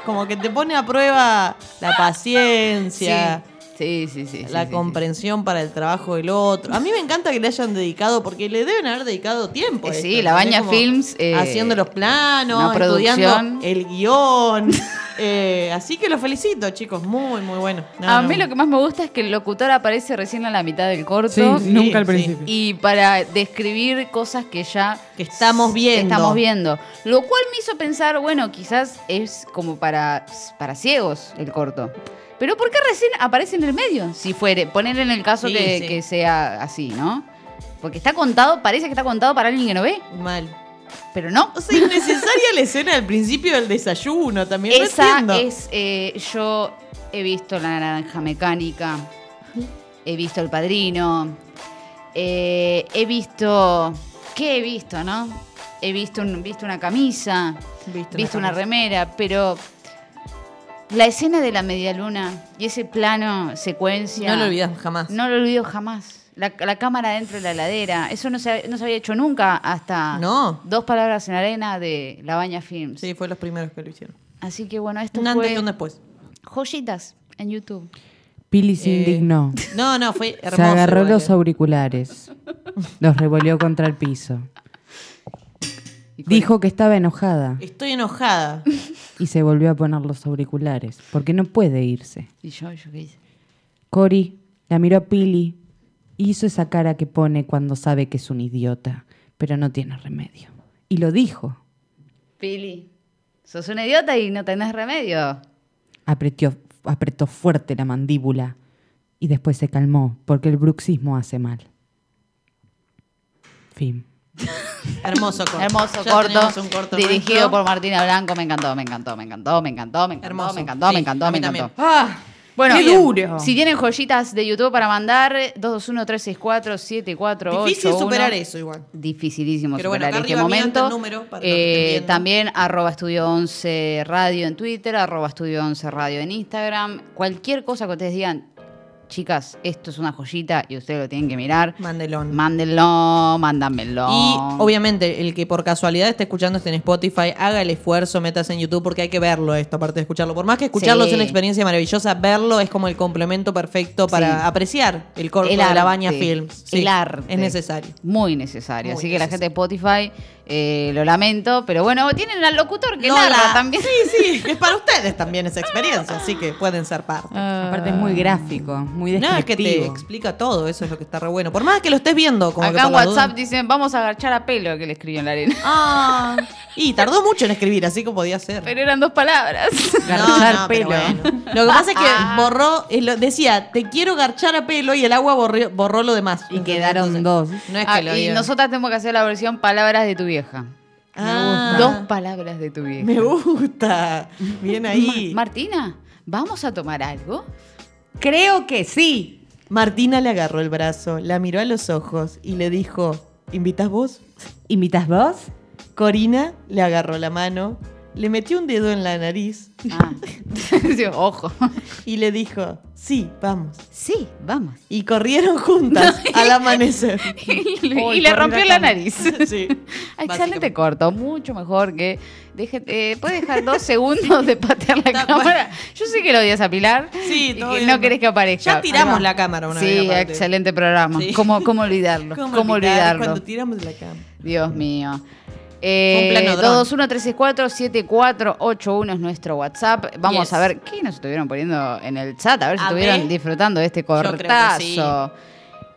[SPEAKER 4] Como que te pone a prueba la paciencia.
[SPEAKER 2] Sí, sí, sí. sí,
[SPEAKER 4] la
[SPEAKER 2] sí,
[SPEAKER 4] comprensión para el trabajo del otro. A mí me encanta que le hayan dedicado, porque le deben haber dedicado tiempo. a
[SPEAKER 2] Eh,
[SPEAKER 4] esto,
[SPEAKER 2] sí, la
[SPEAKER 4] ¿entendés?
[SPEAKER 2] Baña
[SPEAKER 4] Como
[SPEAKER 2] Films, eh,
[SPEAKER 4] haciendo los planos,
[SPEAKER 2] una producción.
[SPEAKER 4] estudiando el guión. eh, así que los felicito, chicos. Muy, muy bueno. No,
[SPEAKER 2] a
[SPEAKER 4] no.
[SPEAKER 2] mí lo que más me gusta es que el locutor aparece recién a la mitad del corto.
[SPEAKER 12] Sí, nunca al
[SPEAKER 4] sí.
[SPEAKER 12] principio.
[SPEAKER 2] Y para describir cosas que ya
[SPEAKER 4] Que estamos viendo.
[SPEAKER 2] estamos viendo. Lo cual me hizo pensar, bueno, quizás es como para, para ciegos el corto. Pero ¿por qué recién aparece en el medio? Si fuere, poner en el caso
[SPEAKER 4] Sí,
[SPEAKER 2] que,
[SPEAKER 4] sí.
[SPEAKER 2] que sea así, ¿no? Porque está contado, parece que está contado para alguien que no ve.
[SPEAKER 4] Mal.
[SPEAKER 2] Pero no.
[SPEAKER 4] O sea, innecesaria la escena del principio del desayuno también. no
[SPEAKER 2] Esa
[SPEAKER 4] entiendo.
[SPEAKER 2] es. eh, yo he visto La Naranja Mecánica. He visto El Padrino. eh, he visto. ¿Qué he visto, no? He visto, un- visto una camisa.
[SPEAKER 4] Viste
[SPEAKER 2] Visto
[SPEAKER 4] una
[SPEAKER 2] una remera. Pero. La escena de la medialuna y ese plano, secuencia.
[SPEAKER 4] No lo olvidas jamás.
[SPEAKER 2] No lo olvido jamás. La, la cámara dentro de la heladera. Eso no se, no se había hecho nunca hasta
[SPEAKER 4] No.
[SPEAKER 2] Dos Palabras en la Arena de La Baña Films.
[SPEAKER 4] Sí, fue los primeros que lo hicieron.
[SPEAKER 2] Así que bueno, esto
[SPEAKER 4] Un antes y
[SPEAKER 2] fue
[SPEAKER 4] un después.
[SPEAKER 2] joyitas en YouTube.
[SPEAKER 3] Pili se
[SPEAKER 4] Eh,
[SPEAKER 3] indignó.
[SPEAKER 4] No, no, fue hermoso.
[SPEAKER 3] Se agarró
[SPEAKER 4] igual,
[SPEAKER 3] los
[SPEAKER 4] eh.
[SPEAKER 3] auriculares. Los revolvió contra el piso. Dijo que estaba enojada
[SPEAKER 4] Estoy enojada.
[SPEAKER 3] y se volvió a poner los auriculares porque no puede irse.
[SPEAKER 2] Y yo, yo qué hice.
[SPEAKER 3] Cory la miró a Pili y hizo esa cara que pone cuando sabe que es un idiota, pero no tiene remedio. Y lo dijo.
[SPEAKER 2] Pili, sos una idiota y no tenés remedio.
[SPEAKER 3] Apretió- apretó fuerte la mandíbula y después se calmó porque el bruxismo hace mal. Fin.
[SPEAKER 4] Hermoso corto.
[SPEAKER 2] Hermoso
[SPEAKER 4] Ya tenemos
[SPEAKER 2] corto,
[SPEAKER 4] un corto
[SPEAKER 2] dirigido
[SPEAKER 4] nuestro.
[SPEAKER 2] por Martina Blanco. Me encantó, me encantó, me encantó, me encantó, me encantó,
[SPEAKER 4] Hermoso.
[SPEAKER 2] me encantó,
[SPEAKER 4] Sí,
[SPEAKER 2] me encantó,
[SPEAKER 4] a
[SPEAKER 2] me
[SPEAKER 4] mí
[SPEAKER 2] encantó. Ah,
[SPEAKER 4] también.
[SPEAKER 2] Bueno,
[SPEAKER 3] qué
[SPEAKER 2] bien,
[SPEAKER 3] duro.
[SPEAKER 2] si tienen joyitas de YouTube para mandar, 221-364-7481.
[SPEAKER 4] Difícil superar eso igual.
[SPEAKER 2] Dificilísimo
[SPEAKER 4] Pero bueno,
[SPEAKER 2] superar
[SPEAKER 4] acá
[SPEAKER 2] este
[SPEAKER 4] arriba mío está
[SPEAKER 2] momento.
[SPEAKER 4] el número para los que
[SPEAKER 2] Eh,
[SPEAKER 4] estén viendo.
[SPEAKER 2] también arroba estudio 11 radio en Twitter, arroba estudio 11 radio en Instagram. Cualquier cosa que ustedes digan, chicas, esto es una joyita y ustedes lo tienen que mirar.
[SPEAKER 4] Mandelón.
[SPEAKER 2] Mándenlo, mándanmelo.
[SPEAKER 4] Y obviamente, el que por casualidad esté escuchando este en Spotify, haga el esfuerzo, metas en YouTube, porque hay que verlo esto, aparte de escucharlo. Por más que escucharlo
[SPEAKER 2] Sí.
[SPEAKER 4] es una experiencia maravillosa, verlo es como el complemento perfecto para
[SPEAKER 2] Sí.
[SPEAKER 4] apreciar el corto
[SPEAKER 2] El
[SPEAKER 4] de la
[SPEAKER 2] arte.
[SPEAKER 4] Baña Films. Sí,
[SPEAKER 2] El arte.
[SPEAKER 4] Es necesario.
[SPEAKER 2] Muy necesario.
[SPEAKER 4] Muy
[SPEAKER 2] Así que la gente de
[SPEAKER 4] necesario.
[SPEAKER 2] Spotify, eh, lo lamento, pero bueno, tienen al locutor que
[SPEAKER 4] Lola.
[SPEAKER 2] narra también.
[SPEAKER 4] Sí, sí, es para ustedes también esa experiencia, así que pueden ser parte.
[SPEAKER 3] Aparte es muy gráfico, muy
[SPEAKER 4] Ah. No,
[SPEAKER 3] descriptivo.
[SPEAKER 4] es que te explica todo, eso es lo que está re bueno. Por más que lo estés viendo, como que
[SPEAKER 2] Acá en
[SPEAKER 4] por las
[SPEAKER 2] WhatsApp
[SPEAKER 4] dudas-
[SPEAKER 2] dicen, vamos a agarchar a pelo que le escribió en la arena.
[SPEAKER 4] Ah, y tardó mucho en escribir, así como podía ser.
[SPEAKER 2] Pero eran dos palabras.
[SPEAKER 3] Garchar
[SPEAKER 4] pero
[SPEAKER 3] pelo.
[SPEAKER 4] bueno. Lo que pasa es
[SPEAKER 2] Ah.
[SPEAKER 4] que borró, eh, lo- decía, te quiero garchar a pelo y el agua borrió- borró lo demás.
[SPEAKER 3] Y quedaron dos.
[SPEAKER 4] No es que
[SPEAKER 2] Ah,
[SPEAKER 4] lo
[SPEAKER 2] y
[SPEAKER 4] vieron.
[SPEAKER 2] nosotras tenemos que hacer la versión palabras de tu vieja.
[SPEAKER 4] Ah,
[SPEAKER 2] Dos palabras de tu vieja.
[SPEAKER 4] Me gusta. Bien ahí.
[SPEAKER 2] Ma- Martina, ¿vamos a tomar algo?
[SPEAKER 3] Creo que sí.
[SPEAKER 4] Martina le agarró el brazo, la miró a los ojos y le dijo, ¿invitas vos?
[SPEAKER 3] ¿Imitas vos?
[SPEAKER 4] Corina le agarró la mano, le metió un dedo en la nariz
[SPEAKER 2] Ah. Sí, Ojo.
[SPEAKER 4] y le dijo, sí, vamos.
[SPEAKER 2] Sí, vamos.
[SPEAKER 4] Y corrieron juntas al amanecer.
[SPEAKER 2] Y le,
[SPEAKER 4] Ay,
[SPEAKER 2] y le
[SPEAKER 4] Corina
[SPEAKER 2] rompió la
[SPEAKER 4] tan-
[SPEAKER 2] nariz.
[SPEAKER 4] sí.
[SPEAKER 2] Excelente corto, mucho mejor que. Deje, eh, ¿Puedes dejar dos segundos de patear la
[SPEAKER 4] Está
[SPEAKER 2] cámara? Yo sé que lo odias a Pilar
[SPEAKER 4] Sí,
[SPEAKER 2] y
[SPEAKER 4] todo
[SPEAKER 2] que
[SPEAKER 4] bien.
[SPEAKER 2] no querés que aparezca.
[SPEAKER 4] Ya tiramos
[SPEAKER 2] Ahí va.
[SPEAKER 4] la cámara una vez.
[SPEAKER 2] Sí,
[SPEAKER 4] aparte.
[SPEAKER 2] excelente programa.
[SPEAKER 4] Sí.
[SPEAKER 2] ¿Cómo, cómo olvidarlo? ¿Cómo,
[SPEAKER 4] olvidar
[SPEAKER 2] olvidarlo?
[SPEAKER 4] Cuando tiramos la cámara.
[SPEAKER 2] Dios mío. Eh,
[SPEAKER 4] Fue un plano dron.
[SPEAKER 2] 221-364-7481 es nuestro WhatsApp. Vamos
[SPEAKER 4] Yes.
[SPEAKER 2] a ver qué nos estuvieron poniendo en el chat, a ver si
[SPEAKER 4] A
[SPEAKER 2] estuvieron
[SPEAKER 4] ver.
[SPEAKER 2] disfrutando de este
[SPEAKER 4] creo que
[SPEAKER 2] cortazo.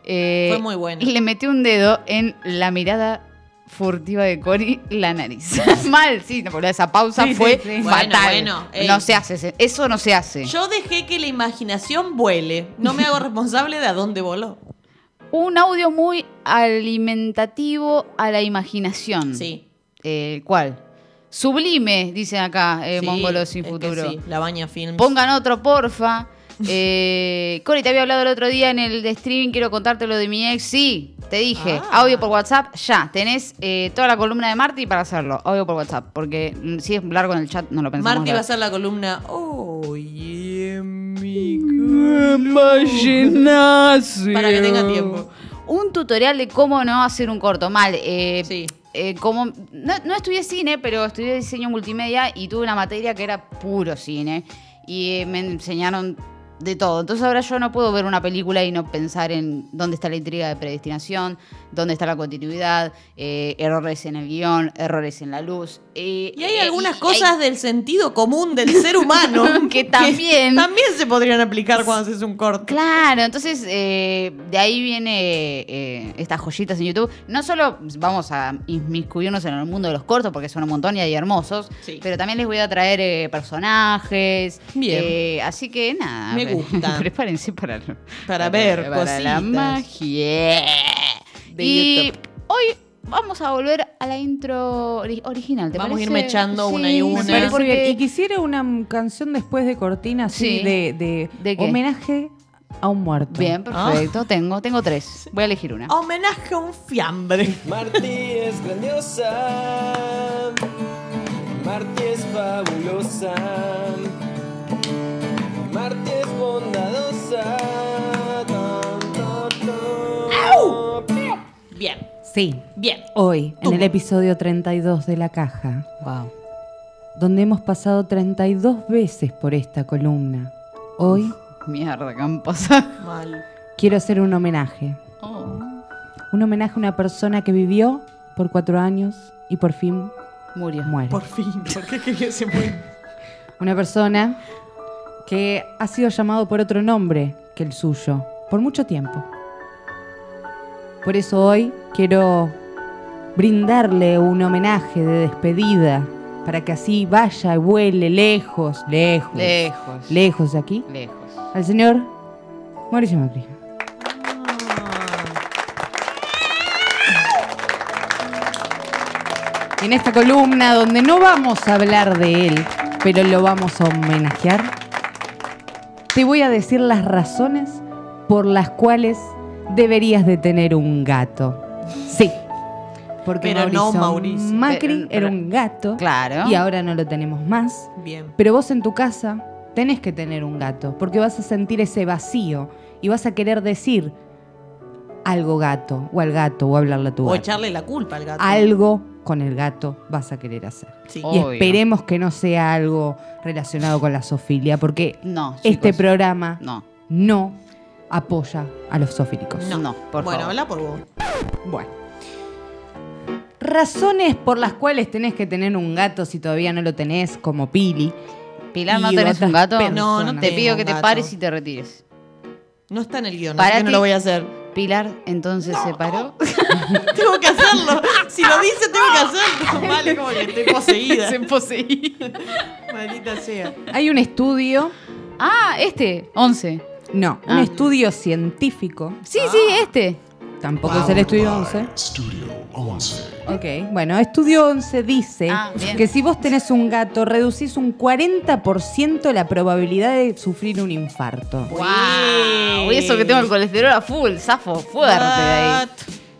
[SPEAKER 2] Eh,
[SPEAKER 4] Fue muy bueno.
[SPEAKER 2] Le metí un dedo en la mirada furtiva de Cory, la nariz. Mal, sí, no, porque esa pausa
[SPEAKER 4] Sí,
[SPEAKER 2] fue
[SPEAKER 4] sí, sí. Bueno,
[SPEAKER 2] fatal.
[SPEAKER 4] bueno, ey.
[SPEAKER 2] no se hace, se- eso no se hace.
[SPEAKER 4] Yo dejé que la imaginación vuele. No me hago responsable de a dónde voló.
[SPEAKER 2] Un audio muy alimentativo a la imaginación.
[SPEAKER 4] Sí.
[SPEAKER 2] Eh, ¿Cuál? Sublime, dicen acá, eh,
[SPEAKER 4] sí,
[SPEAKER 2] Mongolo sin
[SPEAKER 4] es que
[SPEAKER 2] futuro.
[SPEAKER 4] sí, La baña films.
[SPEAKER 2] Pongan otro, porfa. Eh, Cori, te había hablado el otro día en el de streaming, quiero contarte lo de mi ex. Sí, te dije,
[SPEAKER 4] Ah.
[SPEAKER 2] audio por WhatsApp, ya. Tenés eh, toda la columna de Marty para hacerlo, audio por WhatsApp, porque mm, si es largo en el chat, no lo pensamos.
[SPEAKER 4] Marty va a
[SPEAKER 2] leer.
[SPEAKER 4] hacer la columna. Oh, yeah, mi
[SPEAKER 2] Mm.
[SPEAKER 4] Para que tenga tiempo.
[SPEAKER 2] Un tutorial de cómo no hacer un corto. Mal. eh,
[SPEAKER 4] Sí.
[SPEAKER 2] eh, como, no, no estudié cine, pero estudié diseño multimedia y tuve una materia que era puro cine. Y eh, me enseñaron de todo. Entonces ahora yo no puedo ver una película y no pensar en dónde está la intriga de predestinación, dónde está la continuidad, eh, errores en el guión, errores en la luz. eh,
[SPEAKER 4] Y hay
[SPEAKER 2] eh,
[SPEAKER 4] algunas
[SPEAKER 2] y- y
[SPEAKER 4] cosas del sentido común del ser humano
[SPEAKER 2] Que también-
[SPEAKER 4] también se podrían aplicar cuando haces un corte.
[SPEAKER 2] Claro, entonces eh, de ahí viene eh, estas joyitas en YouTube. No solo vamos a inmiscuirnos en el mundo de los cortos, porque son un montón y hay hermosos,
[SPEAKER 4] Sí.
[SPEAKER 2] pero también les voy a traer eh, personajes.
[SPEAKER 4] Bien.
[SPEAKER 2] eh, así que nada.
[SPEAKER 4] Me
[SPEAKER 2] pre-
[SPEAKER 4] gusta.
[SPEAKER 2] Prepárense para, lo-
[SPEAKER 4] Para ver
[SPEAKER 2] para la
[SPEAKER 4] cositas.
[SPEAKER 2] magia. y hoy Vamos a volver a la intro ori- original. ¿te
[SPEAKER 4] Vamos a ir
[SPEAKER 2] parece?
[SPEAKER 4] mechando una y una.
[SPEAKER 3] Me
[SPEAKER 4] Sí,
[SPEAKER 3] parece
[SPEAKER 2] porque-
[SPEAKER 3] bien. Y quisiera una mm, canción después de Cortina, así
[SPEAKER 2] Sí.
[SPEAKER 3] de, de
[SPEAKER 2] ¿De qué?
[SPEAKER 3] homenaje a un muerto.
[SPEAKER 2] Bien,
[SPEAKER 4] Ah.
[SPEAKER 2] perfecto. Tengo, tengo tres. Voy a elegir una.
[SPEAKER 4] Homenaje a un fiambre.
[SPEAKER 11] Martí es grandiosa. Martí es fabulosa. Martí es bondadosa.
[SPEAKER 4] Bien,
[SPEAKER 3] Sí,
[SPEAKER 4] bien.
[SPEAKER 3] hoy, en
[SPEAKER 4] Tú.
[SPEAKER 3] el episodio 32 de La Caja,
[SPEAKER 2] Wow.
[SPEAKER 3] donde hemos pasado 32 veces por esta columna, hoy
[SPEAKER 2] Mierda, que han pasado.
[SPEAKER 4] Mal.
[SPEAKER 3] quiero hacer un homenaje.
[SPEAKER 2] Oh.
[SPEAKER 3] Un homenaje a una persona que vivió por cuatro años y por fin
[SPEAKER 2] Murió.
[SPEAKER 3] muere.
[SPEAKER 4] Por fin, ¿por qué quería ese muy...
[SPEAKER 3] Una persona que ha sido llamado por otro nombre que el suyo por mucho tiempo. Por eso hoy quiero brindarle un homenaje de despedida para que así vaya y vuele lejos, lejos,
[SPEAKER 2] Lejos.
[SPEAKER 3] lejos de aquí,
[SPEAKER 2] Lejos.
[SPEAKER 3] al señor Mauricio Macri. Ah. Y en esta columna donde no vamos a hablar de él, pero lo vamos a homenajear, te voy a decir las razones por las cuales deberías de tener un gato. Sí. Porque
[SPEAKER 4] Pero no Mauricio. Eh,
[SPEAKER 3] Macri
[SPEAKER 2] Pero-
[SPEAKER 3] era un gato
[SPEAKER 2] Claro.
[SPEAKER 3] y ahora no lo tenemos más.
[SPEAKER 4] Bien.
[SPEAKER 3] Pero vos en tu casa tenés que tener un gato, porque vas a sentir ese vacío y vas a querer decir algo gato, o al gato, o hablarle a tu
[SPEAKER 4] O
[SPEAKER 3] gato.
[SPEAKER 4] echarle la culpa al gato.
[SPEAKER 3] Algo con el gato vas a querer hacer.
[SPEAKER 4] Sí.
[SPEAKER 2] Oh.
[SPEAKER 3] Y
[SPEAKER 2] Obvio.
[SPEAKER 3] esperemos que no sea algo relacionado con la sofilia, porque
[SPEAKER 2] No.
[SPEAKER 3] este
[SPEAKER 2] chicos.
[SPEAKER 3] programa no.
[SPEAKER 2] No.
[SPEAKER 3] apoya a los zofílicos.
[SPEAKER 2] No, por
[SPEAKER 4] bueno,
[SPEAKER 2] favor.
[SPEAKER 4] habla por vos.
[SPEAKER 3] Bueno. Razones por las cuales tenés que tener un gato si todavía no lo tenés, como Pili.
[SPEAKER 2] Pilar, ¿no
[SPEAKER 3] Y
[SPEAKER 2] tenés
[SPEAKER 3] otras
[SPEAKER 2] un gato?
[SPEAKER 3] personas.
[SPEAKER 4] No, no
[SPEAKER 2] Te
[SPEAKER 4] tengo
[SPEAKER 2] pido
[SPEAKER 4] un
[SPEAKER 2] que te
[SPEAKER 4] gato.
[SPEAKER 2] pares y te retires.
[SPEAKER 4] No está en el guión,
[SPEAKER 2] Para
[SPEAKER 4] así que no
[SPEAKER 2] ti-
[SPEAKER 4] lo voy a hacer.
[SPEAKER 2] Pilar entonces se paró.
[SPEAKER 4] Tengo que hacerlo. Si lo dice, tengo que hacerlo. Vale, como que estoy poseída.
[SPEAKER 2] se poseí.
[SPEAKER 4] Maldita sea.
[SPEAKER 3] Hay un estudio,
[SPEAKER 2] Ah, este, 11.
[SPEAKER 3] no, un
[SPEAKER 2] Ah.
[SPEAKER 3] estudio científico,
[SPEAKER 2] Sí, sí, este.
[SPEAKER 3] tampoco es el estudio 11.
[SPEAKER 5] Studio 11.
[SPEAKER 3] Ok, bueno, estudio 11 dice
[SPEAKER 2] Ah, bien.
[SPEAKER 3] que si vos tenés un gato, reducís un 40% la probabilidad de sufrir un infarto.
[SPEAKER 2] Wow. Y eso que tengo el colesterol a full, zafo fuerte ahí.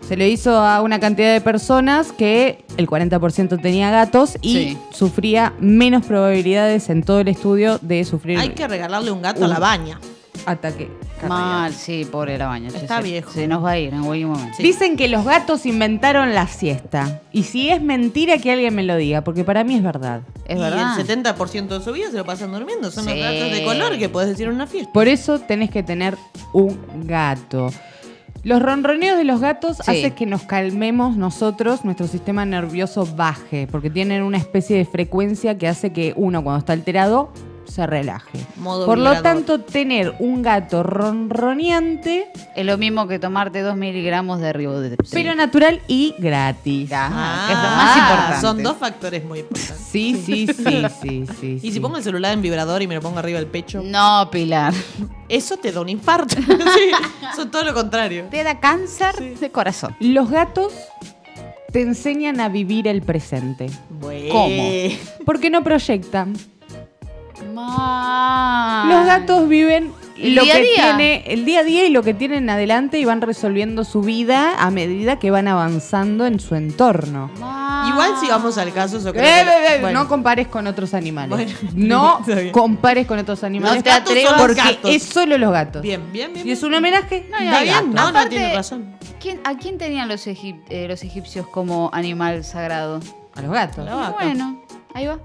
[SPEAKER 3] Se le hizo a una cantidad de personas que el 40% tenía gatos y
[SPEAKER 2] Sí.
[SPEAKER 3] sufría menos probabilidades en todo el estudio de sufrir
[SPEAKER 4] Hay que regalarle un gato a la
[SPEAKER 3] Un-
[SPEAKER 4] baña.
[SPEAKER 3] ataque cardíaco.
[SPEAKER 2] Mal, sí, pobre la baña. che,
[SPEAKER 4] Está
[SPEAKER 2] se-
[SPEAKER 4] viejo.
[SPEAKER 2] Se nos va a ir en cualquier momento.
[SPEAKER 4] Sí.
[SPEAKER 3] Dicen que los gatos inventaron la siesta. Y si es mentira, que alguien me lo diga, porque para mí es verdad.
[SPEAKER 2] Es
[SPEAKER 4] y
[SPEAKER 2] verdad.
[SPEAKER 4] el 70% de su vida se lo pasan durmiendo. Son
[SPEAKER 2] Sí.
[SPEAKER 4] los gatos de color que podés decir en una fiesta.
[SPEAKER 3] Por eso tenés que tener un gato. Los ronroneos de los gatos
[SPEAKER 2] Sí.
[SPEAKER 3] hacen que nos calmemos nosotros, nuestro sistema nervioso baje, porque tienen una especie de frecuencia que hace que uno cuando está alterado se relaje.
[SPEAKER 4] Modo
[SPEAKER 3] Por lo
[SPEAKER 4] vibrador.
[SPEAKER 3] tanto, tener un gato ronroneante,
[SPEAKER 2] Es lo mismo que tomarte 2 miligramos de ribotril.
[SPEAKER 3] pero natural y gratis.
[SPEAKER 2] Ah, que es lo más
[SPEAKER 4] Ah,
[SPEAKER 2] importante.
[SPEAKER 4] son dos factores muy importantes.
[SPEAKER 3] Sí, sí, sí, sí, sí.
[SPEAKER 4] Y
[SPEAKER 3] sí.
[SPEAKER 4] si pongo el celular en vibrador y me lo pongo arriba del pecho,
[SPEAKER 2] No, Pilar.
[SPEAKER 4] eso te da un infarto. Sí, son todo lo contrario.
[SPEAKER 2] Te da cáncer de corazón.
[SPEAKER 3] Los gatos te enseñan a vivir el presente,
[SPEAKER 4] Bueno.
[SPEAKER 2] ¿Cómo?
[SPEAKER 3] porque no proyectan.
[SPEAKER 2] Mal.
[SPEAKER 4] Ah.
[SPEAKER 3] Los gatos viven
[SPEAKER 2] El
[SPEAKER 3] lo
[SPEAKER 2] día a
[SPEAKER 3] que
[SPEAKER 2] día.
[SPEAKER 3] tiene el día a día y lo que tienen adelante y van resolviendo su vida a medida que van avanzando en su entorno.
[SPEAKER 2] Mal.
[SPEAKER 4] Igual si vamos al caso, yo creo
[SPEAKER 3] Eh,
[SPEAKER 4] que-
[SPEAKER 3] eh, eh,
[SPEAKER 4] bueno,
[SPEAKER 3] No compares con otros animales.
[SPEAKER 4] Bueno. Está
[SPEAKER 3] no
[SPEAKER 4] bien.
[SPEAKER 3] compares con otros animales.
[SPEAKER 4] te gatos son
[SPEAKER 3] porque
[SPEAKER 4] los gatos.
[SPEAKER 3] es solo los gatos.
[SPEAKER 4] Bien, bien, bien.
[SPEAKER 3] Y es un homenaje.
[SPEAKER 2] No,
[SPEAKER 3] de
[SPEAKER 2] ya,
[SPEAKER 3] gatos.
[SPEAKER 4] bien, no, no
[SPEAKER 2] Aparte-
[SPEAKER 4] tiene razón.
[SPEAKER 2] ¿Quién- ¿A quién tenían los, egip- eh, los egipcios como animal sagrado?
[SPEAKER 3] A los gatos.
[SPEAKER 4] Los gatos.
[SPEAKER 2] Bueno, ahí va.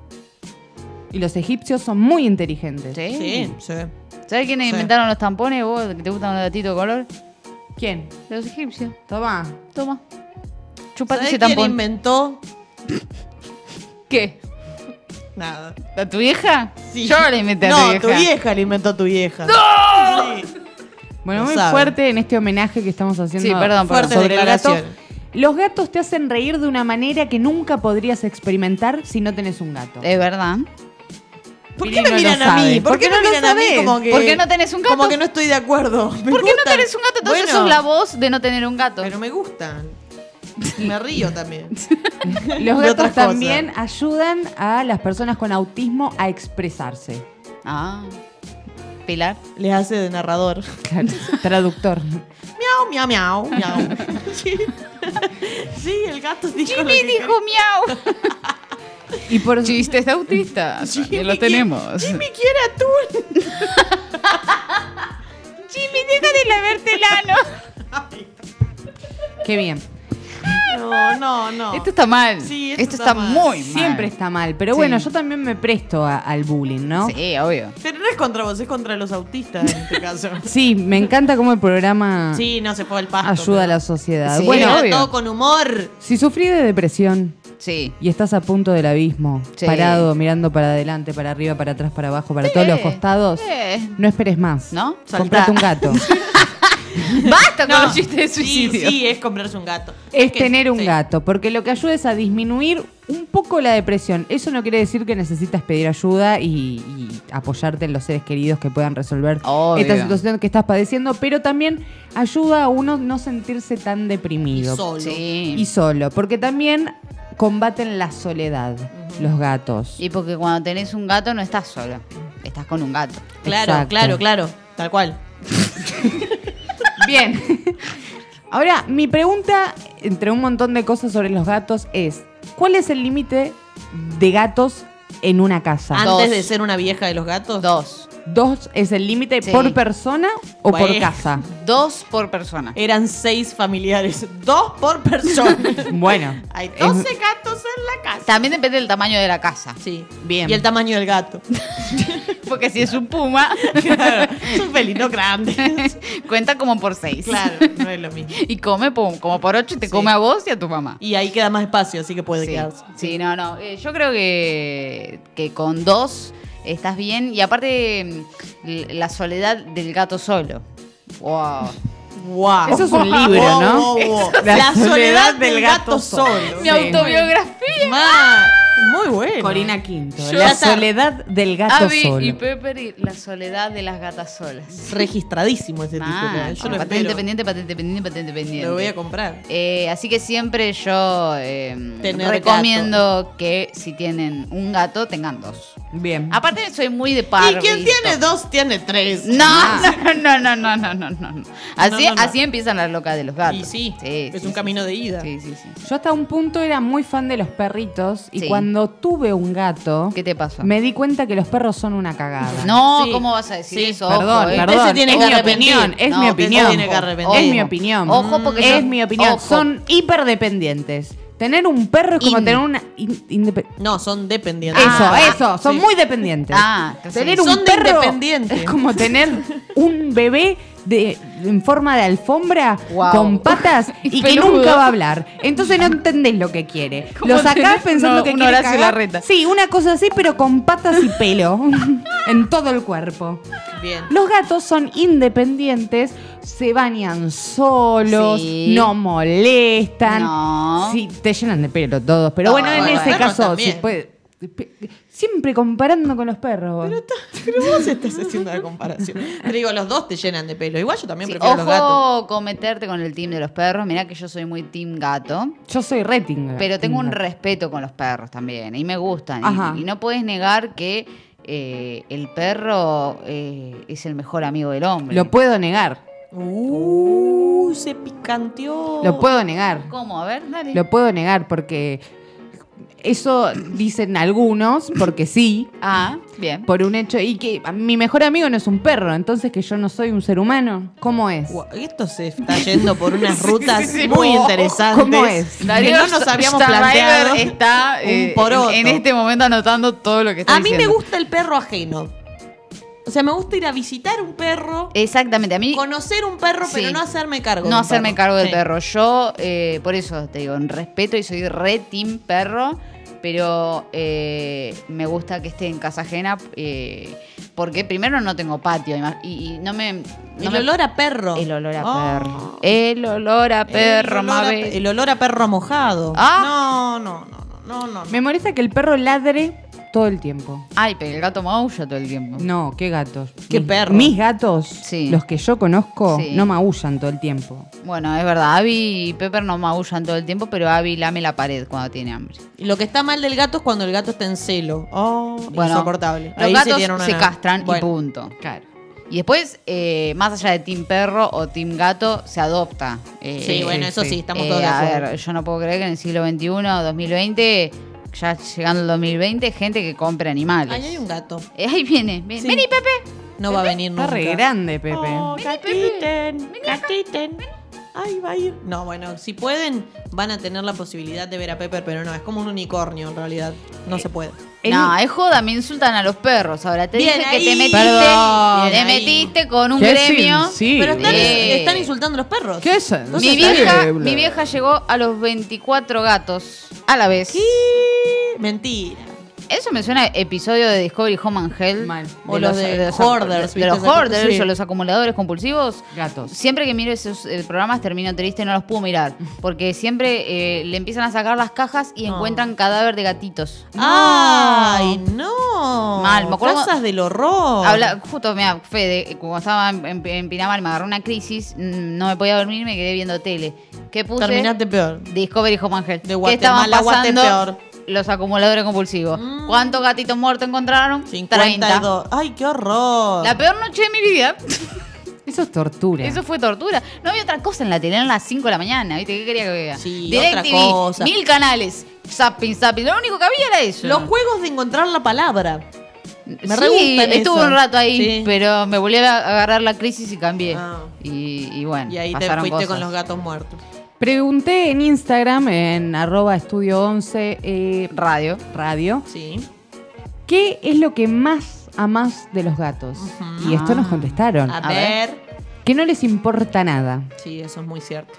[SPEAKER 3] Y los egipcios son muy inteligentes.
[SPEAKER 4] Sí, sí.
[SPEAKER 2] ¿Sabes quiénes
[SPEAKER 4] Sí.
[SPEAKER 2] inventaron los tampones? ¿Vos que te gustan los gatitos de color?
[SPEAKER 3] ¿Quién?
[SPEAKER 2] Los egipcios.
[SPEAKER 3] Toma.
[SPEAKER 2] Toma. Chupate
[SPEAKER 4] ¿Sabés
[SPEAKER 2] ese
[SPEAKER 4] quién
[SPEAKER 2] tampón.
[SPEAKER 4] inventó?
[SPEAKER 2] ¿Qué?
[SPEAKER 4] Nada.
[SPEAKER 2] ¿A tu vieja?
[SPEAKER 4] Sí.
[SPEAKER 2] Yo la inventé a
[SPEAKER 4] No,
[SPEAKER 2] tu vieja.
[SPEAKER 4] la inventó tu vieja. ¡No!
[SPEAKER 3] Bueno,
[SPEAKER 4] Lo
[SPEAKER 3] muy
[SPEAKER 4] saben.
[SPEAKER 3] fuerte en este homenaje que estamos haciendo.
[SPEAKER 2] Sí, perdón, perdón.
[SPEAKER 4] Fuerte
[SPEAKER 3] sobre el gato.
[SPEAKER 4] declaración.
[SPEAKER 3] Los gatos te hacen reír de una manera que nunca podrías experimentar si no tenés un gato.
[SPEAKER 2] Es verdad.
[SPEAKER 4] ¿Por
[SPEAKER 3] Pili
[SPEAKER 4] qué me
[SPEAKER 3] no lo
[SPEAKER 4] miran a
[SPEAKER 3] sabe.
[SPEAKER 4] mí?
[SPEAKER 3] ¿Por
[SPEAKER 4] ¿Por qué
[SPEAKER 3] qué
[SPEAKER 4] me
[SPEAKER 3] no lo
[SPEAKER 4] miran a mí
[SPEAKER 3] sabés?
[SPEAKER 4] como que...
[SPEAKER 2] ¿Por qué no tenés un gato?
[SPEAKER 4] Como que no estoy de acuerdo.
[SPEAKER 2] ¿Por qué no tenés un gato? Entonces
[SPEAKER 4] Bueno.
[SPEAKER 2] sos la voz de no tener un gato.
[SPEAKER 4] Pero me gustan. Me río también.
[SPEAKER 3] Los
[SPEAKER 4] De otras
[SPEAKER 3] gatos
[SPEAKER 4] cosas.
[SPEAKER 3] también ayudan a las personas con autismo a expresarse.
[SPEAKER 2] Ah. Pilar.
[SPEAKER 4] Les hace de narrador.
[SPEAKER 3] Traductor.
[SPEAKER 4] Miau, miau, miau, miau. Sí. Sí, el gato dijo. lo
[SPEAKER 2] Jimmy
[SPEAKER 4] que
[SPEAKER 2] dijo miau.
[SPEAKER 3] Y por
[SPEAKER 2] Chistes de autistas.
[SPEAKER 4] quería.
[SPEAKER 2] también lo tenemos.
[SPEAKER 4] Jimmy quiere atún.
[SPEAKER 2] Jimmy, deja de lavarte el ano.
[SPEAKER 3] Qué bien.
[SPEAKER 4] No, no, no.
[SPEAKER 2] Esto está mal.
[SPEAKER 4] Sí,
[SPEAKER 2] esto, está,
[SPEAKER 4] mal.
[SPEAKER 2] muy mal.
[SPEAKER 3] Siempre está mal. Pero
[SPEAKER 2] Sí.
[SPEAKER 3] bueno, yo también me presto a- al bullying, ¿no?
[SPEAKER 2] Sí, obvio.
[SPEAKER 4] Pero no es contra vos, es contra los autistas en este caso.
[SPEAKER 3] Sí, me encanta cómo el programa
[SPEAKER 4] Sí, no se fue el pasto.
[SPEAKER 3] ayuda a
[SPEAKER 4] pero-
[SPEAKER 3] la sociedad.
[SPEAKER 2] Sí.
[SPEAKER 3] Bueno,
[SPEAKER 4] Era
[SPEAKER 2] obvio.
[SPEAKER 4] todo con humor.
[SPEAKER 3] si sufrí de depresión
[SPEAKER 2] Sí.
[SPEAKER 3] y estás a punto del abismo,
[SPEAKER 2] Sí.
[SPEAKER 3] parado, mirando para adelante, para arriba, para atrás, para abajo, para todos los costados,
[SPEAKER 2] Sí.
[SPEAKER 3] no esperes más.
[SPEAKER 2] ¿No?
[SPEAKER 3] Comprate un gato.
[SPEAKER 2] Basta con
[SPEAKER 4] No.
[SPEAKER 2] los chistes de
[SPEAKER 4] Sí,
[SPEAKER 2] suicidio.
[SPEAKER 4] sí, es comprarse un gato.
[SPEAKER 3] es
[SPEAKER 4] que-
[SPEAKER 3] tener un
[SPEAKER 4] sí.
[SPEAKER 3] gato, porque lo que ayuda es a disminuir un poco la depresión. Eso no quiere decir que necesitas pedir ayuda y, y apoyarte en los seres queridos que puedan resolver
[SPEAKER 2] Obvio.
[SPEAKER 3] esta situación que estás padeciendo, pero también ayuda a uno no sentirse tan deprimido
[SPEAKER 4] Y solo.
[SPEAKER 2] Sí.
[SPEAKER 3] y solo, porque también combaten la soledad los gatos.
[SPEAKER 2] Y porque cuando tenés un gato no estás solo. Estás con un gato.
[SPEAKER 4] Claro,
[SPEAKER 3] Exacto.
[SPEAKER 4] claro, claro. Tal cual.
[SPEAKER 3] Bien. Ahora, mi pregunta, entre un montón de cosas sobre los gatos, es: ¿cuál es el límite de gatos en una casa?
[SPEAKER 4] Antes
[SPEAKER 2] Dos.
[SPEAKER 4] de ser una vieja de los gatos.
[SPEAKER 2] Dos.
[SPEAKER 3] ¿Dos es el límite
[SPEAKER 2] Sí.
[SPEAKER 3] por persona o por
[SPEAKER 4] Bueno.
[SPEAKER 3] casa?
[SPEAKER 2] Dos por persona.
[SPEAKER 4] Eran seis familiares. Dos por persona.
[SPEAKER 3] Bueno.
[SPEAKER 4] Hay
[SPEAKER 3] Es-
[SPEAKER 4] 12 gatos en la casa.
[SPEAKER 2] Eh, También depende del tamaño de la casa.
[SPEAKER 4] Sí.
[SPEAKER 3] Bien.
[SPEAKER 4] Y el tamaño del gato.
[SPEAKER 2] Porque si es un puma,
[SPEAKER 4] es un felino grande.
[SPEAKER 2] cuenta como por seis.
[SPEAKER 4] claro, no es lo mismo.
[SPEAKER 2] Y come po- como por ocho y te
[SPEAKER 4] Sí.
[SPEAKER 2] come a vos y a tu mamá.
[SPEAKER 4] Y ahí queda más espacio, así que puede
[SPEAKER 2] Sí,
[SPEAKER 4] quedarse.
[SPEAKER 2] sí, no, no. Eh, yo creo que, que con dos estás bien. Y aparte, mm, l- la soledad del gato solo. Wow.
[SPEAKER 4] Wow.
[SPEAKER 3] Eso es un libro, ¿no?
[SPEAKER 4] Wow, wow, wow. La, soledad del gato, solo.
[SPEAKER 2] Mi autobiografía.
[SPEAKER 4] Ma, Muy bueno.
[SPEAKER 3] Corina Quinto.
[SPEAKER 4] Yo-
[SPEAKER 3] la
[SPEAKER 4] Ya está.
[SPEAKER 3] soledad del gato
[SPEAKER 2] Abby
[SPEAKER 3] solo.
[SPEAKER 2] y Pepper y la soledad de las gatas solas.
[SPEAKER 4] Registradísimo ese
[SPEAKER 2] Ah,
[SPEAKER 4] título. Yo lo
[SPEAKER 2] patente
[SPEAKER 4] espero.
[SPEAKER 2] pendiente, patente pendiente, patente pendiente.
[SPEAKER 4] Lo voy a comprar.
[SPEAKER 2] Eh, así que siempre yo eh,
[SPEAKER 4] Tener
[SPEAKER 2] recomiendo que si tienen un gato, tengan dos.
[SPEAKER 3] Bien.
[SPEAKER 2] Aparte, soy muy de
[SPEAKER 4] Y
[SPEAKER 2] par.
[SPEAKER 4] quien
[SPEAKER 2] ¿viste?
[SPEAKER 4] tiene dos, tiene tres.
[SPEAKER 2] No, no, no, no, no, no, no, no. Así,
[SPEAKER 4] No, no, no.
[SPEAKER 2] así empiezan las locas de los gatos.
[SPEAKER 4] Y sí, es
[SPEAKER 2] sí,
[SPEAKER 4] un
[SPEAKER 2] sí,
[SPEAKER 4] camino
[SPEAKER 2] sí.
[SPEAKER 4] de ida.
[SPEAKER 2] Sí, sí, sí.
[SPEAKER 3] Yo hasta un punto era muy fan de los perritos y
[SPEAKER 2] Sí.
[SPEAKER 3] cuando tuve un gato
[SPEAKER 2] ¿Qué te pasó?
[SPEAKER 3] me di cuenta que los perros son una cagada.
[SPEAKER 2] No,
[SPEAKER 4] Sí.
[SPEAKER 2] ¿cómo vas a decir
[SPEAKER 4] Sí,
[SPEAKER 2] eso?
[SPEAKER 3] Perdón,
[SPEAKER 2] Ojo, eh.
[SPEAKER 3] perdón.
[SPEAKER 4] Usted se tiene
[SPEAKER 3] es
[SPEAKER 4] que
[SPEAKER 3] mi
[SPEAKER 4] arrepentir.
[SPEAKER 3] opinión, es
[SPEAKER 2] No,
[SPEAKER 3] mi
[SPEAKER 2] usted se
[SPEAKER 3] opinión.
[SPEAKER 4] tiene que arrepentir.
[SPEAKER 3] Es mi
[SPEAKER 2] Ojo.
[SPEAKER 3] opinión.
[SPEAKER 2] Ojo, porque
[SPEAKER 3] es
[SPEAKER 2] yo-
[SPEAKER 3] mi opinión.
[SPEAKER 2] ojo.
[SPEAKER 3] Son hiperdependientes. Tener un perro es como
[SPEAKER 2] In-
[SPEAKER 3] tener una in- indepe-
[SPEAKER 4] No, son dependientes.
[SPEAKER 3] Eso,
[SPEAKER 2] Ah,
[SPEAKER 3] eso, son
[SPEAKER 4] sí.
[SPEAKER 3] muy dependientes.
[SPEAKER 2] Ah, sí.
[SPEAKER 3] tener
[SPEAKER 4] Son
[SPEAKER 3] un
[SPEAKER 4] de
[SPEAKER 3] perro
[SPEAKER 4] independiente.
[SPEAKER 3] es como tener un bebé de, en forma de alfombra
[SPEAKER 2] Guau.
[SPEAKER 3] con patas y que
[SPEAKER 2] Peludo.
[SPEAKER 3] nunca va a hablar. Entonces no entendés lo que quiere. Lo sacás
[SPEAKER 2] tener
[SPEAKER 3] pensando
[SPEAKER 2] una-
[SPEAKER 3] que
[SPEAKER 2] un
[SPEAKER 3] quiere
[SPEAKER 2] Horacio
[SPEAKER 3] cagar.
[SPEAKER 2] Larreta.
[SPEAKER 3] Sí, una cosa así, pero con patas y pelo en todo el cuerpo.
[SPEAKER 4] Bien.
[SPEAKER 3] Los gatos son independientes, se bañan solos,
[SPEAKER 2] Sí.
[SPEAKER 3] no molestan.
[SPEAKER 2] No.
[SPEAKER 3] Sí, te llenan de pelo todos. Pero
[SPEAKER 2] No,
[SPEAKER 3] bueno, en
[SPEAKER 2] bueno,
[SPEAKER 3] ese
[SPEAKER 4] los perros
[SPEAKER 3] caso,
[SPEAKER 4] también.
[SPEAKER 3] si puede- pe- siempre comparando con los perros. vos.
[SPEAKER 4] Pero vos estás haciendo la comparación. Te digo, los dos te llenan de pelo. Igual yo también
[SPEAKER 2] Sí,
[SPEAKER 4] prefiero los gatos.
[SPEAKER 2] ojo con meterte con el team de los perros. Mirá que yo soy muy team gato.
[SPEAKER 3] Yo soy rating.
[SPEAKER 2] Pero tengo un respeto con los perros también. Y me gustan. y-
[SPEAKER 3] Ajá.
[SPEAKER 2] Y, no puedes negar que eh, el perro eh, es el mejor amigo del hombre.
[SPEAKER 3] Lo puedo negar.
[SPEAKER 4] Uh, se picanteó.
[SPEAKER 2] Oh.
[SPEAKER 3] Lo puedo negar.
[SPEAKER 2] ¿Cómo? A ver, dale.
[SPEAKER 3] Lo puedo negar porque eso dicen algunos, porque sí.
[SPEAKER 2] Ah, bien.
[SPEAKER 3] Por un hecho, y que mi mejor amigo no es un perro, entonces que yo no soy un ser humano, ¿cómo es?
[SPEAKER 4] Gua- Esto se está yendo por unas rutas
[SPEAKER 2] sí, sí.
[SPEAKER 4] muy
[SPEAKER 2] Oh,
[SPEAKER 4] interesantes.
[SPEAKER 3] ¿cómo es?
[SPEAKER 4] que no nos habíamos planteado.
[SPEAKER 2] está
[SPEAKER 4] un
[SPEAKER 2] eh,
[SPEAKER 4] poroto.
[SPEAKER 2] en, en este momento anotando todo lo que está
[SPEAKER 4] A mí me
[SPEAKER 2] diciendo.
[SPEAKER 4] gusta el perro ajeno. O sea, me gusta ir a visitar un perro,
[SPEAKER 2] Exactamente, a mí
[SPEAKER 4] conocer un perro, pero
[SPEAKER 2] Sí.
[SPEAKER 4] no hacerme cargo. de
[SPEAKER 2] no
[SPEAKER 4] un
[SPEAKER 2] hacerme
[SPEAKER 4] perro.
[SPEAKER 2] cargo del
[SPEAKER 4] Sí.
[SPEAKER 2] perro. Yo, eh, por eso te digo, en respeto y soy re team perro, pero eh, me gusta que esté en casa ajena eh, porque primero no tengo patio ima- y, y no me... no
[SPEAKER 4] El
[SPEAKER 2] me-
[SPEAKER 4] olor a perro.
[SPEAKER 2] El olor a
[SPEAKER 4] Oh.
[SPEAKER 2] perro. El olor a perro,
[SPEAKER 4] el olor a,
[SPEAKER 2] Mabel.
[SPEAKER 4] el olor a perro mojado. No,
[SPEAKER 2] Ah.
[SPEAKER 4] no, no, no, no, no.
[SPEAKER 3] Me molesta que el perro ladre todo el tiempo.
[SPEAKER 2] Ay, pero el gato maulla todo el tiempo.
[SPEAKER 3] No, qué gatos.
[SPEAKER 4] Qué
[SPEAKER 3] Mis-
[SPEAKER 4] perro.
[SPEAKER 3] Mis gatos,
[SPEAKER 2] Sí.
[SPEAKER 3] los que yo conozco,
[SPEAKER 2] Sí.
[SPEAKER 3] no maullan todo el tiempo.
[SPEAKER 2] Bueno, es verdad, Abby y Pepper no maullan todo el tiempo, pero Abby lame la pared cuando tiene hambre.
[SPEAKER 4] Y lo que está mal del gato es cuando el gato está en celo. Oh,
[SPEAKER 2] Bueno,
[SPEAKER 4] insoportable.
[SPEAKER 2] Los
[SPEAKER 4] Ahí sí
[SPEAKER 2] gatos
[SPEAKER 4] tiene una-
[SPEAKER 2] se castran y
[SPEAKER 4] Bueno.
[SPEAKER 2] punto.
[SPEAKER 3] Claro.
[SPEAKER 2] Y después, eh, más allá de Team Perro o Team Gato, se adopta. Eh,
[SPEAKER 4] Sí, bueno, eso sí, estamos todos
[SPEAKER 2] eh,
[SPEAKER 4] de
[SPEAKER 2] A
[SPEAKER 4] acuerdo.
[SPEAKER 2] ver, yo no puedo creer que en el siglo XXI, 2020, ya llegando el 2020, gente que compre animales.
[SPEAKER 4] Ahí hay un gato.
[SPEAKER 2] Eh, ahí viene. ven-
[SPEAKER 4] Sí.
[SPEAKER 2] Vení, Pepe.
[SPEAKER 4] No va a venir
[SPEAKER 3] Está
[SPEAKER 4] nunca.
[SPEAKER 3] re grande, Pepe.
[SPEAKER 4] Oh, gatiten, gatiten. Ay, va a ir. No, bueno, si pueden, van a tener la posibilidad de ver a Pepper, pero no, es como un unicornio en realidad.
[SPEAKER 2] Eh,
[SPEAKER 4] No se puede.
[SPEAKER 3] El-
[SPEAKER 2] no, es joda, me insultan a los perros. Ahora te
[SPEAKER 4] Bien
[SPEAKER 2] dije que
[SPEAKER 4] ahí.
[SPEAKER 2] te metiste,
[SPEAKER 4] Perdón.
[SPEAKER 2] te
[SPEAKER 4] Bien ahí.
[SPEAKER 2] metiste con un
[SPEAKER 3] Qué
[SPEAKER 2] gremio.
[SPEAKER 3] sensible.
[SPEAKER 4] Pero están,
[SPEAKER 2] Eh.
[SPEAKER 4] están insultando a los perros.
[SPEAKER 3] ¿Qué es eso?
[SPEAKER 2] Mi vieja, mi vieja llegó a los 24 gatos a la vez.
[SPEAKER 4] Mentira.
[SPEAKER 2] Eso me suena a episodio de Discovery Home and Hell.
[SPEAKER 3] Mal.
[SPEAKER 4] O los de hoarders,
[SPEAKER 2] De los
[SPEAKER 4] ¿viste?
[SPEAKER 2] hoarders
[SPEAKER 4] Sí.
[SPEAKER 2] o los acumuladores compulsivos.
[SPEAKER 3] Gatos.
[SPEAKER 2] Siempre que miro esos eh, programas termino triste, no los puedo mirar. Porque siempre eh, le empiezan a sacar las cajas y encuentran cadáver de gatitos.
[SPEAKER 4] Ay, no.
[SPEAKER 2] Mal, me acuerdo-
[SPEAKER 4] Casas del horror.
[SPEAKER 2] Habla, justo, mira, Fede, cuando estaba en, en- en Pinamar me agarró una crisis, mm, no me podía dormir, me quedé viendo tele. ¿Qué puse?
[SPEAKER 4] Terminaste peor.
[SPEAKER 2] Discovery Home
[SPEAKER 4] De
[SPEAKER 2] Angel. ¿Qué estaban
[SPEAKER 4] Guatemala a
[SPEAKER 2] pasando
[SPEAKER 4] Guatepeor.
[SPEAKER 2] los acumuladores compulsivos?
[SPEAKER 4] Mm.
[SPEAKER 2] ¿Cuántos gatitos muertos encontraron? 30.
[SPEAKER 4] 52. Ay, qué horror.
[SPEAKER 2] La peor noche de mi vida.
[SPEAKER 3] Eso es tortura.
[SPEAKER 2] Eso fue tortura. No había otra cosa en la tele, eran las 5 de la mañana, ¿viste? ¿Qué quería que vea?
[SPEAKER 4] Sí,
[SPEAKER 2] DirecTV,
[SPEAKER 4] otra cosa.
[SPEAKER 2] mil canales, zapping, zapping. Lo único que había era eso.
[SPEAKER 4] Los juegos de encontrar la palabra. me re
[SPEAKER 2] sí,
[SPEAKER 4] gustan
[SPEAKER 2] estuve
[SPEAKER 4] eso.
[SPEAKER 2] un rato ahí,
[SPEAKER 4] Sí.
[SPEAKER 2] pero me volví a agarrar la crisis y cambié.
[SPEAKER 4] Ah.
[SPEAKER 2] Y, y bueno,
[SPEAKER 4] Y ahí te
[SPEAKER 2] pasaron
[SPEAKER 4] fuiste
[SPEAKER 2] cosas.
[SPEAKER 4] con los gatos muertos.
[SPEAKER 3] Pregunté en Instagram, en arroba estudio 11 eh,
[SPEAKER 2] Radio.
[SPEAKER 3] radio,
[SPEAKER 4] Sí.
[SPEAKER 3] ¿qué es lo que más amás de los gatos? Y esto nos contestaron.
[SPEAKER 4] A,
[SPEAKER 2] A ver.
[SPEAKER 4] ver.
[SPEAKER 3] Que no les importa nada.
[SPEAKER 4] Sí, eso es muy cierto.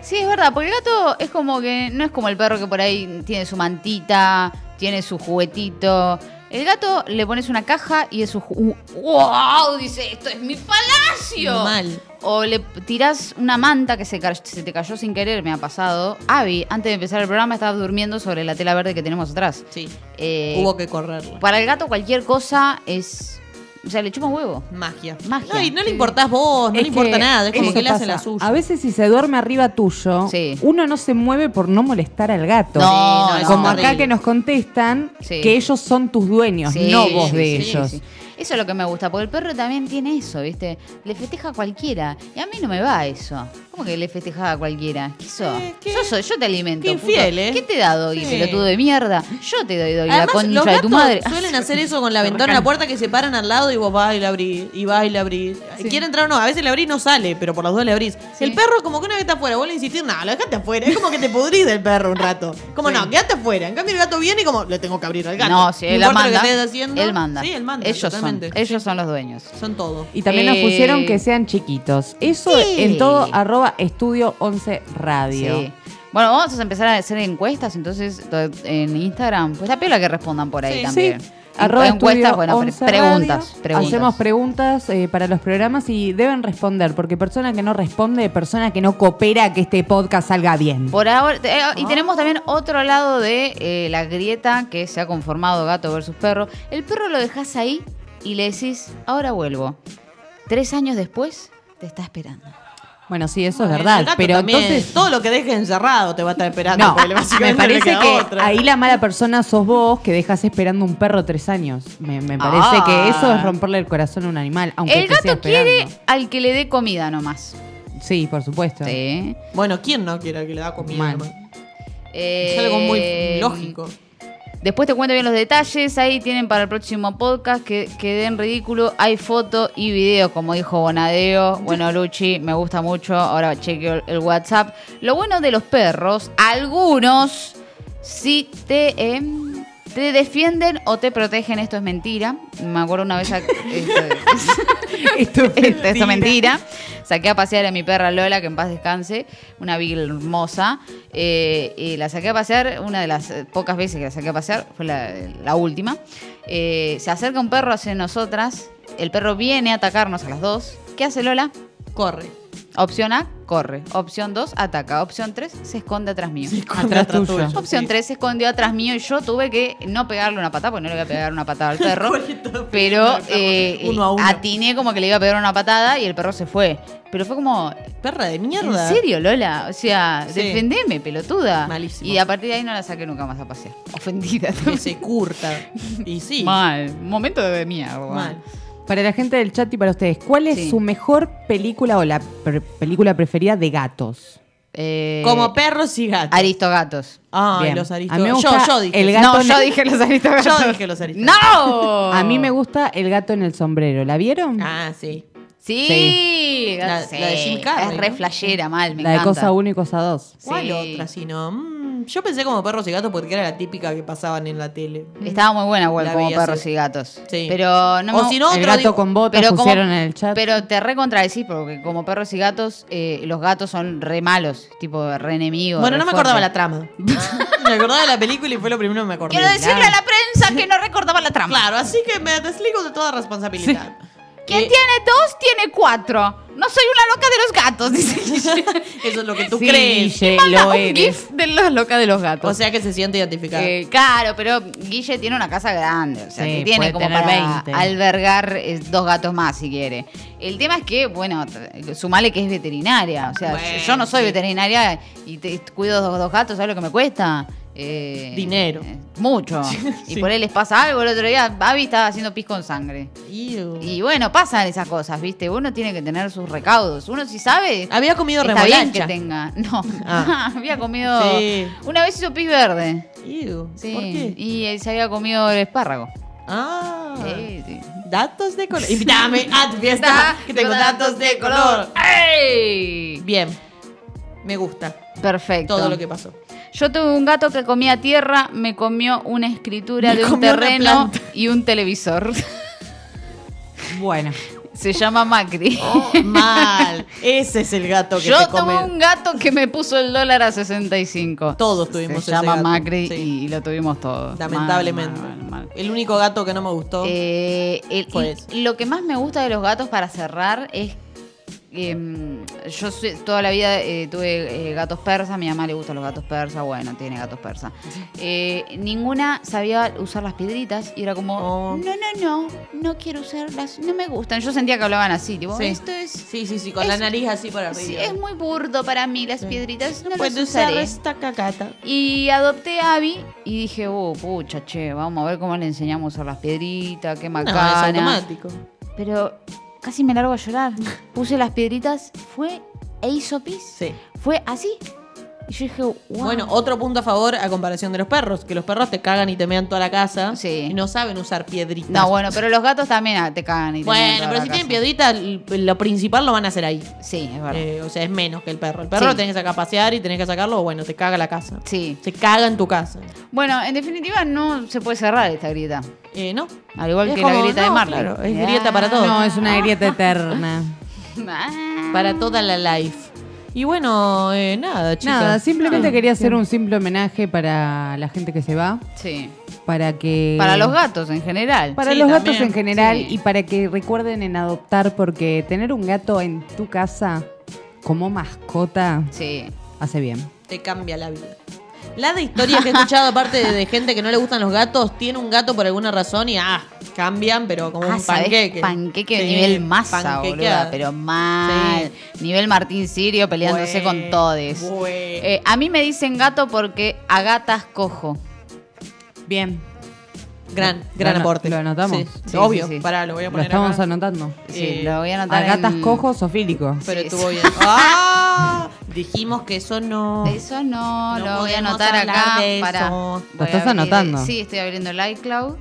[SPEAKER 2] Sí, es verdad, porque el gato es como que no es como el perro que por ahí tiene su mantita, tiene su juguetito. El gato le pones una caja y es su ju- ¡Wow! Dice, esto es mi palacio.
[SPEAKER 4] Mal.
[SPEAKER 2] O le tirás una manta que se, ca- se te cayó sin querer, me ha pasado. Avi, antes de empezar el programa, estaba durmiendo sobre la tela verde que tenemos atrás.
[SPEAKER 4] Sí.
[SPEAKER 2] Eh,
[SPEAKER 4] Hubo que correrla.
[SPEAKER 2] Para el gato cualquier cosa es... O sea, le chupa un huevo.
[SPEAKER 4] Magia.
[SPEAKER 2] Magia.
[SPEAKER 4] No, y no le importás vos, no
[SPEAKER 3] Es
[SPEAKER 4] le importa
[SPEAKER 3] que
[SPEAKER 4] nada. Es como
[SPEAKER 3] eso
[SPEAKER 4] que le hace la
[SPEAKER 3] pasa.
[SPEAKER 4] suya.
[SPEAKER 3] A veces si se duerme arriba tuyo,
[SPEAKER 2] Sí.
[SPEAKER 3] uno no se mueve por no molestar al gato.
[SPEAKER 2] No,
[SPEAKER 4] no,
[SPEAKER 2] no.
[SPEAKER 4] es
[SPEAKER 3] Como
[SPEAKER 4] horrible.
[SPEAKER 3] acá que nos contestan
[SPEAKER 2] Sí.
[SPEAKER 3] que ellos son tus dueños,
[SPEAKER 2] Sí,
[SPEAKER 3] no vos
[SPEAKER 2] sí,
[SPEAKER 3] de
[SPEAKER 2] sí,
[SPEAKER 3] ellos.
[SPEAKER 2] sí. Eso es lo que me gusta, porque el perro también tiene eso, ¿viste? Le festeja a cualquiera. Y a mí no me va eso. ¿Cómo que le festeja a cualquiera? ¿Qué eso?
[SPEAKER 4] Eh, ¿qué?
[SPEAKER 2] Yo, soy, yo te alimento.
[SPEAKER 4] Qué
[SPEAKER 2] puto.
[SPEAKER 4] infiel, ¿eh?
[SPEAKER 2] ¿Qué te da, Doggy,
[SPEAKER 4] Sí.
[SPEAKER 2] pelotudo de mierda? Yo te doy, Doggy, la
[SPEAKER 4] Además,
[SPEAKER 2] concha
[SPEAKER 4] los
[SPEAKER 2] de
[SPEAKER 4] gatos
[SPEAKER 2] tu madre. Ah,
[SPEAKER 4] suelen hacer eso con la ventana, la puerta que se paran al lado y vos vas y la abrís, y vas y la abrís. Quiere entrar o no, a veces la abrís y no sale, pero por las dudas la abrís.
[SPEAKER 2] Sí.
[SPEAKER 4] El perro como que una vez está afuera, vos le insistís, no, lo dejaste afuera. Es como que te pudrís del perro un rato. Como no, quedaste afuera. En cambio el gato viene y como, le tengo que abrir al gato.
[SPEAKER 2] Ah, No, si él la
[SPEAKER 4] importa lo que
[SPEAKER 2] manda.
[SPEAKER 4] estés haciendo.
[SPEAKER 2] Él manda.
[SPEAKER 4] Sí, él manda,
[SPEAKER 2] Ellos
[SPEAKER 4] totalmente.
[SPEAKER 2] son. Ellos son los dueños.
[SPEAKER 4] Son todo.
[SPEAKER 3] Y también nos
[SPEAKER 2] Eh,
[SPEAKER 3] pusieron que sean chiquitos. Eso
[SPEAKER 2] sí.
[SPEAKER 3] en todo arroba estudio 11 radio.
[SPEAKER 2] Sí. Bueno, vamos a empezar a hacer encuestas entonces to- en Instagram. Pues la piola que respondan por ahí
[SPEAKER 4] Sí.
[SPEAKER 2] también.
[SPEAKER 3] Sí.
[SPEAKER 2] En-
[SPEAKER 3] Arroba
[SPEAKER 2] encuestas,
[SPEAKER 3] Estudio
[SPEAKER 2] bueno, pre-
[SPEAKER 3] 11
[SPEAKER 2] preguntas,
[SPEAKER 3] Radio.
[SPEAKER 2] preguntas.
[SPEAKER 3] Hacemos preguntas eh, para los programas y deben responder, porque persona que no responde, persona que no coopera a que este podcast salga bien.
[SPEAKER 2] Por ahora, te- eh,
[SPEAKER 4] Ah.
[SPEAKER 2] y tenemos también otro lado de eh, la grieta que se ha conformado gato versus perro. El perro lo dejas ahí y le decís, ahora vuelvo. Tres años después te está esperando.
[SPEAKER 3] Bueno, sí, eso es
[SPEAKER 4] El
[SPEAKER 3] verdad.
[SPEAKER 4] gato
[SPEAKER 3] Pero
[SPEAKER 4] también,
[SPEAKER 3] entonces.
[SPEAKER 4] todo lo que dejes encerrado te va a estar
[SPEAKER 2] Ah,
[SPEAKER 4] esperando.
[SPEAKER 3] No,
[SPEAKER 4] porque le-
[SPEAKER 3] me
[SPEAKER 4] básicamente no le
[SPEAKER 3] parece
[SPEAKER 4] queda
[SPEAKER 3] que
[SPEAKER 4] otra.
[SPEAKER 3] ahí la mala persona sos vos que dejas esperando un perro tres años. Me, me parece
[SPEAKER 2] Ah.
[SPEAKER 3] que eso es romperle el corazón a un animal, aunque
[SPEAKER 2] El
[SPEAKER 3] te siga
[SPEAKER 2] gato quiere
[SPEAKER 3] esperando.
[SPEAKER 2] al que le dé comida nomás.
[SPEAKER 3] Sí, por supuesto.
[SPEAKER 2] Sí.
[SPEAKER 4] Bueno, ¿quién no quiere que le da comida?
[SPEAKER 3] Mal.
[SPEAKER 4] hermano?
[SPEAKER 2] Eh,
[SPEAKER 4] Es algo muy lógico.
[SPEAKER 2] Después te cuento bien los detalles. Ahí tienen para el próximo podcast que quedé en ridículo. Hay foto y video, como dijo Bonadeo. Bueno, Luchi, me gusta mucho. Ahora chequeo el- el WhatsApp. Lo bueno de los perros, algunos sí te, eh, te defienden o te protegen. Esto es mentira. Me acuerdo una vez. a- esto-
[SPEAKER 3] Esto es
[SPEAKER 2] esto es mentira. Saqué a pasear a mi perra Lola, que en paz descanse, una beagle hermosa. Eh, y la saqué a pasear, una de las eh, pocas veces que la saqué a pasear, fue la, la última. Eh, se acerca un perro hacia nosotras, el perro viene a atacarnos a las dos. ¿Qué hace Lola?
[SPEAKER 4] Corre.
[SPEAKER 2] Opción A, corre. Opción 2, ataca. Opción 3, se esconde atrás mío.
[SPEAKER 4] Atrás tuyo.
[SPEAKER 2] Opción 3 se escondió atrás mío y yo tuve que no pegarle una patada, porque no le voy a pegar una patada al perro. pero eh,
[SPEAKER 4] Uno a uno.
[SPEAKER 2] atiné como que le iba a pegar una patada y el perro se fue. Pero fue como,
[SPEAKER 4] Perra de
[SPEAKER 2] ¿en
[SPEAKER 4] mierda.
[SPEAKER 2] serio, Lola? O sea,
[SPEAKER 4] Sí.
[SPEAKER 2] defendeme, pelotuda.
[SPEAKER 4] Malísimo.
[SPEAKER 2] Y a partir de ahí no la saqué nunca más a pasear. Ofendida.
[SPEAKER 4] Que se curta. Y sí.
[SPEAKER 2] Mal. Momento de mierda.
[SPEAKER 4] Mal.
[SPEAKER 3] Para la gente del chat y para ustedes, ¿cuál es
[SPEAKER 2] Sí.
[SPEAKER 3] su mejor película o la pre- película preferida de gatos?
[SPEAKER 2] Eh,
[SPEAKER 4] Como perros y gatos.
[SPEAKER 2] Aristogatos.
[SPEAKER 4] Ah,
[SPEAKER 3] Bien.
[SPEAKER 4] los aristos.
[SPEAKER 3] A mí me
[SPEAKER 4] yo,
[SPEAKER 3] gusta
[SPEAKER 4] yo dije.
[SPEAKER 3] el gato
[SPEAKER 2] no, yo
[SPEAKER 3] ne-
[SPEAKER 2] dije los aristogatos.
[SPEAKER 4] Yo dije los aristogatos.
[SPEAKER 2] ¡No!
[SPEAKER 3] A mí me gusta El gato en el sombrero. ¿La vieron?
[SPEAKER 4] Ah, sí.
[SPEAKER 2] Sí.
[SPEAKER 3] Sí.
[SPEAKER 4] La-
[SPEAKER 2] sí.
[SPEAKER 4] la de Jim Carrey,
[SPEAKER 2] Es re
[SPEAKER 4] ¿no?
[SPEAKER 2] flashera, mal, me
[SPEAKER 3] la de
[SPEAKER 2] encanta.
[SPEAKER 3] cosa 1 y cosa 2.
[SPEAKER 2] Sí.
[SPEAKER 4] ¿Cuál otra? Si no. mm, yo pensé como perros y gatos porque era la típica que pasaban en la tele.
[SPEAKER 2] Estaba muy buena igual
[SPEAKER 4] La
[SPEAKER 2] como
[SPEAKER 4] vi
[SPEAKER 2] perros
[SPEAKER 4] así.
[SPEAKER 2] y gatos.
[SPEAKER 4] Sí.
[SPEAKER 2] Pero no
[SPEAKER 4] O
[SPEAKER 2] me-
[SPEAKER 4] si no,
[SPEAKER 3] el
[SPEAKER 4] otro
[SPEAKER 3] gato
[SPEAKER 4] digo-
[SPEAKER 3] con botas
[SPEAKER 2] pero como-
[SPEAKER 3] pusieron en el chat.
[SPEAKER 2] Pero te recontradecís porque como perros y gatos, eh, los gatos son re malos, tipo re enemigos.
[SPEAKER 4] Bueno,
[SPEAKER 2] re
[SPEAKER 4] no me acordaba la
[SPEAKER 2] fuertes.
[SPEAKER 4] trama. me acordaba de la película y fue lo primero que me acordé.
[SPEAKER 2] Quiero decirle a la prensa que no recordaba la trama.
[SPEAKER 4] Claro, así que me desligo de toda responsabilidad.
[SPEAKER 2] Quien
[SPEAKER 4] Eh,
[SPEAKER 2] tiene dos, tiene cuatro. No soy una loca de los gatos, dice
[SPEAKER 4] Eso es lo que tú
[SPEAKER 3] Sí,
[SPEAKER 4] crees.
[SPEAKER 3] Guille,
[SPEAKER 2] Manda
[SPEAKER 3] lo
[SPEAKER 2] un
[SPEAKER 3] eres.
[SPEAKER 2] gif de la loca de los gatos.
[SPEAKER 4] O sea que se siente identificado.
[SPEAKER 2] Eh, claro, pero Guille tiene una casa grande, o sea,
[SPEAKER 3] Sí,
[SPEAKER 2] que tiene
[SPEAKER 3] puede
[SPEAKER 2] como
[SPEAKER 3] tener
[SPEAKER 2] para
[SPEAKER 3] 20.
[SPEAKER 2] albergar eh, dos gatos más si quiere. El tema es que, bueno, t- sumale que es veterinaria, o sea,
[SPEAKER 4] Bueno,
[SPEAKER 2] yo no soy
[SPEAKER 4] sí.
[SPEAKER 2] veterinaria y te cuido dos, dos gatos, ¿sabes lo que me cuesta? Eh,
[SPEAKER 4] Dinero.
[SPEAKER 2] eh, mucho. Y por él les pasa algo, el otro día Babi estaba haciendo pis con sangre.
[SPEAKER 4] Iu.
[SPEAKER 2] Y bueno, pasan esas cosas, ¿viste? Uno tiene que tener sus recaudos. Uno si sabe...
[SPEAKER 4] Había comido
[SPEAKER 2] Está bien que
[SPEAKER 4] remolacha.
[SPEAKER 2] tenga. No,
[SPEAKER 4] Ah.
[SPEAKER 2] había comido...
[SPEAKER 4] Sí.
[SPEAKER 2] Una vez hizo pis verde.
[SPEAKER 4] Iu.
[SPEAKER 2] Sí,
[SPEAKER 4] ¿Por qué?
[SPEAKER 2] y él se había comido el espárrago.
[SPEAKER 4] Ah.
[SPEAKER 2] Sí, sí.
[SPEAKER 4] Datos de color. Invítame a tu fiesta que tengo datos de color.
[SPEAKER 2] ¡Ey!
[SPEAKER 4] Bien. Me gusta
[SPEAKER 2] Perfecto.
[SPEAKER 4] todo lo que pasó.
[SPEAKER 2] Yo tuve un gato que comía tierra, me comió una escritura
[SPEAKER 4] Me
[SPEAKER 2] de un
[SPEAKER 4] comió una
[SPEAKER 2] terreno
[SPEAKER 4] planta.
[SPEAKER 2] y un televisor.
[SPEAKER 3] Bueno.
[SPEAKER 2] Se llama Macri.
[SPEAKER 4] Oh, Mal. Ese es el gato que
[SPEAKER 2] Yo
[SPEAKER 4] te come.
[SPEAKER 2] tuve un gato que me puso el dólar a 65.
[SPEAKER 4] Todos tuvimos ese
[SPEAKER 2] Se llama
[SPEAKER 4] gato,
[SPEAKER 2] Macri
[SPEAKER 4] sí.
[SPEAKER 2] y lo tuvimos todos.
[SPEAKER 4] Lamentablemente.
[SPEAKER 2] Mal, mal, mal, mal.
[SPEAKER 4] El único gato que no me gustó.
[SPEAKER 2] Eh, el-
[SPEAKER 4] Fue
[SPEAKER 2] y
[SPEAKER 4] eso.
[SPEAKER 2] lo que más me gusta de los gatos para cerrar es em, yo soy- toda la vida eh, tuve eh, gatos persas, mi mamá le gustan los gatos persas, bueno, tiene gatos persas. Eh, ninguna sabía usar las piedritas y era como,
[SPEAKER 4] Oh.
[SPEAKER 2] no, no, no, no quiero usarlas, no me gustan. Yo sentía que hablaban así, tipo,
[SPEAKER 4] Sí.
[SPEAKER 2] esto es,
[SPEAKER 4] sí, sí, sí, con
[SPEAKER 2] es-
[SPEAKER 4] la nariz así por arriba.
[SPEAKER 2] sí, es muy burdo para mí, las piedritas no, las
[SPEAKER 4] Puedo usar
[SPEAKER 2] usaré.
[SPEAKER 4] esta cacata.
[SPEAKER 2] Y adopté a Abby y dije, oh, pucha, che, vamos a ver cómo le enseñamos a usar las piedritas, qué
[SPEAKER 4] No, es
[SPEAKER 2] macana.
[SPEAKER 4] automático.
[SPEAKER 2] Pero casi me largo a llorar. Puse las piedritas, fue e hizo pis.
[SPEAKER 4] Sí.
[SPEAKER 2] Fue así. Y yo dije, wow.
[SPEAKER 4] Bueno, otro punto a favor a comparación de los perros, que los perros te cagan y te mean toda la casa
[SPEAKER 2] Sí.
[SPEAKER 4] y no saben usar piedritas.
[SPEAKER 2] no, bueno, pero los gatos también ah, te cagan y te
[SPEAKER 4] Bueno,
[SPEAKER 2] meten toda
[SPEAKER 4] pero
[SPEAKER 2] la
[SPEAKER 4] si
[SPEAKER 2] casa.
[SPEAKER 4] tienen piedritas, lo principal lo van a hacer ahí.
[SPEAKER 2] Sí, es verdad.
[SPEAKER 4] Eh, o sea, es menos que el perro. El perro
[SPEAKER 2] Sí.
[SPEAKER 4] lo tenés que sacar a pasear y tenés que sacarlo, o bueno, te caga la casa.
[SPEAKER 2] Sí.
[SPEAKER 4] Se caga en tu casa.
[SPEAKER 2] Bueno, en definitiva no se puede cerrar esta grieta.
[SPEAKER 4] Eh, ¿No?
[SPEAKER 2] Al igual
[SPEAKER 4] Es
[SPEAKER 2] que la
[SPEAKER 4] como,
[SPEAKER 2] grieta de
[SPEAKER 4] no,
[SPEAKER 2] Marley.
[SPEAKER 4] claro, es grieta para todos.
[SPEAKER 3] No, es una grieta eterna.
[SPEAKER 2] Ah.
[SPEAKER 4] Para toda la life. Y bueno, eh, nada, chicas.
[SPEAKER 3] Nada, simplemente
[SPEAKER 2] Ah,
[SPEAKER 4] Sí.
[SPEAKER 3] quería hacer un simple homenaje para la gente que se va,
[SPEAKER 2] Sí.
[SPEAKER 3] para que...
[SPEAKER 2] Para los gatos en general.
[SPEAKER 3] Para
[SPEAKER 4] Sí,
[SPEAKER 3] los
[SPEAKER 4] también,
[SPEAKER 3] gatos en general
[SPEAKER 2] sí.
[SPEAKER 3] y para que recuerden en adoptar, porque tener un gato en tu casa como mascota
[SPEAKER 2] Sí.
[SPEAKER 3] hace bien.
[SPEAKER 4] te cambia la vida. La de historias que he escuchado, aparte de, de gente que no le gustan los gatos, tiene un gato por alguna razón y ah, cambian, pero como
[SPEAKER 2] Ah,
[SPEAKER 4] un
[SPEAKER 2] ¿sabés?
[SPEAKER 4] panqueque.
[SPEAKER 2] Panqueque de
[SPEAKER 4] Sí,
[SPEAKER 2] nivel masa,
[SPEAKER 4] panquequeada.
[SPEAKER 2] boluda, pero mal. Nivel Martín Sirio peleándose
[SPEAKER 4] Bue-
[SPEAKER 2] con todes.
[SPEAKER 4] bue-
[SPEAKER 2] Eh, a mí me dicen gato porque a gatas cojo.
[SPEAKER 3] Bien.
[SPEAKER 4] gran, gran
[SPEAKER 3] Lo ano-
[SPEAKER 4] aporte.
[SPEAKER 3] lo anotamos.
[SPEAKER 4] Sí,
[SPEAKER 2] Sí,
[SPEAKER 4] obvio,
[SPEAKER 2] sí, sí.
[SPEAKER 4] pará, lo voy a
[SPEAKER 3] Lo
[SPEAKER 4] poner
[SPEAKER 3] estamos
[SPEAKER 4] acá.
[SPEAKER 3] anotando.
[SPEAKER 2] Sí,
[SPEAKER 4] Eh,
[SPEAKER 2] lo voy a
[SPEAKER 3] A
[SPEAKER 2] anotar.
[SPEAKER 3] gatas
[SPEAKER 2] en-
[SPEAKER 3] cojos o fílicos.
[SPEAKER 4] Pero
[SPEAKER 2] Sí,
[SPEAKER 4] estuvo
[SPEAKER 2] sí.
[SPEAKER 4] bien. ¡Ah! Dijimos que eso no.
[SPEAKER 2] Eso
[SPEAKER 4] No
[SPEAKER 2] no, lo voy a
[SPEAKER 4] podemos
[SPEAKER 2] anotar
[SPEAKER 4] hablar
[SPEAKER 2] acá.
[SPEAKER 4] de eso.
[SPEAKER 2] Para,
[SPEAKER 4] Lo
[SPEAKER 3] estás anotando.
[SPEAKER 2] Sí, estoy abriendo el iCloud.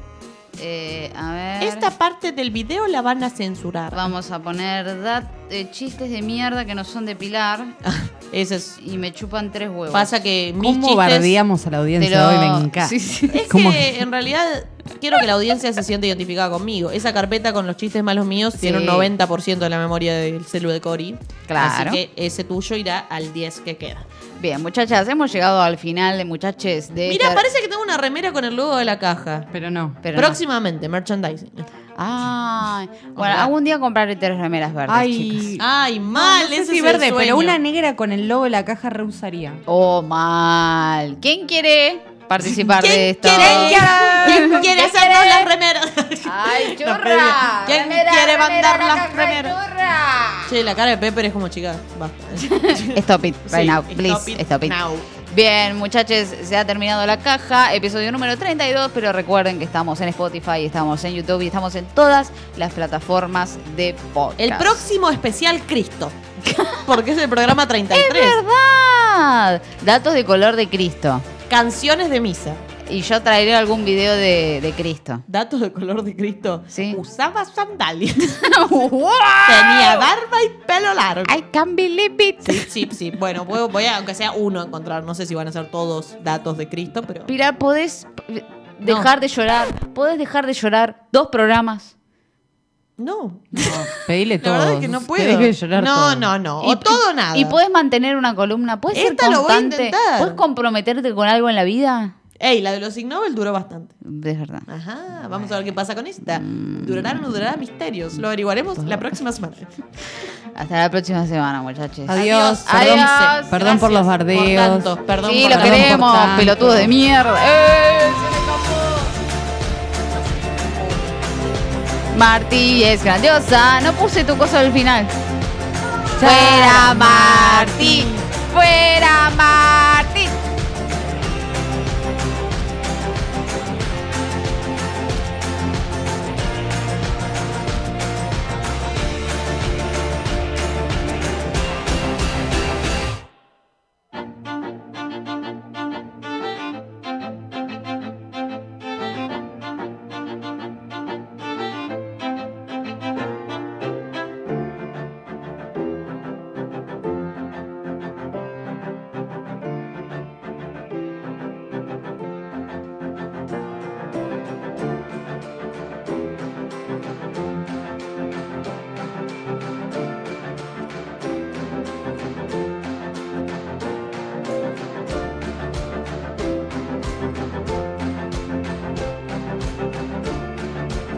[SPEAKER 2] Eh, a ver.
[SPEAKER 4] Esta parte del video la van a censurar.
[SPEAKER 2] Vamos a poner dat- eh, chistes de mierda que no son de Pilar
[SPEAKER 4] Ese es.
[SPEAKER 2] y me chupan tres huevos.
[SPEAKER 4] Pasa que mis
[SPEAKER 3] ¿Cómo
[SPEAKER 4] chistes-
[SPEAKER 3] bardeamos a la
[SPEAKER 2] Te
[SPEAKER 3] audiencia
[SPEAKER 2] lo-
[SPEAKER 3] hoy? Me encanta.
[SPEAKER 2] Sí, sí.
[SPEAKER 4] Es
[SPEAKER 3] ¿Cómo?
[SPEAKER 4] que en realidad quiero que la audiencia se sienta identificada conmigo. Esa carpeta con los chistes malos míos tiene un
[SPEAKER 2] Sí.
[SPEAKER 4] 90% de la memoria del celu de Cori.
[SPEAKER 2] Claro.
[SPEAKER 4] Así que ese tuyo irá al 10 que queda.
[SPEAKER 2] Bien, muchachas, hemos llegado al final de muchaches de
[SPEAKER 4] Mira,
[SPEAKER 2] esta-
[SPEAKER 4] parece que tengo una remera con el logo de la caja.
[SPEAKER 3] Pero no.
[SPEAKER 2] Pero no.
[SPEAKER 4] Próximamente, merchandising.
[SPEAKER 2] Ay, bueno, algún día compraré tres remeras verdes, chicas.
[SPEAKER 3] Ay,
[SPEAKER 4] Ay, Ah, mal,
[SPEAKER 3] no sé
[SPEAKER 4] ese
[SPEAKER 3] si
[SPEAKER 4] es
[SPEAKER 3] verde,
[SPEAKER 4] el
[SPEAKER 3] pero
[SPEAKER 4] sueño.
[SPEAKER 3] una negra con el logo de la caja reusaría.
[SPEAKER 2] Oh, mal. ¿Quién quiere participar de
[SPEAKER 4] ¿Quién
[SPEAKER 2] esto?
[SPEAKER 4] quiere, ¿Quién quiere hacernos las remeras?
[SPEAKER 2] ¡Ay, churra!
[SPEAKER 4] No, pero- ¿Quién quiere mandar
[SPEAKER 2] la
[SPEAKER 4] las
[SPEAKER 2] caja de
[SPEAKER 4] remeras?
[SPEAKER 2] churra?
[SPEAKER 4] Che, la cara de Pepper es como chica. Basta.
[SPEAKER 2] Stop it, right
[SPEAKER 4] Sí,
[SPEAKER 2] now, please, stop it.
[SPEAKER 4] now.
[SPEAKER 2] Bien, muchachos, se ha terminado la caja, episodio número 32, pero recuerden que estamos en Spotify, estamos en YouTube y estamos en todas las plataformas de podcast.
[SPEAKER 4] El próximo especial Cristo. Porque es el programa 33.
[SPEAKER 2] ¡Verdad! Datos de color de Cristo.
[SPEAKER 4] Canciones de misa.
[SPEAKER 2] Y yo traeré algún video de, de Cristo.
[SPEAKER 4] Datos de color de Cristo.
[SPEAKER 2] Sí.
[SPEAKER 4] Usaba sandalias.
[SPEAKER 2] ¡Wow!
[SPEAKER 4] Tenía barba y pelo largo.
[SPEAKER 2] I can't believe it.
[SPEAKER 4] Sí, sí, sí. Bueno, voy, voy a, aunque sea uno, a encontrar. No sé si van a ser todos datos de Cristo, pero.
[SPEAKER 2] Pilar, podés p- dejar de llorar. Podés dejar de llorar dos programas.
[SPEAKER 4] No.
[SPEAKER 3] Pedile
[SPEAKER 4] La
[SPEAKER 3] todo.
[SPEAKER 4] verdad es que no puedo. no, no, no. O
[SPEAKER 2] Y-
[SPEAKER 4] todo o nada.
[SPEAKER 2] Y podés mantener una columna. Podés ser
[SPEAKER 4] Esta lo voy a
[SPEAKER 2] constante.
[SPEAKER 4] intentar.
[SPEAKER 2] Podés comprometernte con algo en la vida.
[SPEAKER 4] Ey, la de los Ignobles duró bastante.
[SPEAKER 2] Es verdad.
[SPEAKER 4] Ajá, vamos a ver qué pasa con esta. ¿Durará o no durará misterios? Lo averiguaremos la próxima semana.
[SPEAKER 2] Hasta la próxima semana, muchachos.
[SPEAKER 3] Adiós.
[SPEAKER 2] Adiós.
[SPEAKER 3] Perdón,
[SPEAKER 2] Adiós.
[SPEAKER 3] perdón por los
[SPEAKER 4] Por
[SPEAKER 3] bardeos.
[SPEAKER 4] tanto, perdón
[SPEAKER 2] Sí,
[SPEAKER 4] por
[SPEAKER 2] lo
[SPEAKER 4] tanto.
[SPEAKER 3] perdón por
[SPEAKER 2] queremos,
[SPEAKER 3] tanto.
[SPEAKER 2] pelotudos de mierda. ¡Eh! ¡Se me escapó! Marty es grandiosa. No puse tu cosa al final. Fuera Marty. Fuera Marty.